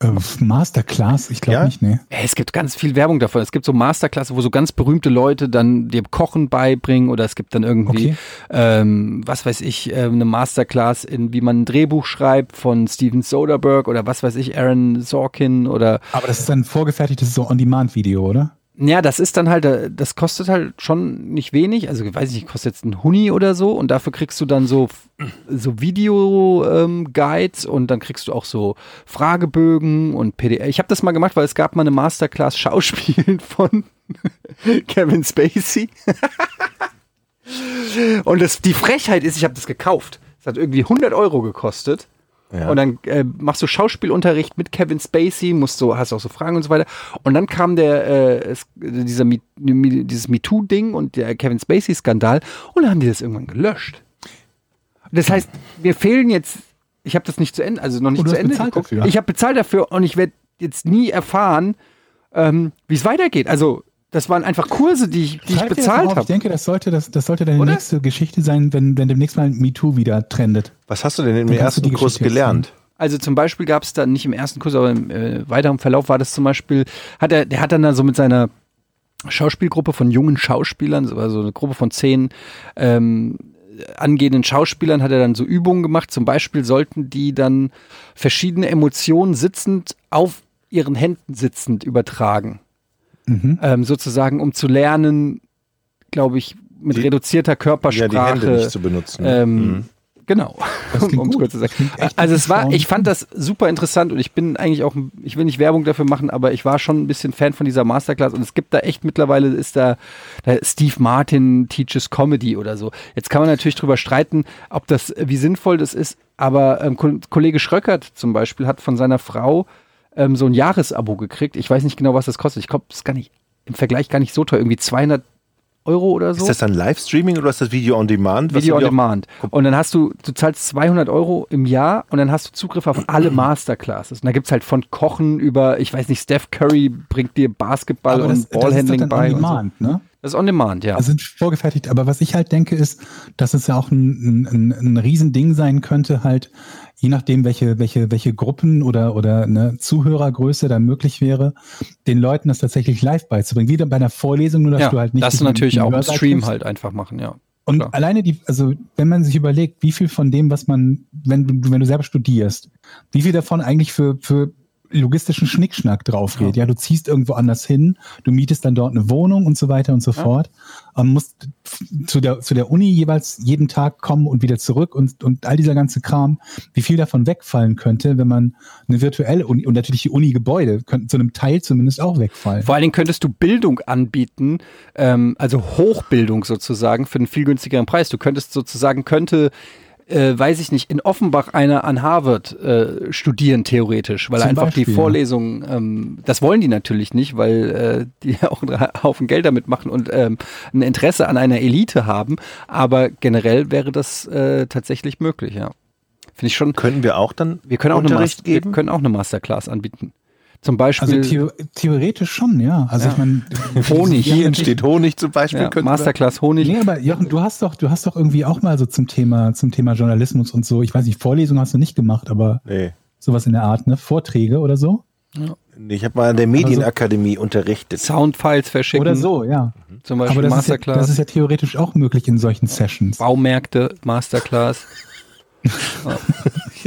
[SPEAKER 3] Äh, Masterclass, ich glaube
[SPEAKER 1] Ja?
[SPEAKER 3] nicht, nee.
[SPEAKER 2] Ey, Es gibt ganz viel Werbung davon. Es gibt so Masterclass, wo so ganz berühmte Leute dann dir Kochen beibringen oder es gibt dann irgendwie,
[SPEAKER 3] Okay.
[SPEAKER 2] ähm, was weiß ich, äh, eine Masterclass in, wie man ein Drehbuch schreibt von Steven Soderbergh oder was weiß ich, Aaron Sorkin oder
[SPEAKER 3] Aber das ist dann vorgefertigtes so On-Demand-Video, oder?
[SPEAKER 2] Ja, das ist dann halt, äh, das kostet halt schon nicht wenig. Also, ich weiß nicht, kostet jetzt ein Huni oder so. Und dafür kriegst du dann so, so Video-Guides und dann kriegst du auch so Fragebögen und PDF. Ich habe das mal gemacht, weil es gab mal eine Masterclass Schauspielen von Kevin Spacey. und das, die Frechheit ist, ich habe das gekauft. Es hat irgendwie 100 Euro gekostet.
[SPEAKER 1] Ja.
[SPEAKER 2] Und dann äh, machst du Schauspielunterricht mit Kevin Spacey, musst so, hast auch so Fragen und so weiter. Und dann kam der, äh, es, dieser Me, ne, Me, dieses MeToo-Ding und der Kevin Spacey-Skandal und dann haben die das irgendwann gelöscht. Das heißt, mir fehlen jetzt, ich habe das nicht zu Ende, also noch nicht
[SPEAKER 3] Und du
[SPEAKER 2] zu
[SPEAKER 3] hast
[SPEAKER 2] Ende
[SPEAKER 3] bezahlt
[SPEAKER 2] geguckt.
[SPEAKER 3] dafür.
[SPEAKER 2] Ich habe bezahlt dafür und ich werde jetzt nie erfahren, ähm, wie es weitergeht. Also, das waren einfach Kurse, die ich, die ich
[SPEAKER 3] Schreib dir das mal
[SPEAKER 2] bezahlt
[SPEAKER 3] auf. Ich
[SPEAKER 2] habe.
[SPEAKER 3] denke, das sollte, das, das sollte deine
[SPEAKER 2] Oder?
[SPEAKER 3] nächste Geschichte sein, wenn, wenn demnächst mal MeToo wieder trendet.
[SPEAKER 1] Was hast du denn im
[SPEAKER 3] Dann kannst du
[SPEAKER 1] ersten
[SPEAKER 3] die
[SPEAKER 1] Kurs
[SPEAKER 3] Geschichte jetzt
[SPEAKER 1] gelernt?
[SPEAKER 2] Also zum Beispiel gab es dann nicht im ersten Kurs, aber im äh, weiteren Verlauf war das zum Beispiel, hat er, der hat dann da so mit seiner Schauspielgruppe von jungen Schauspielern, so- also eine Gruppe von zehn ähm, angehenden Schauspielern, hat er dann so Übungen gemacht. Zum Beispiel sollten die dann verschiedene Emotionen sitzend auf ihren Händen sitzend übertragen. Ähm, sozusagen, um zu lernen, glaube ich, mit
[SPEAKER 1] Die-
[SPEAKER 2] reduzierter
[SPEAKER 1] Ja,
[SPEAKER 2] Körpersprache.
[SPEAKER 1] die Hände nicht zu benutzen.
[SPEAKER 2] Ähm,
[SPEAKER 1] Mhm.
[SPEAKER 2] Genau.
[SPEAKER 3] Das klingt
[SPEAKER 2] Um's
[SPEAKER 3] gut.
[SPEAKER 2] kurz zu sagen.
[SPEAKER 3] Das klingt echt
[SPEAKER 2] Also es war, ich
[SPEAKER 3] erstaunlich.
[SPEAKER 2] fand das super interessant und ich bin eigentlich auch, ich will nicht Werbung dafür machen, aber ich war schon ein bisschen Fan von dieser Masterclass und es gibt da echt mittlerweile ist da, da Steve Martin teaches Comedy oder so. Jetzt kann man natürlich drüber streiten, ob das, wie sinnvoll das ist, aber ähm, Ko- Kollege Schröckert zum Beispiel hat von seiner Frau ähm, so ein Jahresabo gekriegt. Ich weiß nicht genau, was das kostet. Ich glaube, das ist gar nicht, im Vergleich gar nicht so teuer. Irgendwie 200 Euro oder so.
[SPEAKER 1] Ist das dann Livestreaming oder ist das Video on Demand? Was
[SPEAKER 2] Video on
[SPEAKER 1] du dir auch-
[SPEAKER 2] Demand. Und dann hast du, du zahlst 200 Euro im Jahr und dann hast du Zugriff auf alle Masterclasses. Und da gibt es halt von Kochen über, ich weiß nicht, Steph Curry bringt dir Basketball
[SPEAKER 3] Aber
[SPEAKER 2] Also und Ballhandling
[SPEAKER 3] das ist doch
[SPEAKER 2] bei.
[SPEAKER 3] dann on
[SPEAKER 2] und so.
[SPEAKER 3] demand, ne?
[SPEAKER 2] Das ist on Demand, ja.
[SPEAKER 3] Also sind vorgefertigt. Aber was ich halt denke, ist, dass es ja auch ein, ein, ein, ein Riesending sein könnte, halt, je nachdem, welche, welche, welche Gruppen oder, oder eine Zuhörergröße da möglich wäre, den Leuten das tatsächlich live beizubringen. Wie dann bei einer Vorlesung, nur dass
[SPEAKER 2] ja,
[SPEAKER 3] du halt nicht.
[SPEAKER 2] das ist
[SPEAKER 3] diesen-
[SPEAKER 2] natürlich
[SPEAKER 3] diesen
[SPEAKER 2] auch im
[SPEAKER 3] Hörsaal
[SPEAKER 2] Stream
[SPEAKER 3] kriegst.
[SPEAKER 2] halt einfach machen, ja.
[SPEAKER 3] Und
[SPEAKER 2] Klar.
[SPEAKER 3] alleine die, also wenn man sich überlegt, wie viel von dem, was man, wenn du, wenn du selber studierst, wie viel davon eigentlich für, für logistischen Schnickschnack drauf geht. Ja. du ziehst irgendwo anders hin, du mietest dann dort eine Wohnung und so weiter und so fort. Man musst zu der, zu der Uni jeweils jeden Tag kommen und wieder zurück und, und all dieser ganze Kram, wie viel davon wegfallen könnte, wenn man eine virtuelle Uni und natürlich die Uni-Gebäude könnten zu einem Teil zumindest auch wegfallen.
[SPEAKER 2] Vor allen Dingen könntest du Bildung anbieten, ähm, also Hochbildung sozusagen für einen viel günstigeren Preis. Du könntest sozusagen, könnte, äh, weiß ich nicht, in Offenbach einer an Harvard äh, studieren theoretisch, weil
[SPEAKER 3] Zum
[SPEAKER 2] einfach die
[SPEAKER 3] Beispiel, ja.
[SPEAKER 2] Vorlesungen, ähm, das wollen die natürlich nicht, weil äh, die auch einen Haufen Geld damit machen und ähm, ein Interesse an einer Elite haben. Aber generell wäre das äh, tatsächlich möglich, ja. Finde ich schon.
[SPEAKER 1] Können wir auch dann
[SPEAKER 2] Wir können auch, eine,
[SPEAKER 1] Unterricht
[SPEAKER 2] Mas- wir
[SPEAKER 1] geben?
[SPEAKER 2] können auch eine Masterclass anbieten. Zum Beispiel.
[SPEAKER 3] Also theo theoretisch schon, ja. Also
[SPEAKER 2] Ja.
[SPEAKER 3] ich meine,
[SPEAKER 2] Honig.
[SPEAKER 1] Hier entsteht Honig zum Beispiel.
[SPEAKER 2] ja,
[SPEAKER 1] könnten wir-
[SPEAKER 2] Masterclass Honig.
[SPEAKER 3] Nee, aber Jochen, du hast doch, du hast doch irgendwie auch mal so zum Thema, zum Thema Journalismus und so. Ich weiß nicht, Vorlesungen hast du nicht gemacht, aber
[SPEAKER 1] Nee.
[SPEAKER 3] sowas in der Art, ne? Vorträge oder so?
[SPEAKER 1] Ich habe mal an der
[SPEAKER 2] Also
[SPEAKER 1] Medienakademie unterrichtet.
[SPEAKER 2] Soundfiles verschicken.
[SPEAKER 3] Oder so, ja.
[SPEAKER 2] Mhm. Zum Beispiel
[SPEAKER 3] Aber das ist, ja,
[SPEAKER 2] Masterclass.
[SPEAKER 3] das ist ja theoretisch auch möglich in solchen Sessions.
[SPEAKER 2] Baumärkte, Masterclass.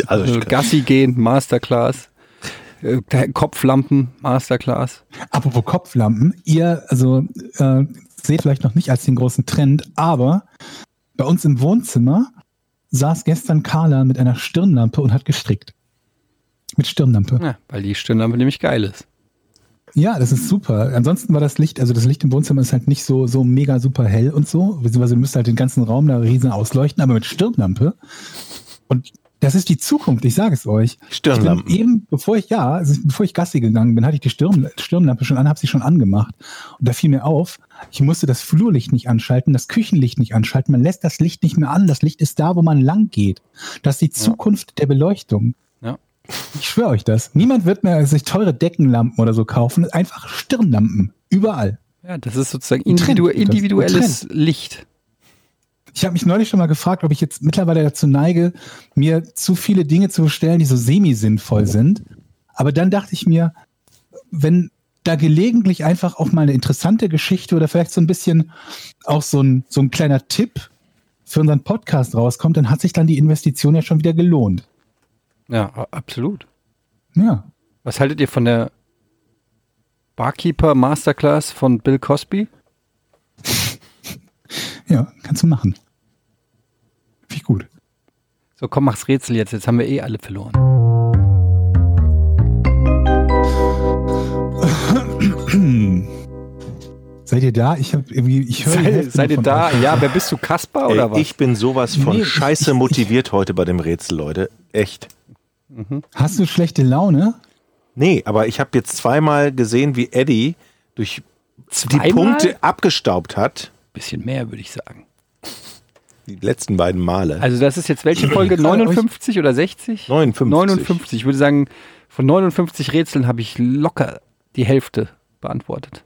[SPEAKER 1] Also,
[SPEAKER 2] Also Gassi gehen, Masterclass. Äh, Kopflampen, Masterclass.
[SPEAKER 3] Apropos Kopflampen, ihr also äh, seht vielleicht noch nicht als den großen Trend, aber bei uns im Wohnzimmer saß gestern Carla mit einer Stirnlampe und hat gestrickt. Mit Stirnlampe.
[SPEAKER 2] Ja, weil die Stirnlampe nämlich geil ist.
[SPEAKER 3] Ja, das ist super. Ansonsten war das Licht, also das Licht im Wohnzimmer ist halt nicht so, so mega super hell und so. Beziehungsweise du müsst halt den ganzen Raum da riesen ausleuchten, aber mit Stirnlampe. Und das ist die Zukunft, ich sage es euch.
[SPEAKER 1] Stirnlampen.
[SPEAKER 3] Ich bin eben, bevor ich, ja, also bevor ich Gassi gegangen bin, hatte ich die Stirn, Stirnlampe schon an, habe sie schon angemacht. Und da fiel mir auf, ich musste das Flurlicht nicht anschalten, das Küchenlicht nicht anschalten. Man lässt das Licht nicht mehr an. Das Licht ist da, wo man lang geht. Das ist die Zukunft der Beleuchtung. Ich schwöre euch das. Niemand wird mehr sich teure Deckenlampen oder so kaufen. Einfach Stirnlampen. Überall.
[SPEAKER 2] Ja, das ist sozusagen
[SPEAKER 3] Ein Trend.
[SPEAKER 2] individu
[SPEAKER 3] Das ist ein
[SPEAKER 2] individuelles Licht.
[SPEAKER 3] Ich habe mich neulich schon mal gefragt, ob ich jetzt mittlerweile dazu neige, mir zu viele Dinge zu bestellen, die so semi-sinnvoll sind. Aber dann dachte ich mir, wenn da gelegentlich einfach auch mal eine interessante Geschichte oder vielleicht so ein bisschen auch so ein, so ein kleiner Tipp für unseren Podcast rauskommt, dann hat sich dann die Investition ja schon wieder gelohnt.
[SPEAKER 2] Ja, a- absolut.
[SPEAKER 3] Ja.
[SPEAKER 2] Was haltet ihr von der Barkeeper Masterclass von Bill Cosby?
[SPEAKER 3] Ja, kannst du machen. Wie gut.
[SPEAKER 2] So, komm, mach's Rätsel jetzt. Jetzt haben wir eh alle verloren.
[SPEAKER 3] Seid ihr da? Ich habe irgendwie, ich höre. die
[SPEAKER 2] Seid,
[SPEAKER 3] Hälfte
[SPEAKER 2] seid ihr
[SPEAKER 3] von
[SPEAKER 2] da?
[SPEAKER 3] euch.
[SPEAKER 2] Ja, wer bist du, Kasper
[SPEAKER 1] Ey,
[SPEAKER 2] oder was?
[SPEAKER 1] ich bin sowas von
[SPEAKER 3] Nee, ich-
[SPEAKER 1] scheiße motiviert heute bei dem Rätsel, Leute. Echt.
[SPEAKER 3] Hast du schlechte Laune?
[SPEAKER 1] Nee, aber ich habe jetzt zweimal gesehen, wie Eddie durch
[SPEAKER 2] Zweimal?
[SPEAKER 1] die Punkte abgestaubt hat.
[SPEAKER 2] Bisschen mehr, würde ich sagen.
[SPEAKER 1] Die letzten beiden Male.
[SPEAKER 2] Also das ist jetzt welche Folge? 59 oder 60?
[SPEAKER 1] 59.
[SPEAKER 2] 59. Ich würde sagen, von 59 Rätseln habe ich locker die Hälfte beantwortet.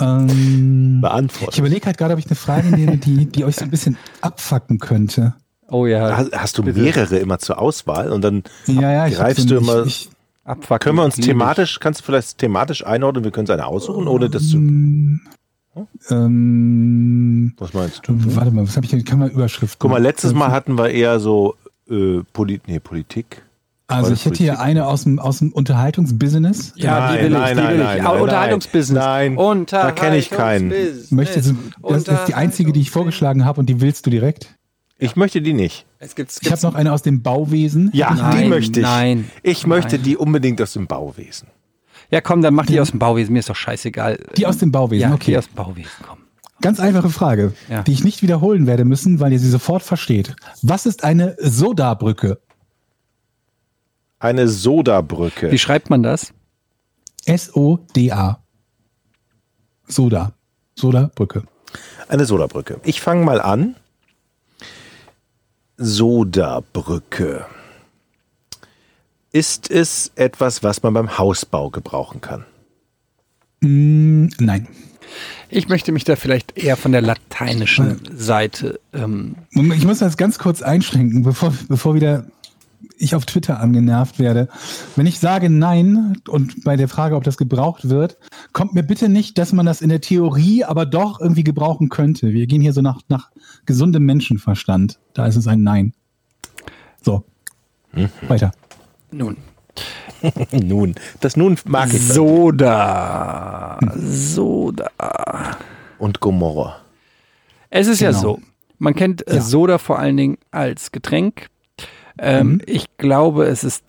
[SPEAKER 3] Ähm, ich
[SPEAKER 1] Beantwortet.
[SPEAKER 3] überlege halt gerade, ob ich eine Frage nehme, die, die euch so ein bisschen abfacken könnte.
[SPEAKER 2] Oh ja,
[SPEAKER 1] Hast, hast du mehrere immer zur Auswahl und dann
[SPEAKER 3] Ja, ja, ich hab
[SPEAKER 1] greifst
[SPEAKER 3] so
[SPEAKER 1] du
[SPEAKER 3] ein-
[SPEAKER 1] immer.
[SPEAKER 3] Ich,
[SPEAKER 2] abfucken.
[SPEAKER 1] können wir uns
[SPEAKER 2] Lieb ich.
[SPEAKER 1] thematisch, kannst du vielleicht thematisch einordnen, wir können es eine aussuchen, ohne dass du.
[SPEAKER 2] Mm.
[SPEAKER 3] ich, ähm,
[SPEAKER 1] Was meinst du?
[SPEAKER 3] warte mal, was habe ich hier? Kann man Überschrift?
[SPEAKER 1] Guck mal, letztes
[SPEAKER 2] Mhm.
[SPEAKER 1] Mal hatten wir eher so äh, Polit nee, Politik.
[SPEAKER 3] Also ich hätte hier eine aus dem, aus dem Unterhaltungsbusiness.
[SPEAKER 2] Ja, die
[SPEAKER 1] Nein,
[SPEAKER 2] will
[SPEAKER 1] nein,
[SPEAKER 2] ich, die
[SPEAKER 1] nein,
[SPEAKER 2] will
[SPEAKER 1] nein,
[SPEAKER 2] ich.
[SPEAKER 1] nein,
[SPEAKER 2] Ah, Unterhaltungsbusiness. äh,
[SPEAKER 1] nein. Da kenn ich keinen.
[SPEAKER 3] Ich Möchte, das ist jetzt die einzige, die ich vorgeschlagen habe und die willst du direkt.
[SPEAKER 1] Ich möchte die nicht.
[SPEAKER 5] Es gibt, es
[SPEAKER 3] Ich habe
[SPEAKER 5] gibt
[SPEAKER 3] noch eine aus dem Bauwesen.
[SPEAKER 1] Ja, die
[SPEAKER 2] Nein,
[SPEAKER 1] möchte ich.
[SPEAKER 2] nein,
[SPEAKER 1] ich möchte die unbedingt aus dem Bauwesen.
[SPEAKER 2] Ja, komm, dann mach
[SPEAKER 1] Hm.
[SPEAKER 2] die aus dem Bauwesen. Mir ist doch scheißegal.
[SPEAKER 3] Die aus dem Bauwesen,
[SPEAKER 2] ja,
[SPEAKER 3] okay.
[SPEAKER 2] die aus dem Bauwesen, komm.
[SPEAKER 3] Ganz einfache Frage,
[SPEAKER 2] Ja.
[SPEAKER 3] die ich nicht wiederholen werde müssen, weil ihr sie sofort versteht. Was ist eine Soda-Brücke?
[SPEAKER 1] Eine Sodabrücke.
[SPEAKER 2] Wie schreibt man das?
[SPEAKER 3] S-O-D-A. Soda. Soda-Brücke.
[SPEAKER 1] Eine Sodabrücke. Ich fange mal an. Sodabrücke. Ist es etwas, was man beim Hausbau gebrauchen kann?
[SPEAKER 3] Mm, nein.
[SPEAKER 2] Ich möchte mich da vielleicht eher von der lateinischen Seite. Ähm,
[SPEAKER 3] Moment, Ich muss das ganz kurz einschränken, bevor, bevor wieder ich auf Twitter angenervt werde. Wenn ich sage nein und bei der Frage, ob das gebraucht wird, kommt mir bitte nicht, dass man das in der Theorie aber doch irgendwie gebrauchen könnte. Wir gehen hier so nach, nach gesundem Menschenverstand. Da ist es ein Nein. So. Weiter.
[SPEAKER 2] nun.
[SPEAKER 1] Nun, das nun mag ich.
[SPEAKER 2] Soda. Soda.
[SPEAKER 1] Und Gomorra.
[SPEAKER 2] Es ist ja
[SPEAKER 3] Genau.
[SPEAKER 2] so. Man kennt äh,
[SPEAKER 3] Ja.
[SPEAKER 2] Soda vor allen Dingen als Getränk. Ähm,
[SPEAKER 3] Hm?
[SPEAKER 2] Ich glaube, es ist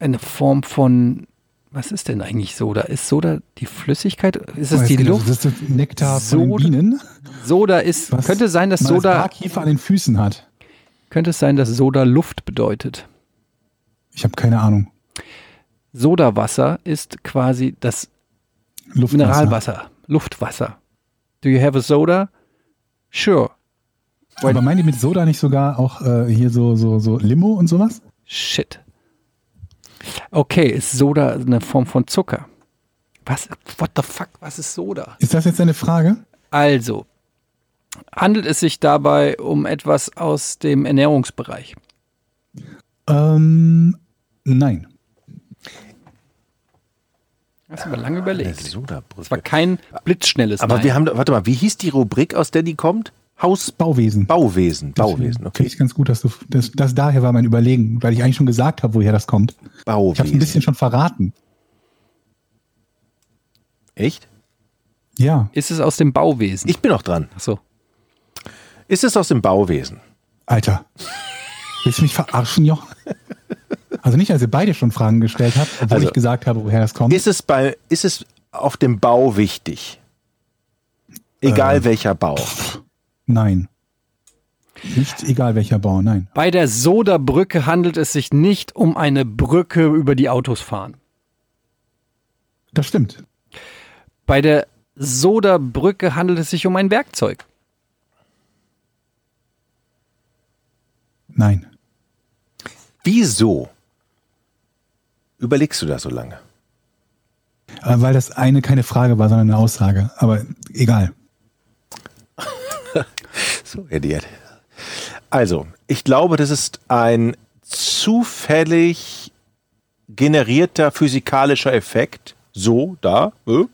[SPEAKER 2] eine Form von. Was ist denn eigentlich Soda? Ist Soda die Flüssigkeit? Ist es
[SPEAKER 3] Oh, jetzt
[SPEAKER 2] die
[SPEAKER 3] geht
[SPEAKER 2] Luft?
[SPEAKER 3] Das ist Nektar von
[SPEAKER 2] Soda-
[SPEAKER 3] den Bienen.
[SPEAKER 2] Soda ist.
[SPEAKER 3] was
[SPEAKER 2] Könnte sein, dass
[SPEAKER 3] man als
[SPEAKER 2] Soda.
[SPEAKER 3] Barkeeper an den Füßen hat.
[SPEAKER 2] Könnte es sein, dass Soda Luft bedeutet?
[SPEAKER 3] Ich habe keine Ahnung.
[SPEAKER 2] Sodawasser ist quasi das
[SPEAKER 3] Luftwasser.
[SPEAKER 2] Mineralwasser, Luftwasser. Do you have a soda? Sure.
[SPEAKER 3] Aber meint ihr mit Soda nicht sogar auch äh, hier so, so, so Limo und sowas?
[SPEAKER 2] Shit. Okay, ist Soda eine Form von Zucker? Was? What the fuck? Was ist Soda?
[SPEAKER 3] Ist das jetzt eine Frage?
[SPEAKER 2] Also, handelt es sich dabei um etwas aus dem Ernährungsbereich?
[SPEAKER 3] Ähm, nein.
[SPEAKER 2] Hast du mal lange
[SPEAKER 1] Eine
[SPEAKER 2] überlegt. Es war
[SPEAKER 1] Sodabrücke.
[SPEAKER 2] kein blitzschnelles
[SPEAKER 1] Aber
[SPEAKER 2] Nein.
[SPEAKER 1] wir haben, doch- warte mal, wie hieß die Rubrik, aus der die kommt? Hausbau.
[SPEAKER 3] Bauwesen.
[SPEAKER 1] Bauwesen, Bauwesen,
[SPEAKER 3] Finde
[SPEAKER 1] okay.
[SPEAKER 3] ich ganz gut, dass du das, das daher war mein Überlegen, weil ich eigentlich schon gesagt habe, woher das kommt. Ich habe es ein bisschen
[SPEAKER 1] Bauwesen.
[SPEAKER 3] schon verraten.
[SPEAKER 1] Echt?
[SPEAKER 3] Ja,
[SPEAKER 2] ist es aus dem Bauwesen?
[SPEAKER 1] Ich bin noch dran.
[SPEAKER 2] Ach so.
[SPEAKER 1] Ist es aus dem Bauwesen?
[SPEAKER 3] Alter. Willst du mich verarschen, Jochen? Also nicht, als ihr beide schon Fragen gestellt habt, obwohl
[SPEAKER 1] Also-
[SPEAKER 3] ich gesagt habe, woher das kommt.
[SPEAKER 1] Ist es, bei, ist es auf dem Bau wichtig? Egal
[SPEAKER 3] Ähm.
[SPEAKER 1] welcher Bau.
[SPEAKER 3] Nein. Nicht egal welcher Bau, nein.
[SPEAKER 2] Bei der Soda-Brücke handelt es sich nicht um eine Brücke, über die Autos fahren.
[SPEAKER 3] Das stimmt.
[SPEAKER 2] Bei der Soda-Brücke handelt es sich um ein Werkzeug.
[SPEAKER 3] Nein.
[SPEAKER 1] Wieso überlegst du da so lange?
[SPEAKER 3] Äh, weil das eine keine Frage war, sondern eine Aussage. Aber egal.
[SPEAKER 1] So, Idiot. Also, ich glaube, das ist ein zufällig generierter physikalischer Effekt, so, da, äh,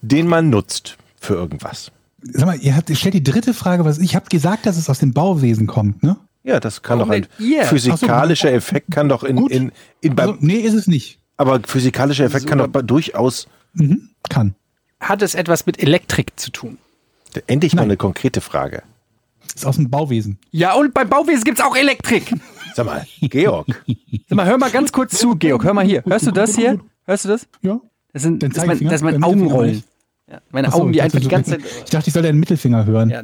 [SPEAKER 1] den man nutzt für irgendwas.
[SPEAKER 3] Sag mal, ihr habt, ihr stellt die dritte Frage, was ich habe gesagt, dass es aus dem Bauwesen kommt, ne?
[SPEAKER 1] Ja, das kann
[SPEAKER 2] Warum
[SPEAKER 1] doch ein
[SPEAKER 2] denn ihr?
[SPEAKER 1] physikalischer Effekt kann doch in,
[SPEAKER 3] Gut.
[SPEAKER 1] in, in beim,
[SPEAKER 3] Also, nee, ist es nicht.
[SPEAKER 1] aber physikalischer Effekt kann doch
[SPEAKER 2] Also-
[SPEAKER 1] bei- durchaus
[SPEAKER 3] Mhm. Kann.
[SPEAKER 5] Hat es etwas mit Elektrik zu tun?
[SPEAKER 1] endlich mal
[SPEAKER 3] Nein.
[SPEAKER 1] eine konkrete Frage.
[SPEAKER 3] Ist aus dem Bauwesen.
[SPEAKER 2] Ja, und beim Bauwesen gibt's auch Elektrik.
[SPEAKER 1] Sag mal, Georg,
[SPEAKER 2] Sag mal, hör mal ganz kurz zu, Georg. Hör mal hier. Hörst du das hier? Hörst du das?
[SPEAKER 3] Ja.
[SPEAKER 1] Oh,
[SPEAKER 2] Das sind
[SPEAKER 3] Dann
[SPEAKER 2] das
[SPEAKER 3] zeig
[SPEAKER 2] mein,
[SPEAKER 3] Finger.
[SPEAKER 2] das ist mein
[SPEAKER 3] Bei mir
[SPEAKER 2] Augenrollen.
[SPEAKER 3] Finger
[SPEAKER 2] Ja, meine
[SPEAKER 3] Achso,
[SPEAKER 2] Augen,
[SPEAKER 3] ich
[SPEAKER 2] die einfach
[SPEAKER 3] dachte,
[SPEAKER 2] die
[SPEAKER 3] du-
[SPEAKER 2] ganze Zeit.
[SPEAKER 3] Ich dachte, ich soll deinen Mittelfinger hören.
[SPEAKER 2] Ja.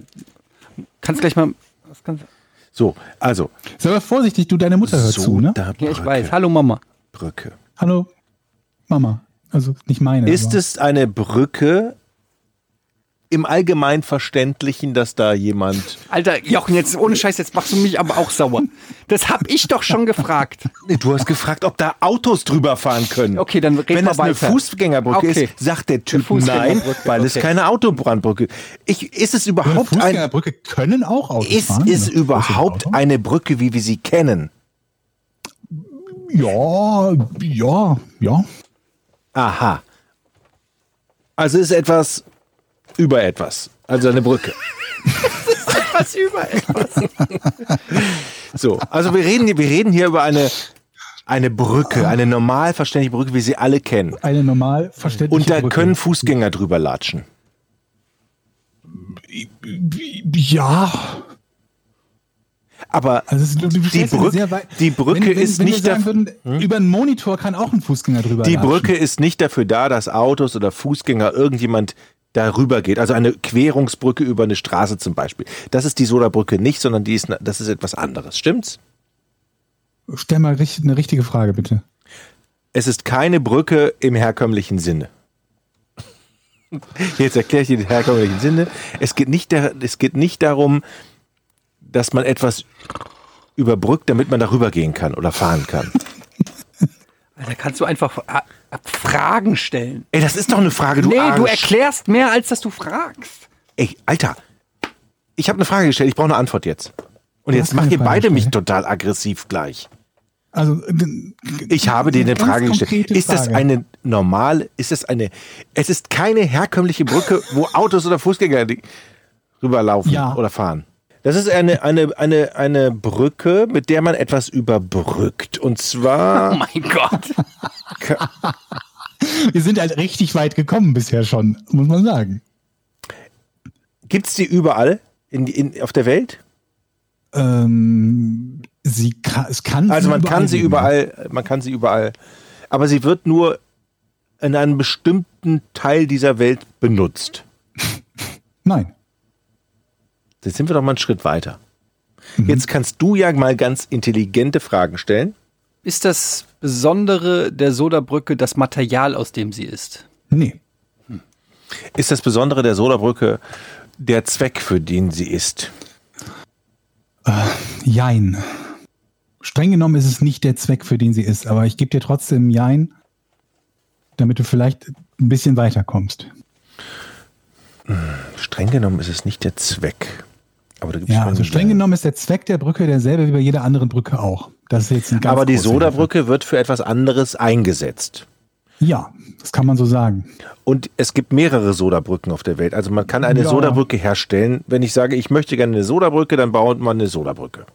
[SPEAKER 2] Kannst gleich mal. Was kannst,
[SPEAKER 1] so, also
[SPEAKER 3] Sei aber vorsichtig, du, deine Mutter hört
[SPEAKER 1] so
[SPEAKER 3] zu, ne?
[SPEAKER 1] da Brücke,
[SPEAKER 2] ja, ich weiß. Hallo Mama.
[SPEAKER 1] Brücke.
[SPEAKER 3] Hallo, Mama. Also nicht meine.
[SPEAKER 1] Ist
[SPEAKER 3] aber-
[SPEAKER 1] es eine Brücke im allgemein verständlichen, dass da jemand
[SPEAKER 2] Alter, Jochen, jetzt ohne Scheiß, jetzt machst du mich aber auch sauer. Das hab ich doch schon gefragt.
[SPEAKER 1] Nee, Du hast gefragt, ob da Autos drüber fahren können.
[SPEAKER 2] Okay, dann red
[SPEAKER 1] Wenn
[SPEAKER 2] mal
[SPEAKER 1] das eine
[SPEAKER 2] weiter.
[SPEAKER 1] Fußgängerbrücke
[SPEAKER 2] Okay.
[SPEAKER 1] ist, sagt der Typ
[SPEAKER 2] Eine
[SPEAKER 1] nein,
[SPEAKER 2] Fußgängerbrücke,
[SPEAKER 1] weil es
[SPEAKER 2] okay.
[SPEAKER 1] keine Autobahnbrücke ist. Ich, ist es
[SPEAKER 3] Über eine
[SPEAKER 1] überhaupt, ein,
[SPEAKER 3] Fußgängerbrücke können auch Autos
[SPEAKER 1] ist,
[SPEAKER 3] fahren.
[SPEAKER 1] ist
[SPEAKER 3] ne?
[SPEAKER 1] überhaupt
[SPEAKER 3] Autos?
[SPEAKER 1] eine Brücke, wie wir sie kennen?
[SPEAKER 3] Ja, ja, ja.
[SPEAKER 1] Aha. Also ist etwas über etwas. Also eine Brücke.
[SPEAKER 2] Was über etwas.
[SPEAKER 1] So, also wir reden, wir reden hier über eine, eine Brücke, eine normal verständliche Brücke, wie sie alle kennen.
[SPEAKER 3] Eine normal verständliche
[SPEAKER 1] Und da
[SPEAKER 3] Brücke.
[SPEAKER 1] können Fußgänger drüber latschen.
[SPEAKER 3] Ja.
[SPEAKER 1] Aber
[SPEAKER 3] Also es ist, du, du
[SPEAKER 1] die,
[SPEAKER 3] stellst mir
[SPEAKER 1] Brück,
[SPEAKER 3] sehr weit-
[SPEAKER 1] die Brücke
[SPEAKER 3] wenn, wenn,
[SPEAKER 1] ist
[SPEAKER 3] wenn wir
[SPEAKER 1] nicht
[SPEAKER 3] sagen
[SPEAKER 1] dafür.
[SPEAKER 3] würden, Über einen Monitor kann auch ein Fußgänger drüber
[SPEAKER 1] Die
[SPEAKER 3] latschen.
[SPEAKER 1] Brücke ist nicht dafür da, dass Autos oder Fußgänger irgendjemand darüber geht. Also eine Querungsbrücke über eine Straße zum Beispiel. Das ist die Soda-Brücke nicht, sondern die ist, das ist etwas anderes. Stimmt's?
[SPEAKER 3] Stell mal richt- eine richtige Frage, bitte.
[SPEAKER 1] Es ist keine Brücke im herkömmlichen Sinne. Jetzt erkläre ich dir den herkömmlichen Sinne. Es geht, nicht, dar- es geht nicht darum, dass man etwas überbrückt, damit man darüber gehen kann oder fahren kann.
[SPEAKER 2] Alter, kannst du einfach äh, Fragen stellen.
[SPEAKER 1] Ey, das ist doch eine Frage, du
[SPEAKER 2] nee, du
[SPEAKER 1] Arsch.
[SPEAKER 2] erklärst mehr, als dass du fragst.
[SPEAKER 1] Ey, Alter, ich habe eine Frage gestellt, ich brauche eine Antwort jetzt. Und jetzt
[SPEAKER 3] hast
[SPEAKER 1] macht
[SPEAKER 3] keine
[SPEAKER 1] ihr
[SPEAKER 3] Frage
[SPEAKER 1] beide mich
[SPEAKER 3] gestellt.
[SPEAKER 1] total aggressiv gleich.
[SPEAKER 3] Also g-
[SPEAKER 1] Ich habe dir eine
[SPEAKER 3] Ganz
[SPEAKER 1] Frage gestellt.
[SPEAKER 3] konkrete
[SPEAKER 1] Ist das
[SPEAKER 3] Frage.
[SPEAKER 1] eine normale, ist das eine, es ist keine herkömmliche Brücke, wo Autos oder Fußgänger die- rüberlaufen
[SPEAKER 3] Ja.
[SPEAKER 1] oder fahren. Das ist eine, eine, eine, eine Brücke, mit der man etwas überbrückt. Und
[SPEAKER 2] Oh
[SPEAKER 1] zwar,
[SPEAKER 2] mein Gott.
[SPEAKER 3] wir sind halt richtig weit gekommen bisher schon, muss man sagen.
[SPEAKER 1] gibt's die überall in, in, auf der Welt?
[SPEAKER 3] Ähm, sie kann, es kann
[SPEAKER 1] Also man kann sie
[SPEAKER 3] geben.
[SPEAKER 1] überall, man kann sie überall, aber sie wird nur in einem bestimmten Teil dieser Welt benutzt.
[SPEAKER 3] Nein.
[SPEAKER 1] Jetzt sind wir doch mal einen Schritt weiter.
[SPEAKER 3] Mhm.
[SPEAKER 1] Jetzt kannst du ja mal ganz intelligente Fragen stellen.
[SPEAKER 2] Ist das Besondere der Sodabrücke das Material, aus dem sie ist?
[SPEAKER 3] Nee.
[SPEAKER 1] Ist das Besondere der Solarbrücke der Zweck, für den sie ist?
[SPEAKER 3] Jein. Streng genommen ist es nicht der Zweck, für den sie ist, aber ich gebe dir trotzdem Jein, damit du vielleicht ein bisschen weiterkommst.
[SPEAKER 1] Streng genommen ist es nicht der Zweck. Aber da gibt's
[SPEAKER 3] Ja,
[SPEAKER 1] schon-
[SPEAKER 3] also streng genommen ist der Zweck der Brücke derselbe wie bei jeder anderen Brücke auch. Das ist jetzt ein ganz
[SPEAKER 1] Aber die
[SPEAKER 3] großer
[SPEAKER 1] Solarbrücke wird für etwas anderes eingesetzt.
[SPEAKER 3] Unterschied. Ja, das kann man so sagen.
[SPEAKER 1] Und es gibt mehrere Sodabrücken auf der Welt. Also man kann eine
[SPEAKER 3] Ja.
[SPEAKER 1] Sodabrücke herstellen. Wenn ich sage, ich möchte gerne eine Sodabrücke, dann baut man eine Sodabrücke.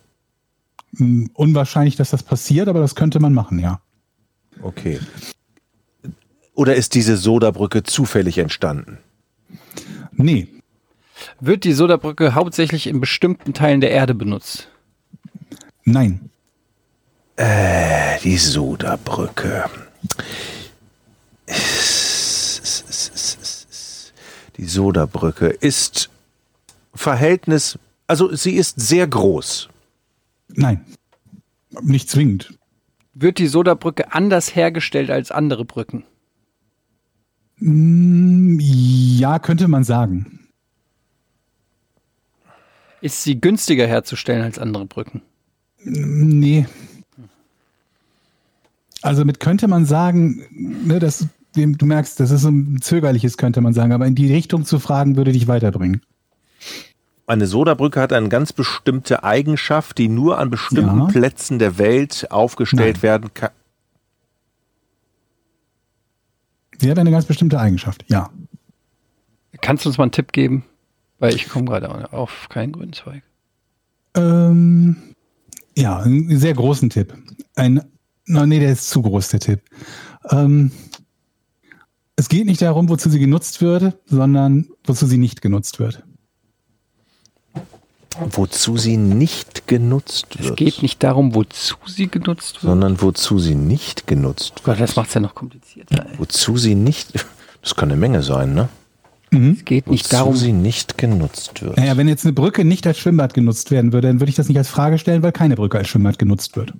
[SPEAKER 3] Hm, Unwahrscheinlich, dass das passiert, aber das könnte man machen, ja.
[SPEAKER 1] Okay. Oder ist diese Sodabrücke zufällig entstanden?
[SPEAKER 3] Nee,
[SPEAKER 2] Wird die Sodabrücke hauptsächlich in bestimmten Teilen der Erde benutzt?
[SPEAKER 3] nein.
[SPEAKER 1] Die Sodabrücke. Die Sodabrücke ist Verhältnis, also sie ist sehr groß.
[SPEAKER 3] Nein. Nicht zwingend.
[SPEAKER 2] Wird die Sodabrücke anders hergestellt als andere Brücken?
[SPEAKER 3] Ähm, Ja, könnte man sagen.
[SPEAKER 2] Ist sie günstiger herzustellen als andere Brücken?
[SPEAKER 3] Nee. Ähm, Also mit könnte man sagen, ne, das, dem- du merkst, das ist so ein zögerliches, könnte man sagen, aber in die Richtung zu fragen, würde dich weiterbringen.
[SPEAKER 1] Eine Sodabrücke hat eine ganz bestimmte Eigenschaft, die nur an bestimmten
[SPEAKER 3] Ja.
[SPEAKER 1] Plätzen der Welt aufgestellt werden kann.
[SPEAKER 3] Sie hat eine ganz bestimmte Eigenschaft, ja.
[SPEAKER 2] Kannst du uns mal einen Tipp geben? Weil ich komme gerade auf keinen grünen Zweig.
[SPEAKER 3] Ähm, ja, einen sehr großen Tipp. Ein, no, nee, der ist zu groß, der Tipp. Ähm, es geht nicht darum, wozu sie genutzt wird, sondern wozu sie nicht genutzt wird.
[SPEAKER 1] Wozu sie nicht genutzt wird.
[SPEAKER 2] Es geht nicht darum, wozu sie genutzt wird. Oh
[SPEAKER 1] Sondern wozu sie nicht genutzt
[SPEAKER 2] Gott, das macht's ja noch komplizierter. Ey.
[SPEAKER 1] Wozu sie nicht. Das kann eine Menge sein, ne?
[SPEAKER 2] Es geht nicht
[SPEAKER 1] Wozu
[SPEAKER 2] darum,
[SPEAKER 1] sie nicht genutzt wird.
[SPEAKER 3] Naja, wenn jetzt eine Brücke nicht als Schwimmbad genutzt werden würde, dann würde ich das nicht als Frage stellen, weil keine Brücke als Schwimmbad genutzt wird.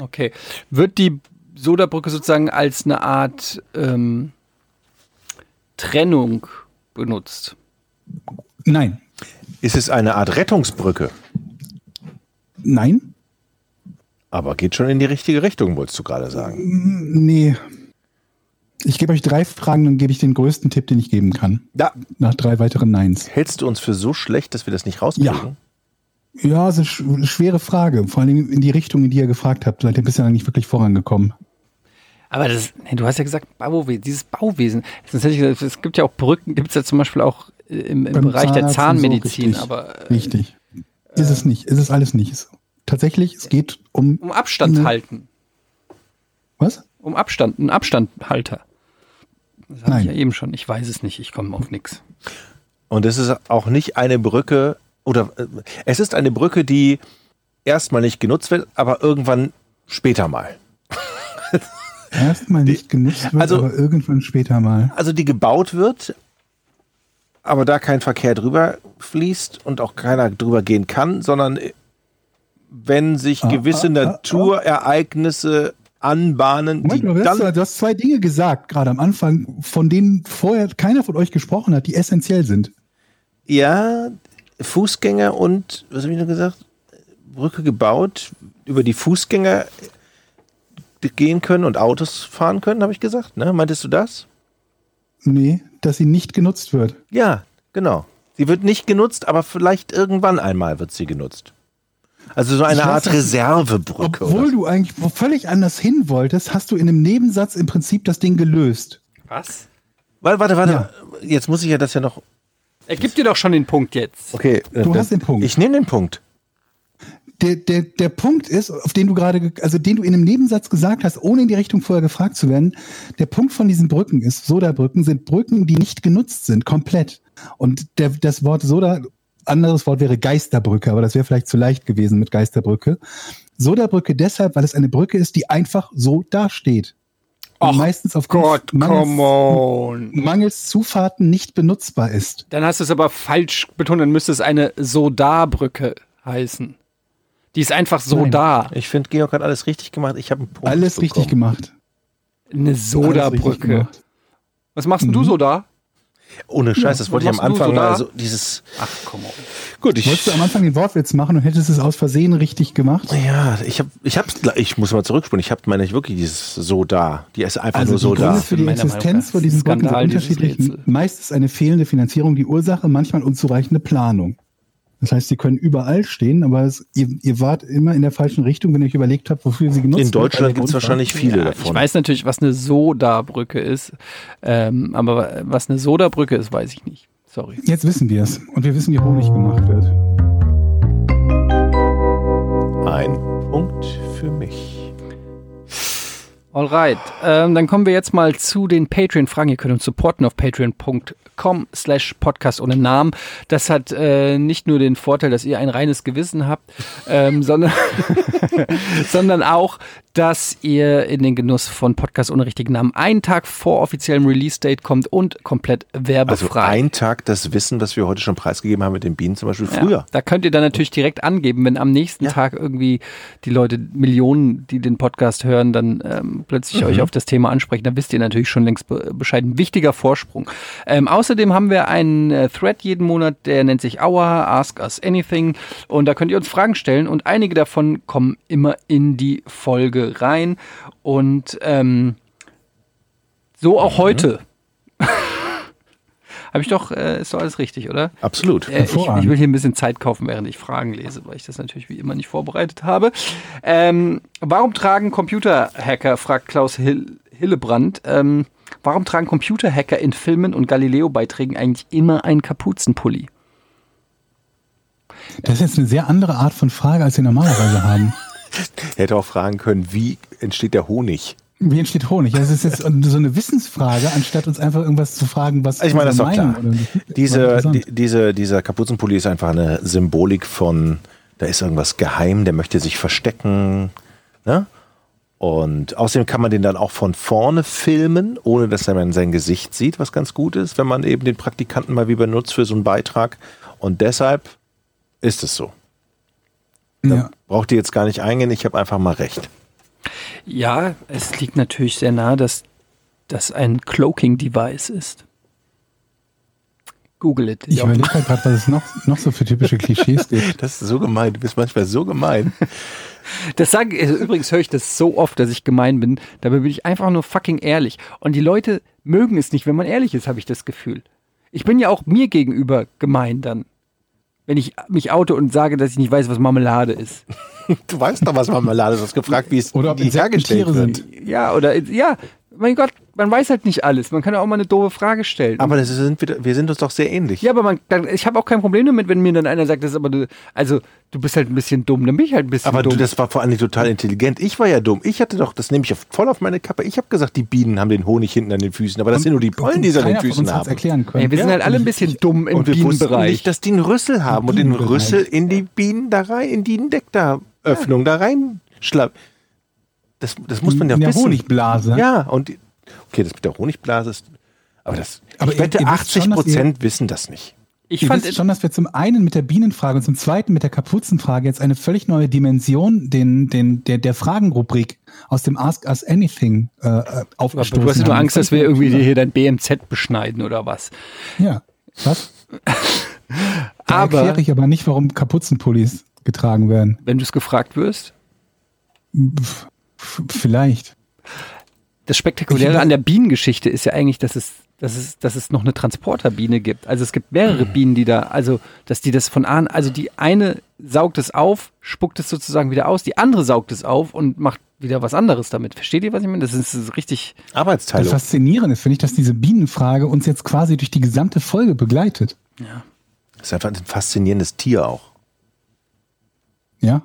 [SPEAKER 2] Okay. Wird die Sodabrücke sozusagen als eine Art ähm, Trennung benutzt?
[SPEAKER 3] Nein.
[SPEAKER 1] Ist es eine Art Rettungsbrücke?
[SPEAKER 3] Nein?
[SPEAKER 1] Aber geht schon in die richtige Richtung, wolltest du gerade sagen.
[SPEAKER 3] Mm, Nee. Ich gebe euch drei Fragen, dann gebe ich den größten Tipp, den ich geben kann.
[SPEAKER 1] Da
[SPEAKER 3] Nach drei weiteren Neins.
[SPEAKER 1] hältst du uns für so schlecht, dass wir das nicht rauskriegen?
[SPEAKER 3] Ja, es ist sch- eine schwere Frage. Vor allem in die Richtung, in die ihr gefragt habt. Seid ihr bisher nicht wirklich vorangekommen.
[SPEAKER 2] Aber das, nee, du hast ja gesagt, Bauwesen, dieses Bauwesen. Sonst hätte ich gesagt, es gibt ja auch Brücken, gibt es ja zum Beispiel auch äh, im, im
[SPEAKER 3] Beim
[SPEAKER 2] Bereich der
[SPEAKER 3] Zahnarzt und so,
[SPEAKER 2] Zahnmedizin,
[SPEAKER 3] richtig.
[SPEAKER 2] aber äh,
[SPEAKER 3] Richtig. Ist es nicht. Ist es alles nicht. so. Tatsächlich, es geht um.
[SPEAKER 2] um Abstand
[SPEAKER 3] Ne.
[SPEAKER 2] halten.
[SPEAKER 3] Was?
[SPEAKER 2] Um Abstand, ein Abstandhalter. Das hatte
[SPEAKER 3] Nein.
[SPEAKER 2] ich ja eben schon. Ich weiß es nicht, ich komme auf nichts.
[SPEAKER 1] Und es ist auch nicht eine Brücke, oder äh, es ist eine Brücke, die erstmal nicht genutzt wird, aber irgendwann später mal.
[SPEAKER 3] Erstmal nicht genutzt wird,
[SPEAKER 1] also-
[SPEAKER 3] aber irgendwann später mal.
[SPEAKER 1] Also die gebaut wird, aber da kein Verkehr drüber fließt und auch keiner drüber gehen kann, sondern äh, wenn sich gewisse Naturereignisse anbahnen, die
[SPEAKER 3] Moment, du, hast,
[SPEAKER 1] dann
[SPEAKER 3] du hast zwei Dinge gesagt, gerade am Anfang, von denen vorher keiner von euch gesprochen hat, die essentiell sind.
[SPEAKER 1] ja Fußgänger und was habe ich noch gesagt Brücke gebaut, über die Fußgänger äh, gehen können und Autos fahren können, habe ich gesagt. Ne? Meintest du das?
[SPEAKER 3] Nee, dass sie nicht genutzt wird.
[SPEAKER 1] Ja, genau. Sie wird nicht genutzt, aber vielleicht irgendwann einmal wird sie genutzt. Also so eine
[SPEAKER 3] weiß
[SPEAKER 1] Art
[SPEAKER 3] nicht.
[SPEAKER 1] Reservebrücke.
[SPEAKER 3] Obwohl
[SPEAKER 1] oder so.
[SPEAKER 3] du eigentlich wo- völlig anders hin wolltest, hast du in einem Nebensatz im Prinzip das Ding gelöst.
[SPEAKER 2] Was?
[SPEAKER 1] Warte, warte, warte. Jetzt muss ich ja das ja noch.
[SPEAKER 2] Er gibt dir doch schon den Punkt jetzt.
[SPEAKER 1] Okay, äh,
[SPEAKER 3] Du hast den Punkt.
[SPEAKER 1] Ich nehme den Punkt.
[SPEAKER 3] Der, der, der Punkt ist, auf den du gerade, ge- also den du in einem Nebensatz gesagt hast, ohne in die Richtung vorher gefragt zu werden, der Punkt von diesen Brücken ist, Soda-Brücken sind Brücken, die nicht genutzt sind, komplett. Und der, das Wort Soda, anderes Wort wäre Geisterbrücke, aber das wäre vielleicht zu leicht gewesen mit Geisterbrücke. Soda-Brücke deshalb, weil es eine Brücke ist, die einfach so dasteht. Und meistens auf
[SPEAKER 5] Gott, come on.
[SPEAKER 3] mangels Zufahrten nicht benutzbar ist.
[SPEAKER 2] Dann hast du es aber falsch betont, dann müsste es eine Soda-Brücke heißen. Die ist einfach so
[SPEAKER 3] Nein.
[SPEAKER 2] da.
[SPEAKER 1] Ich finde, Georg hat alles richtig gemacht. Ich habe einen Punkt.
[SPEAKER 3] Alles richtig
[SPEAKER 1] bekommen.
[SPEAKER 3] gemacht.
[SPEAKER 2] Eine
[SPEAKER 3] Alles richtig
[SPEAKER 2] Soda-Brücke.
[SPEAKER 3] gemacht.
[SPEAKER 2] Was machst denn du
[SPEAKER 3] Mhm.
[SPEAKER 2] so da?
[SPEAKER 1] Ohne Scheiß, das
[SPEAKER 2] Ja,
[SPEAKER 1] wollte ich am
[SPEAKER 2] machst du
[SPEAKER 1] Anfang
[SPEAKER 2] so da?
[SPEAKER 1] mal so dieses.
[SPEAKER 2] Ach, komm auf.
[SPEAKER 1] Gut, ich.
[SPEAKER 3] Wolltest du am Anfang den Wortwitz machen und hättest es aus Versehen richtig gemacht?
[SPEAKER 1] Ja, ich habe, ich habe, ich muss mal zurückspulen. Ich habe meine ich wirklich dieses so da. Die ist einfach
[SPEAKER 3] Also
[SPEAKER 1] nur
[SPEAKER 3] die
[SPEAKER 1] so
[SPEAKER 3] Gründe
[SPEAKER 1] da.
[SPEAKER 3] für die
[SPEAKER 2] Meiner Meinung nach
[SPEAKER 3] Existenz von
[SPEAKER 2] ist
[SPEAKER 3] diesen
[SPEAKER 2] ein
[SPEAKER 3] Brücken sind
[SPEAKER 2] Skandal, dieses
[SPEAKER 3] unterschiedlich.
[SPEAKER 2] Rätsel.
[SPEAKER 3] Meist ist eine fehlende Finanzierung die Ursache, manchmal unzureichende Planung. Das heißt, sie können überall stehen, aber es, ihr, ihr wart immer in der falschen Richtung, wenn ihr euch überlegt habt, wofür sie genutzt
[SPEAKER 1] In
[SPEAKER 3] wird, weil
[SPEAKER 1] Deutschland
[SPEAKER 3] der
[SPEAKER 1] gibt es
[SPEAKER 3] Grund war-
[SPEAKER 1] wahrscheinlich viele
[SPEAKER 2] Ja,
[SPEAKER 1] davon.
[SPEAKER 2] Ich weiß natürlich, was eine Soda-Brücke ist, ähm, aber was eine Soda-Brücke ist, weiß ich nicht. Sorry.
[SPEAKER 3] Jetzt wissen wir es und wir wissen, wie Honig gemacht wird.
[SPEAKER 1] Ein Punkt für mich.
[SPEAKER 2] Alright, ähm, dann kommen wir jetzt mal zu den Patreon-Fragen. Ihr könnt uns supporten auf patreon.com slash podcast ohne Namen. Das hat äh, nicht nur den Vorteil, dass ihr ein reines Gewissen habt, ähm, sondern, sondern auch, dass ihr in den Genuss von Podcast ohne richtigen Namen einen Tag vor offiziellem Release-Date kommt und komplett
[SPEAKER 1] Also
[SPEAKER 2] werbefrei.
[SPEAKER 1] ein Tag das Wissen, was wir heute schon preisgegeben haben mit den Bienen zum Beispiel früher.
[SPEAKER 2] Ja, da könnt ihr dann natürlich direkt angeben, wenn am nächsten Tag irgendwie die Leute, Millionen, die den Podcast hören, dann ähm, plötzlich euch auf das Thema ansprechen. Dann wisst ihr natürlich schon längst be Bescheid. Ein wichtiger Vorsprung. Ähm, außerdem haben wir einen äh, Thread jeden Monat, der nennt sich Our Ask Us Anything. Und da könnt ihr uns Fragen stellen und einige davon kommen immer in die Folge Artikel rein und ähm, so auch heute. Habe ich doch, äh, ist doch alles richtig, oder?
[SPEAKER 1] Absolut.
[SPEAKER 2] Äh, ich,
[SPEAKER 3] Hervorragend.
[SPEAKER 2] ich will hier ein bisschen Zeit kaufen, während ich Fragen lese, weil ich das natürlich wie immer nicht vorbereitet habe. Ähm, warum tragen Computerhacker, fragt Klaus Hill, Hillebrand, ähm, warum tragen Computerhacker in Filmen und Galileo-Beiträgen eigentlich immer einen Kapuzenpulli?
[SPEAKER 3] Das ist jetzt eine sehr andere Art von Frage, als wir normalerweise haben.
[SPEAKER 1] Hätte auch fragen können, wie entsteht der Honig?
[SPEAKER 3] Wie entsteht Honig? Also es ist jetzt so eine Wissensfrage, anstatt uns einfach irgendwas zu fragen, was
[SPEAKER 1] Ich meine, das ist doch
[SPEAKER 3] unsere
[SPEAKER 1] klar.
[SPEAKER 3] Meinung oder- war
[SPEAKER 1] Diese,
[SPEAKER 3] interessant.
[SPEAKER 1] die, diese, dieser Kapuzenpulli ist einfach eine Symbolik von, da ist irgendwas geheim, der möchte sich verstecken. Ne? Und außerdem kann man den dann auch von vorne filmen, ohne dass man sein Gesicht sieht, was ganz gut ist, wenn man eben den Praktikanten mal wie benutzt für so einen Beitrag. Und deshalb ist es so.
[SPEAKER 3] ja.
[SPEAKER 1] Braucht ihr jetzt gar nicht eingehen, ich habe einfach mal recht.
[SPEAKER 2] Ja, es liegt natürlich sehr nahe, dass das ein Cloaking-Device ist. Google it.
[SPEAKER 3] Ich
[SPEAKER 2] Ja.
[SPEAKER 3] überlege halt gerade, was es noch, noch so für typische Klischees gibt.
[SPEAKER 1] Das ist so gemein, du bist manchmal so gemein.
[SPEAKER 2] Das sage also übrigens höre ich das so oft, dass ich gemein bin. Dabei bin ich einfach nur fucking ehrlich. Und die Leute mögen es nicht, wenn man ehrlich ist, habe ich das Gefühl. Ich bin ja auch mir gegenüber gemein dann. Wenn ich mich oute und sage, dass ich nicht weiß, was Marmelade ist.
[SPEAKER 1] Du weißt doch, was Marmelade ist. Du hast gefragt, wie es
[SPEAKER 3] Oder ob
[SPEAKER 1] die
[SPEAKER 3] Insekten
[SPEAKER 1] hergestellt
[SPEAKER 3] Tiere
[SPEAKER 1] wird.
[SPEAKER 3] sind.
[SPEAKER 2] Ja, oder ja, mein Gott, man weiß halt nicht alles. Man kann ja auch mal eine doofe Frage stellen.
[SPEAKER 1] Aber das sind wir, wir sind uns doch sehr ähnlich.
[SPEAKER 2] ja, aber man, dann, ich habe auch kein Problem damit, wenn mir dann einer sagt, das ist aber du, also du bist halt ein bisschen dumm, dann bin ich halt ein bisschen
[SPEAKER 1] Aber du,
[SPEAKER 2] dumm.
[SPEAKER 1] das war vor allem total intelligent. Ich war ja dumm. Ich hatte doch, das nehme ich auf- voll auf meine Kappe. Ich habe gesagt, die Bienen haben den Honig hinten an den Füßen. Aber das sind nur die Pollen, die sie an den
[SPEAKER 3] Keiner von uns
[SPEAKER 1] Füßen
[SPEAKER 3] hat's
[SPEAKER 1] haben.
[SPEAKER 3] erklären können.
[SPEAKER 2] Ey, wir sind halt alle ein bisschen dumm im
[SPEAKER 1] Und wir wussten
[SPEAKER 2] Bienenbereich.
[SPEAKER 1] nicht, dass die einen Rüssel haben und den
[SPEAKER 3] Bienenbereich.
[SPEAKER 1] Rüssel in die Bienen da rein, in die Nektaröffnung da rein schlapp. Das, das muss man ja
[SPEAKER 3] in der
[SPEAKER 1] wissen.
[SPEAKER 3] Honigblase.
[SPEAKER 1] Ja, und die- okay, das mit der Honigblase ist. Aber das.
[SPEAKER 3] Aber
[SPEAKER 1] ich
[SPEAKER 3] ihr-
[SPEAKER 1] wette,
[SPEAKER 3] ihr wisst schon,
[SPEAKER 1] 80
[SPEAKER 3] dass ihr-
[SPEAKER 1] Prozent wissen das nicht.
[SPEAKER 2] ich
[SPEAKER 3] Ich
[SPEAKER 2] fand
[SPEAKER 3] fand schon, dass wir zum einen mit der Bienenfrage und zum zweiten mit der Kapuzenfrage jetzt eine völlig neue Dimension den, den, der, der Fragenrubrik aus dem Ask Us Anything äh,
[SPEAKER 2] Aber
[SPEAKER 3] aufgestoßen
[SPEAKER 2] du hast ja nur
[SPEAKER 3] haben.
[SPEAKER 2] Angst, dass wir irgendwie dir hier dein BMZ beschneiden oder was.
[SPEAKER 3] Ja, was? Da
[SPEAKER 2] Aber-
[SPEAKER 3] erkläre ich aber nicht, warum Kapuzenpullis getragen werden.
[SPEAKER 2] Wenn du es gefragt wirst.
[SPEAKER 3] Pff, pff, Vielleicht.
[SPEAKER 2] Das
[SPEAKER 3] Ich
[SPEAKER 2] Spektakuläre
[SPEAKER 3] finde-
[SPEAKER 2] an der Bienengeschichte ist ja eigentlich, dass es, dass es, dass es noch eine Transporterbiene gibt. Also es gibt mehrere Bienen, die da, also dass die das von an, also die eine saugt es auf, spuckt es sozusagen wieder aus, die andere saugt es auf und macht wieder was anderes damit. Versteht ihr, was ich meine? Das ist, das ist richtig.
[SPEAKER 3] Das
[SPEAKER 1] Arbeitsteilung.
[SPEAKER 3] Faszinierende finde ich, dass diese Bienenfrage uns jetzt quasi durch die gesamte Folge begleitet.
[SPEAKER 1] Das ist einfach ein faszinierendes Tier auch.
[SPEAKER 3] Ja?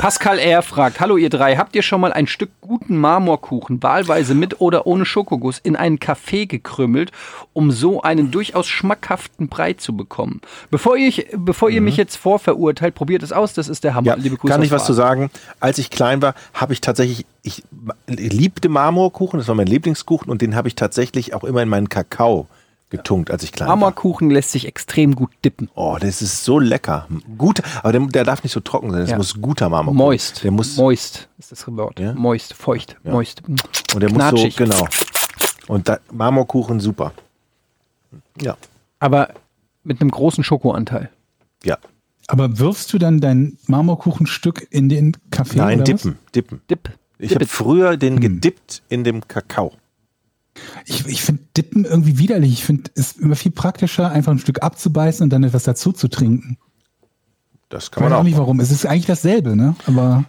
[SPEAKER 2] Pascal R. fragt, hallo ihr drei, habt ihr schon mal ein Stück guten Marmorkuchen, wahlweise mit oder ohne Schokoguss, in einen Kaffee gekrümmelt, um so einen durchaus schmackhaften Brei zu bekommen? Bevor, ich, bevor ihr mich jetzt vorverurteilt, probiert es aus, das ist der Hammer.
[SPEAKER 1] Mhm. Ja,
[SPEAKER 2] Liebe Grüße
[SPEAKER 1] kann ich
[SPEAKER 2] aus
[SPEAKER 1] was zu sagen?
[SPEAKER 2] Baden.
[SPEAKER 1] Als ich klein war, habe ich tatsächlich, ich liebte Marmorkuchen, das war mein Lieblingskuchen und den habe ich tatsächlich auch immer in meinen Kakao getunkt, als ich klein war.
[SPEAKER 2] Marmorkuchen lässt sich extrem gut dippen.
[SPEAKER 1] Oh, das ist so lecker. Gut, aber der, der darf nicht so trocken sein. Das
[SPEAKER 2] Ja.
[SPEAKER 1] muss guter Marmorkuchen.
[SPEAKER 2] Moist.
[SPEAKER 1] Der muss
[SPEAKER 2] Moist ist das Wort.
[SPEAKER 1] Ja?
[SPEAKER 2] Moist, feucht, moist.
[SPEAKER 1] und der muss so
[SPEAKER 2] Knatschig.
[SPEAKER 1] genau. Und da, Marmorkuchen super. Ja,
[SPEAKER 2] Aber mit einem großen Schokoanteil.
[SPEAKER 1] ja.
[SPEAKER 3] Aber wirfst du dann dein Marmorkuchenstück in den Kaffee?
[SPEAKER 1] Nein,
[SPEAKER 3] oder was?
[SPEAKER 1] dippen, dippen.
[SPEAKER 2] Dip.
[SPEAKER 1] Ich habe
[SPEAKER 2] Dippet. Hm.
[SPEAKER 1] früher den gedippt in dem Kakao.
[SPEAKER 3] Ich, ich finde Dippen irgendwie widerlich. Ich finde es immer viel praktischer, einfach ein Stück abzubeißen und dann etwas dazu zu trinken.
[SPEAKER 1] Das
[SPEAKER 3] Ich
[SPEAKER 1] kann
[SPEAKER 3] weiß
[SPEAKER 1] man
[SPEAKER 2] Hm.
[SPEAKER 3] auch
[SPEAKER 1] auch.
[SPEAKER 3] nicht warum. Es ist eigentlich dasselbe, ne? Aber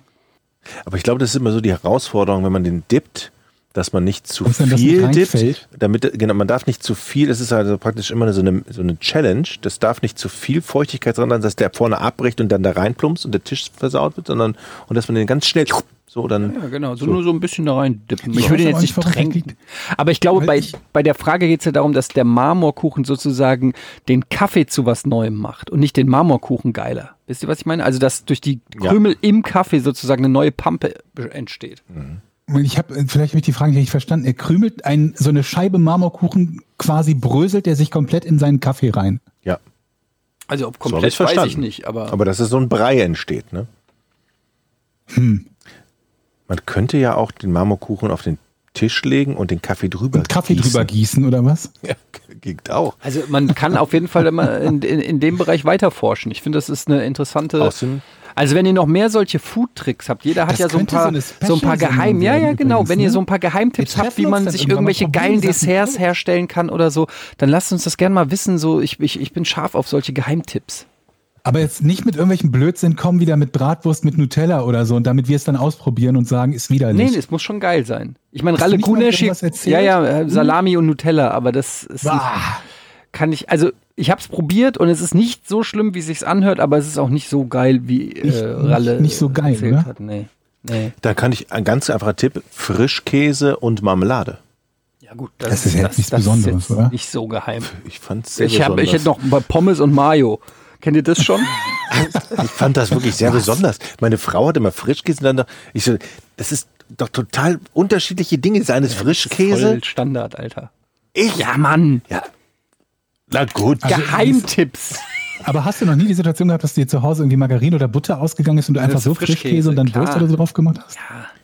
[SPEAKER 1] Aber ich glaube, das ist immer so die Herausforderung, wenn man den dippt, dass man nicht zu
[SPEAKER 3] Dass dann das
[SPEAKER 1] viel
[SPEAKER 3] nicht
[SPEAKER 1] dippt.
[SPEAKER 3] reinfällt.
[SPEAKER 1] Damit, genau, man darf nicht zu viel, es ist also praktisch immer so eine, so eine Challenge, das darf nicht zu viel Feuchtigkeit dran sein, dass der vorne abbricht und dann da reinplumpst und der Tisch versaut wird, sondern und dass man den ganz schnell so dann.
[SPEAKER 2] Ja, genau. So, Nur so ein bisschen da rein dippen. Ich,
[SPEAKER 3] Ich
[SPEAKER 2] würde
[SPEAKER 3] weiß
[SPEAKER 2] ihn jetzt
[SPEAKER 3] aber nicht,
[SPEAKER 2] nicht
[SPEAKER 3] warum das
[SPEAKER 2] tränken. Aber ich glaube,
[SPEAKER 3] Weil
[SPEAKER 2] bei,
[SPEAKER 3] ich-
[SPEAKER 2] bei der Frage geht es ja darum, dass der Marmorkuchen sozusagen den Kaffee zu was Neuem macht und nicht den Marmorkuchen geiler. Wisst ihr, was ich meine? Also, dass durch die
[SPEAKER 1] Ja.
[SPEAKER 2] Krümel im Kaffee sozusagen eine neue Pampe entsteht.
[SPEAKER 3] ich habe, vielleicht habe ich die Frage nicht verstanden. Er krümelt ein, so eine Scheibe Marmorkuchen quasi bröselt er sich komplett in seinen Kaffee rein.
[SPEAKER 1] Ja,
[SPEAKER 2] Also, ob
[SPEAKER 1] so hab
[SPEAKER 2] komplett
[SPEAKER 1] ich's
[SPEAKER 2] weiß
[SPEAKER 1] verstanden.
[SPEAKER 2] ich nicht, aber,
[SPEAKER 1] aber dass es so ein Brei entsteht,
[SPEAKER 3] Hm.
[SPEAKER 1] ne? Man könnte ja auch den Marmorkuchen auf den Tisch legen und den Kaffee drüber
[SPEAKER 3] Und Kaffee drüber gießen oder was?
[SPEAKER 1] Ja, geht auch.
[SPEAKER 2] Also man kann auf jeden Fall immer in, in, in dem Bereich weiterforschen. Ich finde, das ist eine interessante.
[SPEAKER 1] Außen-
[SPEAKER 2] Also wenn ihr noch mehr solche Food-Tricks habt, jeder hat
[SPEAKER 3] Das
[SPEAKER 2] ja so ein
[SPEAKER 3] könnte so
[SPEAKER 2] paar,
[SPEAKER 3] eine
[SPEAKER 2] so, ein paar
[SPEAKER 3] Special-Sendung
[SPEAKER 2] Geheim, ja, ja,
[SPEAKER 3] werden
[SPEAKER 2] genau.
[SPEAKER 3] übrigens,
[SPEAKER 2] wenn ihr
[SPEAKER 3] ne?
[SPEAKER 2] so ein paar Geheimtipps
[SPEAKER 3] Wir
[SPEAKER 2] habt, wie
[SPEAKER 3] treffen uns
[SPEAKER 2] man
[SPEAKER 3] dann
[SPEAKER 2] sich
[SPEAKER 3] irgendwann mal,
[SPEAKER 2] irgendwelche
[SPEAKER 3] probieren
[SPEAKER 2] geilen
[SPEAKER 3] die Sachen
[SPEAKER 2] Desserts
[SPEAKER 3] aus.
[SPEAKER 2] herstellen kann oder so, dann lasst uns das gerne mal wissen. So, ich, ich, ich bin scharf auf solche Geheimtipps.
[SPEAKER 3] Aber jetzt nicht mit irgendwelchen Blödsinn kommen, wieder mit Bratwurst mit Nutella oder so, und damit wir es dann ausprobieren und sagen, ist
[SPEAKER 2] Nee,
[SPEAKER 3] widerlich.
[SPEAKER 2] es muss schon geil sein. Ich meine,
[SPEAKER 3] Hast
[SPEAKER 2] Ralle
[SPEAKER 3] du nicht mal
[SPEAKER 2] Gunesch,
[SPEAKER 3] irgendwas erzählt? Hm. Ah.
[SPEAKER 2] ja, ja, äh, Salami und Nutella, aber das ist
[SPEAKER 3] Bah.
[SPEAKER 2] kann ich, also ich habe es probiert und es ist nicht so schlimm, wie sich's anhört, aber es ist auch nicht so geil, wie äh,
[SPEAKER 3] Nicht-
[SPEAKER 2] Ralle
[SPEAKER 3] nicht- nicht so geil,
[SPEAKER 2] erzählt
[SPEAKER 3] ne?
[SPEAKER 2] hat. Nee. Nee.
[SPEAKER 1] Da kann ich ein ganz einfacher Tipp: Frischkäse und Marmelade.
[SPEAKER 2] Ja gut,
[SPEAKER 3] Das ist ja nichts Besonderes,
[SPEAKER 2] jetzt
[SPEAKER 3] oder?
[SPEAKER 2] Nicht so geheim.
[SPEAKER 1] Ich fand's sehr
[SPEAKER 2] Ich, hab, ich hätte
[SPEAKER 1] besonders.
[SPEAKER 2] noch bei Pommes und Mayo. Kennt ihr das schon?
[SPEAKER 1] ich fand das wirklich sehr besonders. Meine Frau hat immer Frischkäse und dann noch, ich so, das ist doch total unterschiedliche Dinge. Das eine ist Frischkäse.
[SPEAKER 2] Voll Standard, Alter.
[SPEAKER 1] Ich?
[SPEAKER 2] Ja, Mann.
[SPEAKER 1] Ja. Na gut.
[SPEAKER 2] Geheimtipps.
[SPEAKER 3] Aber hast du noch nie die Situation gehabt, dass dir zu Hause irgendwie Margarine oder Butter ausgegangen ist und du einfach
[SPEAKER 2] ist
[SPEAKER 3] so
[SPEAKER 2] Frischkäse,
[SPEAKER 3] Frischkäse, und dann
[SPEAKER 2] klar.
[SPEAKER 3] Wurst oder so drauf gemacht hast?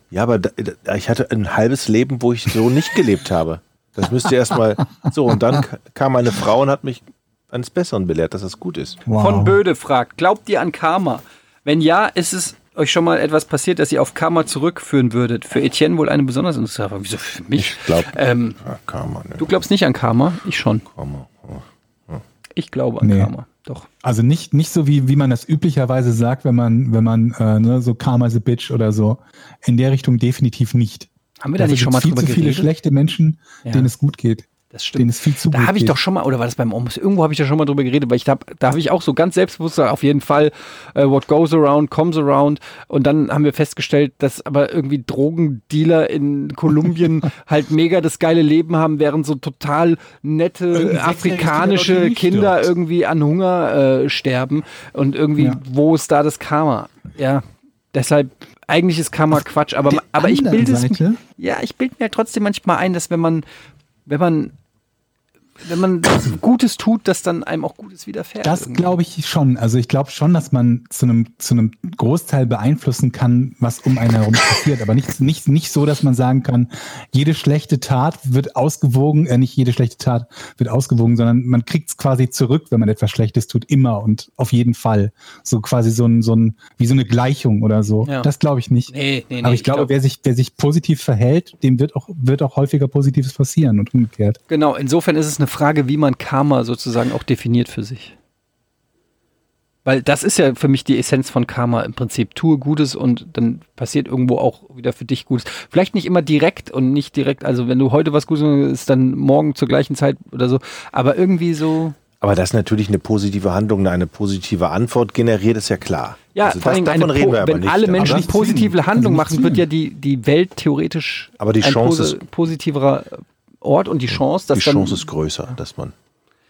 [SPEAKER 1] Ja, aber da, da, ich hatte ein halbes Leben, wo ich so nicht gelebt habe. Das müsst ihr erstmal. So, und dann k- kam meine Frau und hat mich eines Besseren belehrt, dass das gut ist.
[SPEAKER 3] Wow.
[SPEAKER 2] Von Böde fragt, glaubt ihr an Karma? Wenn ja, ist es euch schon mal etwas passiert, dass ihr auf Karma zurückführen würdet? Für Etienne wohl eine besonders interessante Frage. Wieso für mich?
[SPEAKER 1] glaube.
[SPEAKER 2] Ähm,
[SPEAKER 1] Ja, Karma, ne,
[SPEAKER 2] du glaubst nicht an Karma? Ich schon.
[SPEAKER 1] Karma. Oh.
[SPEAKER 2] Ich glaube an
[SPEAKER 3] Nee.
[SPEAKER 2] Karma. Doch.
[SPEAKER 3] Also nicht, nicht so wie, wie man das üblicherweise sagt, wenn man, wenn man äh, ne, so Karma is a Bitch oder so. In der Richtung definitiv nicht.
[SPEAKER 2] Haben wir da
[SPEAKER 3] Dafür
[SPEAKER 2] nicht schon mal
[SPEAKER 3] gibt's
[SPEAKER 2] drüber
[SPEAKER 3] Also viel zu viele
[SPEAKER 2] geredet?
[SPEAKER 3] schlechte Menschen,
[SPEAKER 2] Ja.
[SPEAKER 3] denen es gut geht.
[SPEAKER 2] das
[SPEAKER 3] Denen
[SPEAKER 2] stimmt.
[SPEAKER 3] es viel zu
[SPEAKER 2] Da
[SPEAKER 3] gut
[SPEAKER 2] habe ich
[SPEAKER 3] geht.
[SPEAKER 2] doch schon mal, oder war das beim Omos? Irgendwo habe ich ja schon mal drüber geredet, weil ich da, da habe ich auch so ganz selbstbewusst gesagt, auf jeden Fall, äh, what goes around comes around. Und dann haben wir festgestellt, dass aber irgendwie Drogendealer in Kolumbien halt mega das geile Leben haben, während so total nette
[SPEAKER 3] Irgendein Sechsjähriges
[SPEAKER 2] afrikanische
[SPEAKER 3] Kind, der dort
[SPEAKER 2] Kinder
[SPEAKER 3] stirbt.
[SPEAKER 2] irgendwie an Hunger äh, sterben. Und irgendwie,
[SPEAKER 3] Ja.
[SPEAKER 2] wo ist da das Karma? Ja. Deshalb, eigentlich ist Karma Quatsch, aber,
[SPEAKER 3] der
[SPEAKER 2] aber ich
[SPEAKER 3] anderen
[SPEAKER 2] bilde es,
[SPEAKER 3] Seite-
[SPEAKER 2] ja, ich bilde mir halt trotzdem manchmal ein, dass wenn man, wenn man, wenn man Gutes tut, dass dann einem auch Gutes widerfährt.
[SPEAKER 3] Das
[SPEAKER 2] Irgendwie.
[SPEAKER 3] glaube ich schon. Also ich glaube schon, dass man zu einem, zu einem Großteil beeinflussen kann, was um einen herum passiert. Aber nicht, nicht, nicht so, dass man sagen kann, jede schlechte Tat wird ausgewogen, äh, nicht jede schlechte Tat wird ausgewogen, sondern man kriegt es quasi zurück, wenn man etwas Schlechtes tut, immer und auf jeden Fall. So quasi so ein, so ein, wie so eine Gleichung oder so.
[SPEAKER 2] Ja.
[SPEAKER 3] Das glaube ich nicht.
[SPEAKER 2] Nee, nee, nee.
[SPEAKER 3] Aber ich glaube, wer sich, wer sich positiv verhält, dem wird auch, wird auch häufiger Positives passieren und umgekehrt.
[SPEAKER 2] genau, insofern ist es eine Frage, wie man Karma sozusagen auch definiert für sich. Weil das ist ja für mich die Essenz von Karma im Prinzip. Tue Gutes und dann passiert irgendwo auch wieder für dich Gutes. Vielleicht nicht immer direkt und nicht direkt, also wenn du heute was Gutes machst, ist, dann morgen zur gleichen Zeit oder so. Aber irgendwie so.
[SPEAKER 1] Aber dass natürlich eine positive Handlung eine positive Antwort generiert, ist ja klar.
[SPEAKER 2] Ja,
[SPEAKER 1] Also
[SPEAKER 2] vor
[SPEAKER 1] das-
[SPEAKER 2] allem
[SPEAKER 1] davon
[SPEAKER 2] eine
[SPEAKER 1] reden
[SPEAKER 2] po-
[SPEAKER 1] wir aber
[SPEAKER 2] wenn
[SPEAKER 1] nicht.
[SPEAKER 2] alle
[SPEAKER 1] aber-
[SPEAKER 2] Menschen
[SPEAKER 3] nicht
[SPEAKER 2] positive
[SPEAKER 3] zwingen.
[SPEAKER 2] Handlungen
[SPEAKER 3] Also
[SPEAKER 2] machen,
[SPEAKER 3] nicht
[SPEAKER 2] wird ja die, die Welt theoretisch
[SPEAKER 1] Aber die
[SPEAKER 2] ein
[SPEAKER 1] Chance
[SPEAKER 2] posi- positiverer Ort und die Chance, dass
[SPEAKER 1] die
[SPEAKER 2] dann
[SPEAKER 1] Chance ist größer, dass man.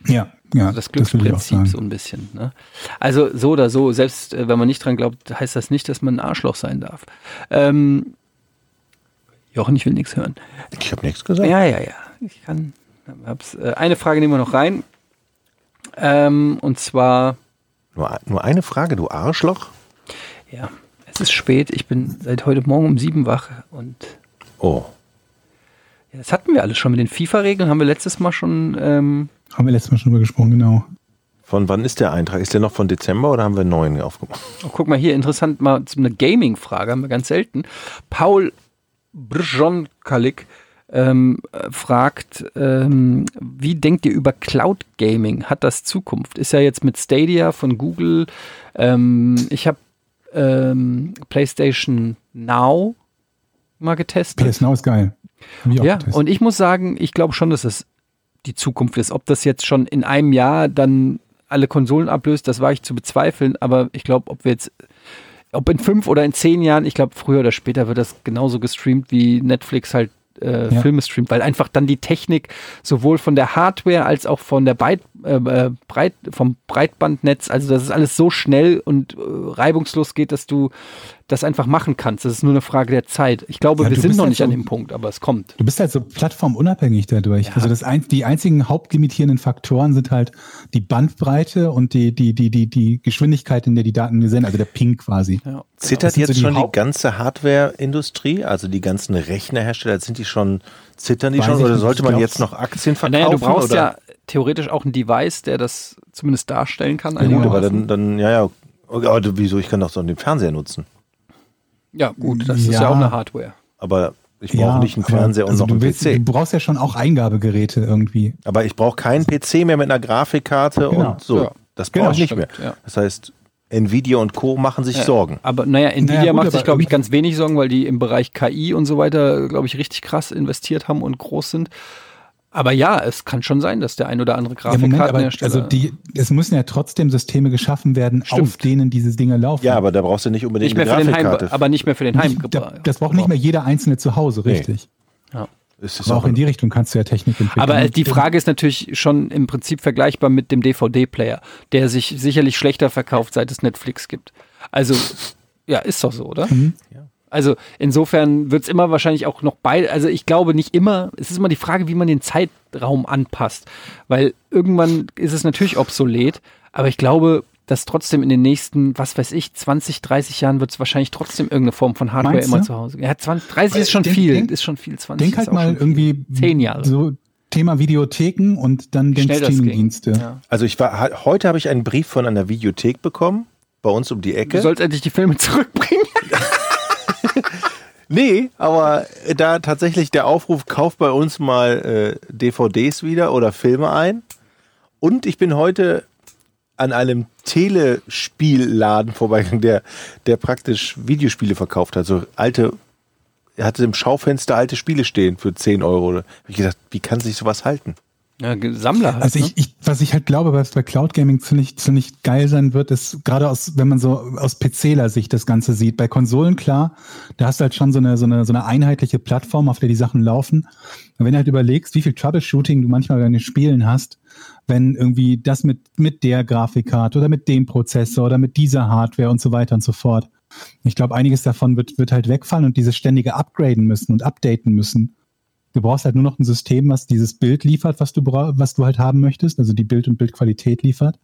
[SPEAKER 3] Ja, ja.
[SPEAKER 2] Also das
[SPEAKER 3] will ich auch
[SPEAKER 2] Glücksprinzip
[SPEAKER 3] sagen.
[SPEAKER 2] so ein bisschen. Ne? Also so oder so, selbst äh, wenn man nicht dran glaubt, heißt das nicht, dass man ein Arschloch sein darf. Ähm, Jochen, ich will nichts hören.
[SPEAKER 1] Ich habe nichts gesagt.
[SPEAKER 2] Ja, ja, ja. Ich kann. Hab's. Äh, eine Frage nehmen wir noch rein. Ähm, und zwar,
[SPEAKER 1] Nur, nur eine Frage, du Arschloch.
[SPEAKER 2] ja, es ist spät. Ich bin seit heute Morgen um sieben wach und
[SPEAKER 1] Oh.
[SPEAKER 2] Ja, Das hatten wir alles schon mit den FIFA-Regeln, haben wir letztes Mal schon. Ähm,
[SPEAKER 3] Haben wir letztes Mal schon drüber gesprochen, genau.
[SPEAKER 1] Von wann ist der Eintrag? Ist der noch von Dezember oder haben wir einen neuen aufgemacht?
[SPEAKER 2] oh, guck mal hier, interessant, mal so eine Gaming-Frage, haben wir ganz selten. Paul Brzonkalik ähm, äh, fragt, ähm, wie denkt ihr über Cloud Gaming? Hat das Zukunft? Ist ja jetzt mit Stadia von Google. Ähm, ich habe ähm, PlayStation Now mal getestet.
[SPEAKER 3] PS Now ist geil. Hab ich auch
[SPEAKER 2] Ja,
[SPEAKER 3] getestet.
[SPEAKER 2] und ich muss sagen, ich glaube schon, dass das die Zukunft ist. Ob das jetzt schon in einem Jahr dann alle Konsolen ablöst, das war ich zu bezweifeln. Aber ich glaube, ob wir jetzt, ob in fünf oder in zehn Jahren, ich glaube, früher oder später wird das genauso gestreamt, wie Netflix halt äh,
[SPEAKER 3] Ja.
[SPEAKER 2] Filme streamt, weil einfach dann die Technik sowohl von der Hardware als auch von der Breit, äh, äh, Breit, vom Breitbandnetz, also dass es alles so schnell und äh, reibungslos geht, dass du das einfach machen kannst. Das ist nur eine Frage der Zeit. Ich glaube,
[SPEAKER 3] Ja,
[SPEAKER 2] wir
[SPEAKER 3] du
[SPEAKER 2] sind
[SPEAKER 3] bist
[SPEAKER 2] noch
[SPEAKER 3] halt
[SPEAKER 2] nicht an
[SPEAKER 3] so-
[SPEAKER 2] dem Punkt, aber es kommt.
[SPEAKER 3] Du bist halt so plattformunabhängig dadurch. Also das ein, die einzigen hauptlimitierenden Faktoren sind halt die Bandbreite und die, die, die, die, die Geschwindigkeit, in der die Daten gesehen, also der Ping quasi.
[SPEAKER 2] Ja.
[SPEAKER 3] Das
[SPEAKER 1] Zittert
[SPEAKER 3] sind
[SPEAKER 1] jetzt
[SPEAKER 3] so die
[SPEAKER 1] schon die
[SPEAKER 3] Haupt-
[SPEAKER 1] ganze Hardware-Industrie, also die ganzen Rechnerhersteller, sind die schon, zittern die
[SPEAKER 3] Weiß
[SPEAKER 1] schon
[SPEAKER 3] ich
[SPEAKER 1] oder
[SPEAKER 3] nicht,
[SPEAKER 1] sollte
[SPEAKER 3] ich
[SPEAKER 1] man
[SPEAKER 3] glaub's.
[SPEAKER 1] jetzt noch Aktien verkaufen?
[SPEAKER 2] Naja, du brauchst
[SPEAKER 1] oder?
[SPEAKER 2] ja theoretisch auch ein Device, der das zumindest darstellen kann.
[SPEAKER 1] Ja, gut,
[SPEAKER 2] einigermaßen.
[SPEAKER 1] aber dann, dann ja, ja. Okay, aber du- wieso? Ich kann doch so den Fernseher nutzen.
[SPEAKER 2] ja, gut, das ist ja
[SPEAKER 3] Ja.
[SPEAKER 2] auch eine Hardware.
[SPEAKER 1] Aber ich brauche nicht einen
[SPEAKER 3] aber-
[SPEAKER 1] Fernseher und
[SPEAKER 3] also
[SPEAKER 1] noch einen
[SPEAKER 3] du, willst, du
[SPEAKER 1] PC.
[SPEAKER 3] brauchst ja schon auch Eingabegeräte irgendwie.
[SPEAKER 1] Aber ich brauche keinen PC mehr mit einer Grafikkarte
[SPEAKER 3] Genau.
[SPEAKER 1] und so.
[SPEAKER 2] Ja.
[SPEAKER 1] Das brauche
[SPEAKER 3] Genau,
[SPEAKER 1] ich nicht
[SPEAKER 2] stimmt,
[SPEAKER 1] mehr.
[SPEAKER 2] ja.
[SPEAKER 1] Das heißt, Nvidia und Co. machen sich
[SPEAKER 2] Ja,
[SPEAKER 1] Sorgen.
[SPEAKER 2] Aber naja, Nvidia
[SPEAKER 3] Naja, gut,
[SPEAKER 2] macht sich,
[SPEAKER 3] aber-
[SPEAKER 2] glaube ich, ganz wenig Sorgen, weil die im Bereich KI und so weiter, glaube ich, richtig krass investiert haben und groß sind. Aber ja, es kann schon sein, dass der ein oder andere
[SPEAKER 3] Ja, Moment, aber
[SPEAKER 2] Grafikkartenhersteller.
[SPEAKER 3] also die, es müssen ja trotzdem Systeme geschaffen werden,
[SPEAKER 2] Stimmt.
[SPEAKER 3] auf denen diese Dinger laufen.
[SPEAKER 1] Ja, aber da brauchst du nicht unbedingt
[SPEAKER 2] nicht mehr für
[SPEAKER 1] eine
[SPEAKER 2] den Heim,
[SPEAKER 1] Grafikkarte.
[SPEAKER 2] aber nicht mehr für den
[SPEAKER 3] nicht, da,
[SPEAKER 2] Heimgebrauch. Genau.
[SPEAKER 3] das braucht nicht mehr jeder Einzelne zu Hause, richtig.
[SPEAKER 1] es ist
[SPEAKER 3] Aber auch
[SPEAKER 1] auch
[SPEAKER 3] in die Richtung kannst du ja Technik entwickeln.
[SPEAKER 2] Aber äh, die Frage ist natürlich schon im Prinzip vergleichbar mit dem DVD-Player, der sich sicherlich schlechter verkauft, seit es Netflix gibt. Also, ja, ist doch so, oder?
[SPEAKER 3] Mhm.
[SPEAKER 2] Also insofern wird es immer wahrscheinlich auch noch beide, also ich glaube nicht immer, es ist immer die Frage, wie man den Zeitraum anpasst, weil irgendwann ist es natürlich obsolet, aber ich glaube, dass trotzdem in den nächsten, was weiß ich, 20, 30 Jahren wird es wahrscheinlich trotzdem irgendeine Form von Hardware
[SPEAKER 3] Meinst
[SPEAKER 2] immer
[SPEAKER 3] du?
[SPEAKER 2] zu Hause geben. Ja, 20, 30 ist schon
[SPEAKER 3] Denk-
[SPEAKER 2] viel,
[SPEAKER 3] denk-
[SPEAKER 2] ist schon viel, 20
[SPEAKER 3] Denk
[SPEAKER 2] ist
[SPEAKER 3] halt
[SPEAKER 2] auch
[SPEAKER 3] mal
[SPEAKER 2] schon viel.
[SPEAKER 3] irgendwie
[SPEAKER 2] Zehn Jahre.
[SPEAKER 3] so Thema Videotheken und dann den
[SPEAKER 2] Schnell das ging.
[SPEAKER 3] Streamingdienste.
[SPEAKER 2] Ja.
[SPEAKER 1] also ich war ha- heute habe ich einen Brief von einer Videothek bekommen, bei uns um die
[SPEAKER 2] Du
[SPEAKER 1] Ecke.
[SPEAKER 2] sollst endlich die Filme zurückbringen.
[SPEAKER 1] Nee, aber äh, da tatsächlich der Aufruf, kauft bei uns mal äh, DVDs wieder oder Filme ein. Und ich bin heute an einem Telespielladen vorbeigegangen, der, der praktisch Videospiele verkauft hat. So alte, er hatte im Schaufenster alte Spiele stehen für 10 Euro. Da habe ich gedacht, wie kann sich sowas halten?
[SPEAKER 2] Ja, Ge- Sammler halt,
[SPEAKER 3] Also
[SPEAKER 2] ne?
[SPEAKER 3] ich, ich, was ich halt glaube, was bei Cloud Gaming ziemlich, ziemlich geil sein wird, ist gerade aus, wenn man so aus PCler Sicht das Ganze sieht. Bei Konsolen, klar, da hast du halt schon so eine, so eine, so eine einheitliche Plattform, auf der die Sachen laufen. Und wenn du halt überlegst, wie viel Troubleshooting du manchmal bei deinen Spielen hast, wenn irgendwie das mit, mit der Grafikkarte oder mit dem Prozessor oder mit dieser Hardware und so weiter und so fort. Ich glaube, einiges davon wird, wird halt wegfallen und dieses ständige upgraden müssen und updaten müssen. Du brauchst halt nur noch ein System, was dieses Bild liefert, was du, bra- was du halt haben möchtest, also die Bild- und Bildqualität liefert,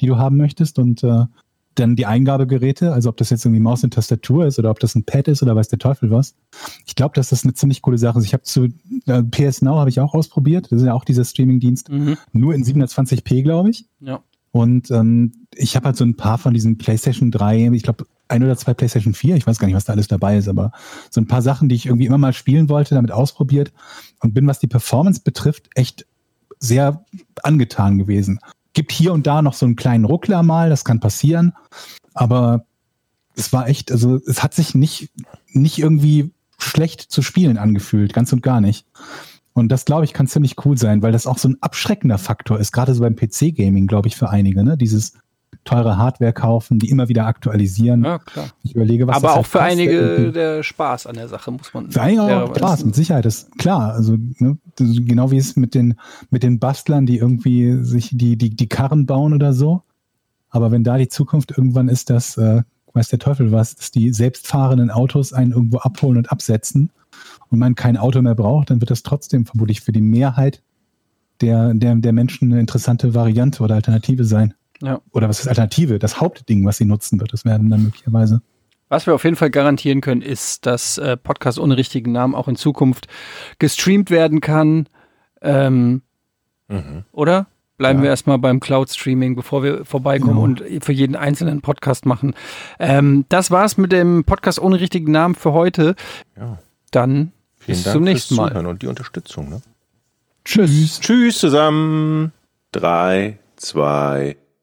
[SPEAKER 3] die du haben möchtest und äh, dann die Eingabegeräte, also ob das jetzt irgendwie Maus und Tastatur ist oder ob das ein Pad ist oder weiß der Teufel was. Ich glaube, dass das eine ziemlich coole Sache ist. Ich habe zu äh, PS Now habe ich auch ausprobiert, das ist ja auch dieser Streamingdienst,
[SPEAKER 2] mhm.
[SPEAKER 3] nur in 720p, glaube ich.
[SPEAKER 2] Ja.
[SPEAKER 3] Und ähm, ich habe halt so ein paar von diesen PlayStation 3, ich glaube ein oder zwei PlayStation 4, ich weiß gar nicht, was da alles dabei ist, aber so ein paar Sachen, die ich irgendwie immer mal spielen wollte, damit ausprobiert und bin, was die Performance betrifft, echt sehr angetan gewesen. Gibt hier und da noch so einen kleinen Ruckler mal, das kann passieren, aber es war echt, also es hat sich nicht, nicht irgendwie schlecht zu spielen angefühlt, ganz und gar nicht. Und das, glaube ich, kann ziemlich cool sein, weil das auch so ein abschreckender Faktor ist, gerade so beim PC-Gaming, glaube ich, für einige, ne? Dieses teure Hardware kaufen, die immer wieder aktualisieren.
[SPEAKER 2] ja, klar.
[SPEAKER 3] Ich überlege, was das
[SPEAKER 2] Aber auch
[SPEAKER 3] halt
[SPEAKER 2] für
[SPEAKER 3] kostet
[SPEAKER 2] einige
[SPEAKER 3] irgendwie.
[SPEAKER 2] der Spaß an der Sache, muss man
[SPEAKER 3] Für einige auch
[SPEAKER 2] fairerweise-
[SPEAKER 3] Spaß, mit Sicherheit, das ist klar. Also, ne, das ist genau wie es mit den, mit den Bastlern, die irgendwie sich die, die, die Karren bauen oder so. Aber wenn da die Zukunft irgendwann ist, dass, äh, weiß der Teufel was, dass die selbstfahrenden Autos einen irgendwo abholen und absetzen und man kein Auto mehr braucht, dann wird das trotzdem vermutlich für die Mehrheit der, der, der Menschen eine interessante Variante oder Alternative sein.
[SPEAKER 2] Ja.
[SPEAKER 3] Oder was ist Alternative? Das Hauptding, was sie nutzen wird, das werden dann möglicherweise.
[SPEAKER 2] Was wir auf jeden Fall garantieren können, ist, dass äh, Podcast ohne richtigen Namen auch in Zukunft gestreamt werden kann. Ähm, Oder? Bleiben wir erstmal beim Cloud-Streaming, bevor wir vorbeikommen
[SPEAKER 3] Genau.
[SPEAKER 2] und für jeden einzelnen Podcast machen. Ähm, das war's mit dem Podcast ohne richtigen Namen für heute.
[SPEAKER 1] Ja.
[SPEAKER 2] Dann bis zum nächsten Mal.
[SPEAKER 1] Zuhören und die Unterstützung. Ne?
[SPEAKER 3] Tschüss.
[SPEAKER 1] Tschüss zusammen. 3, 2,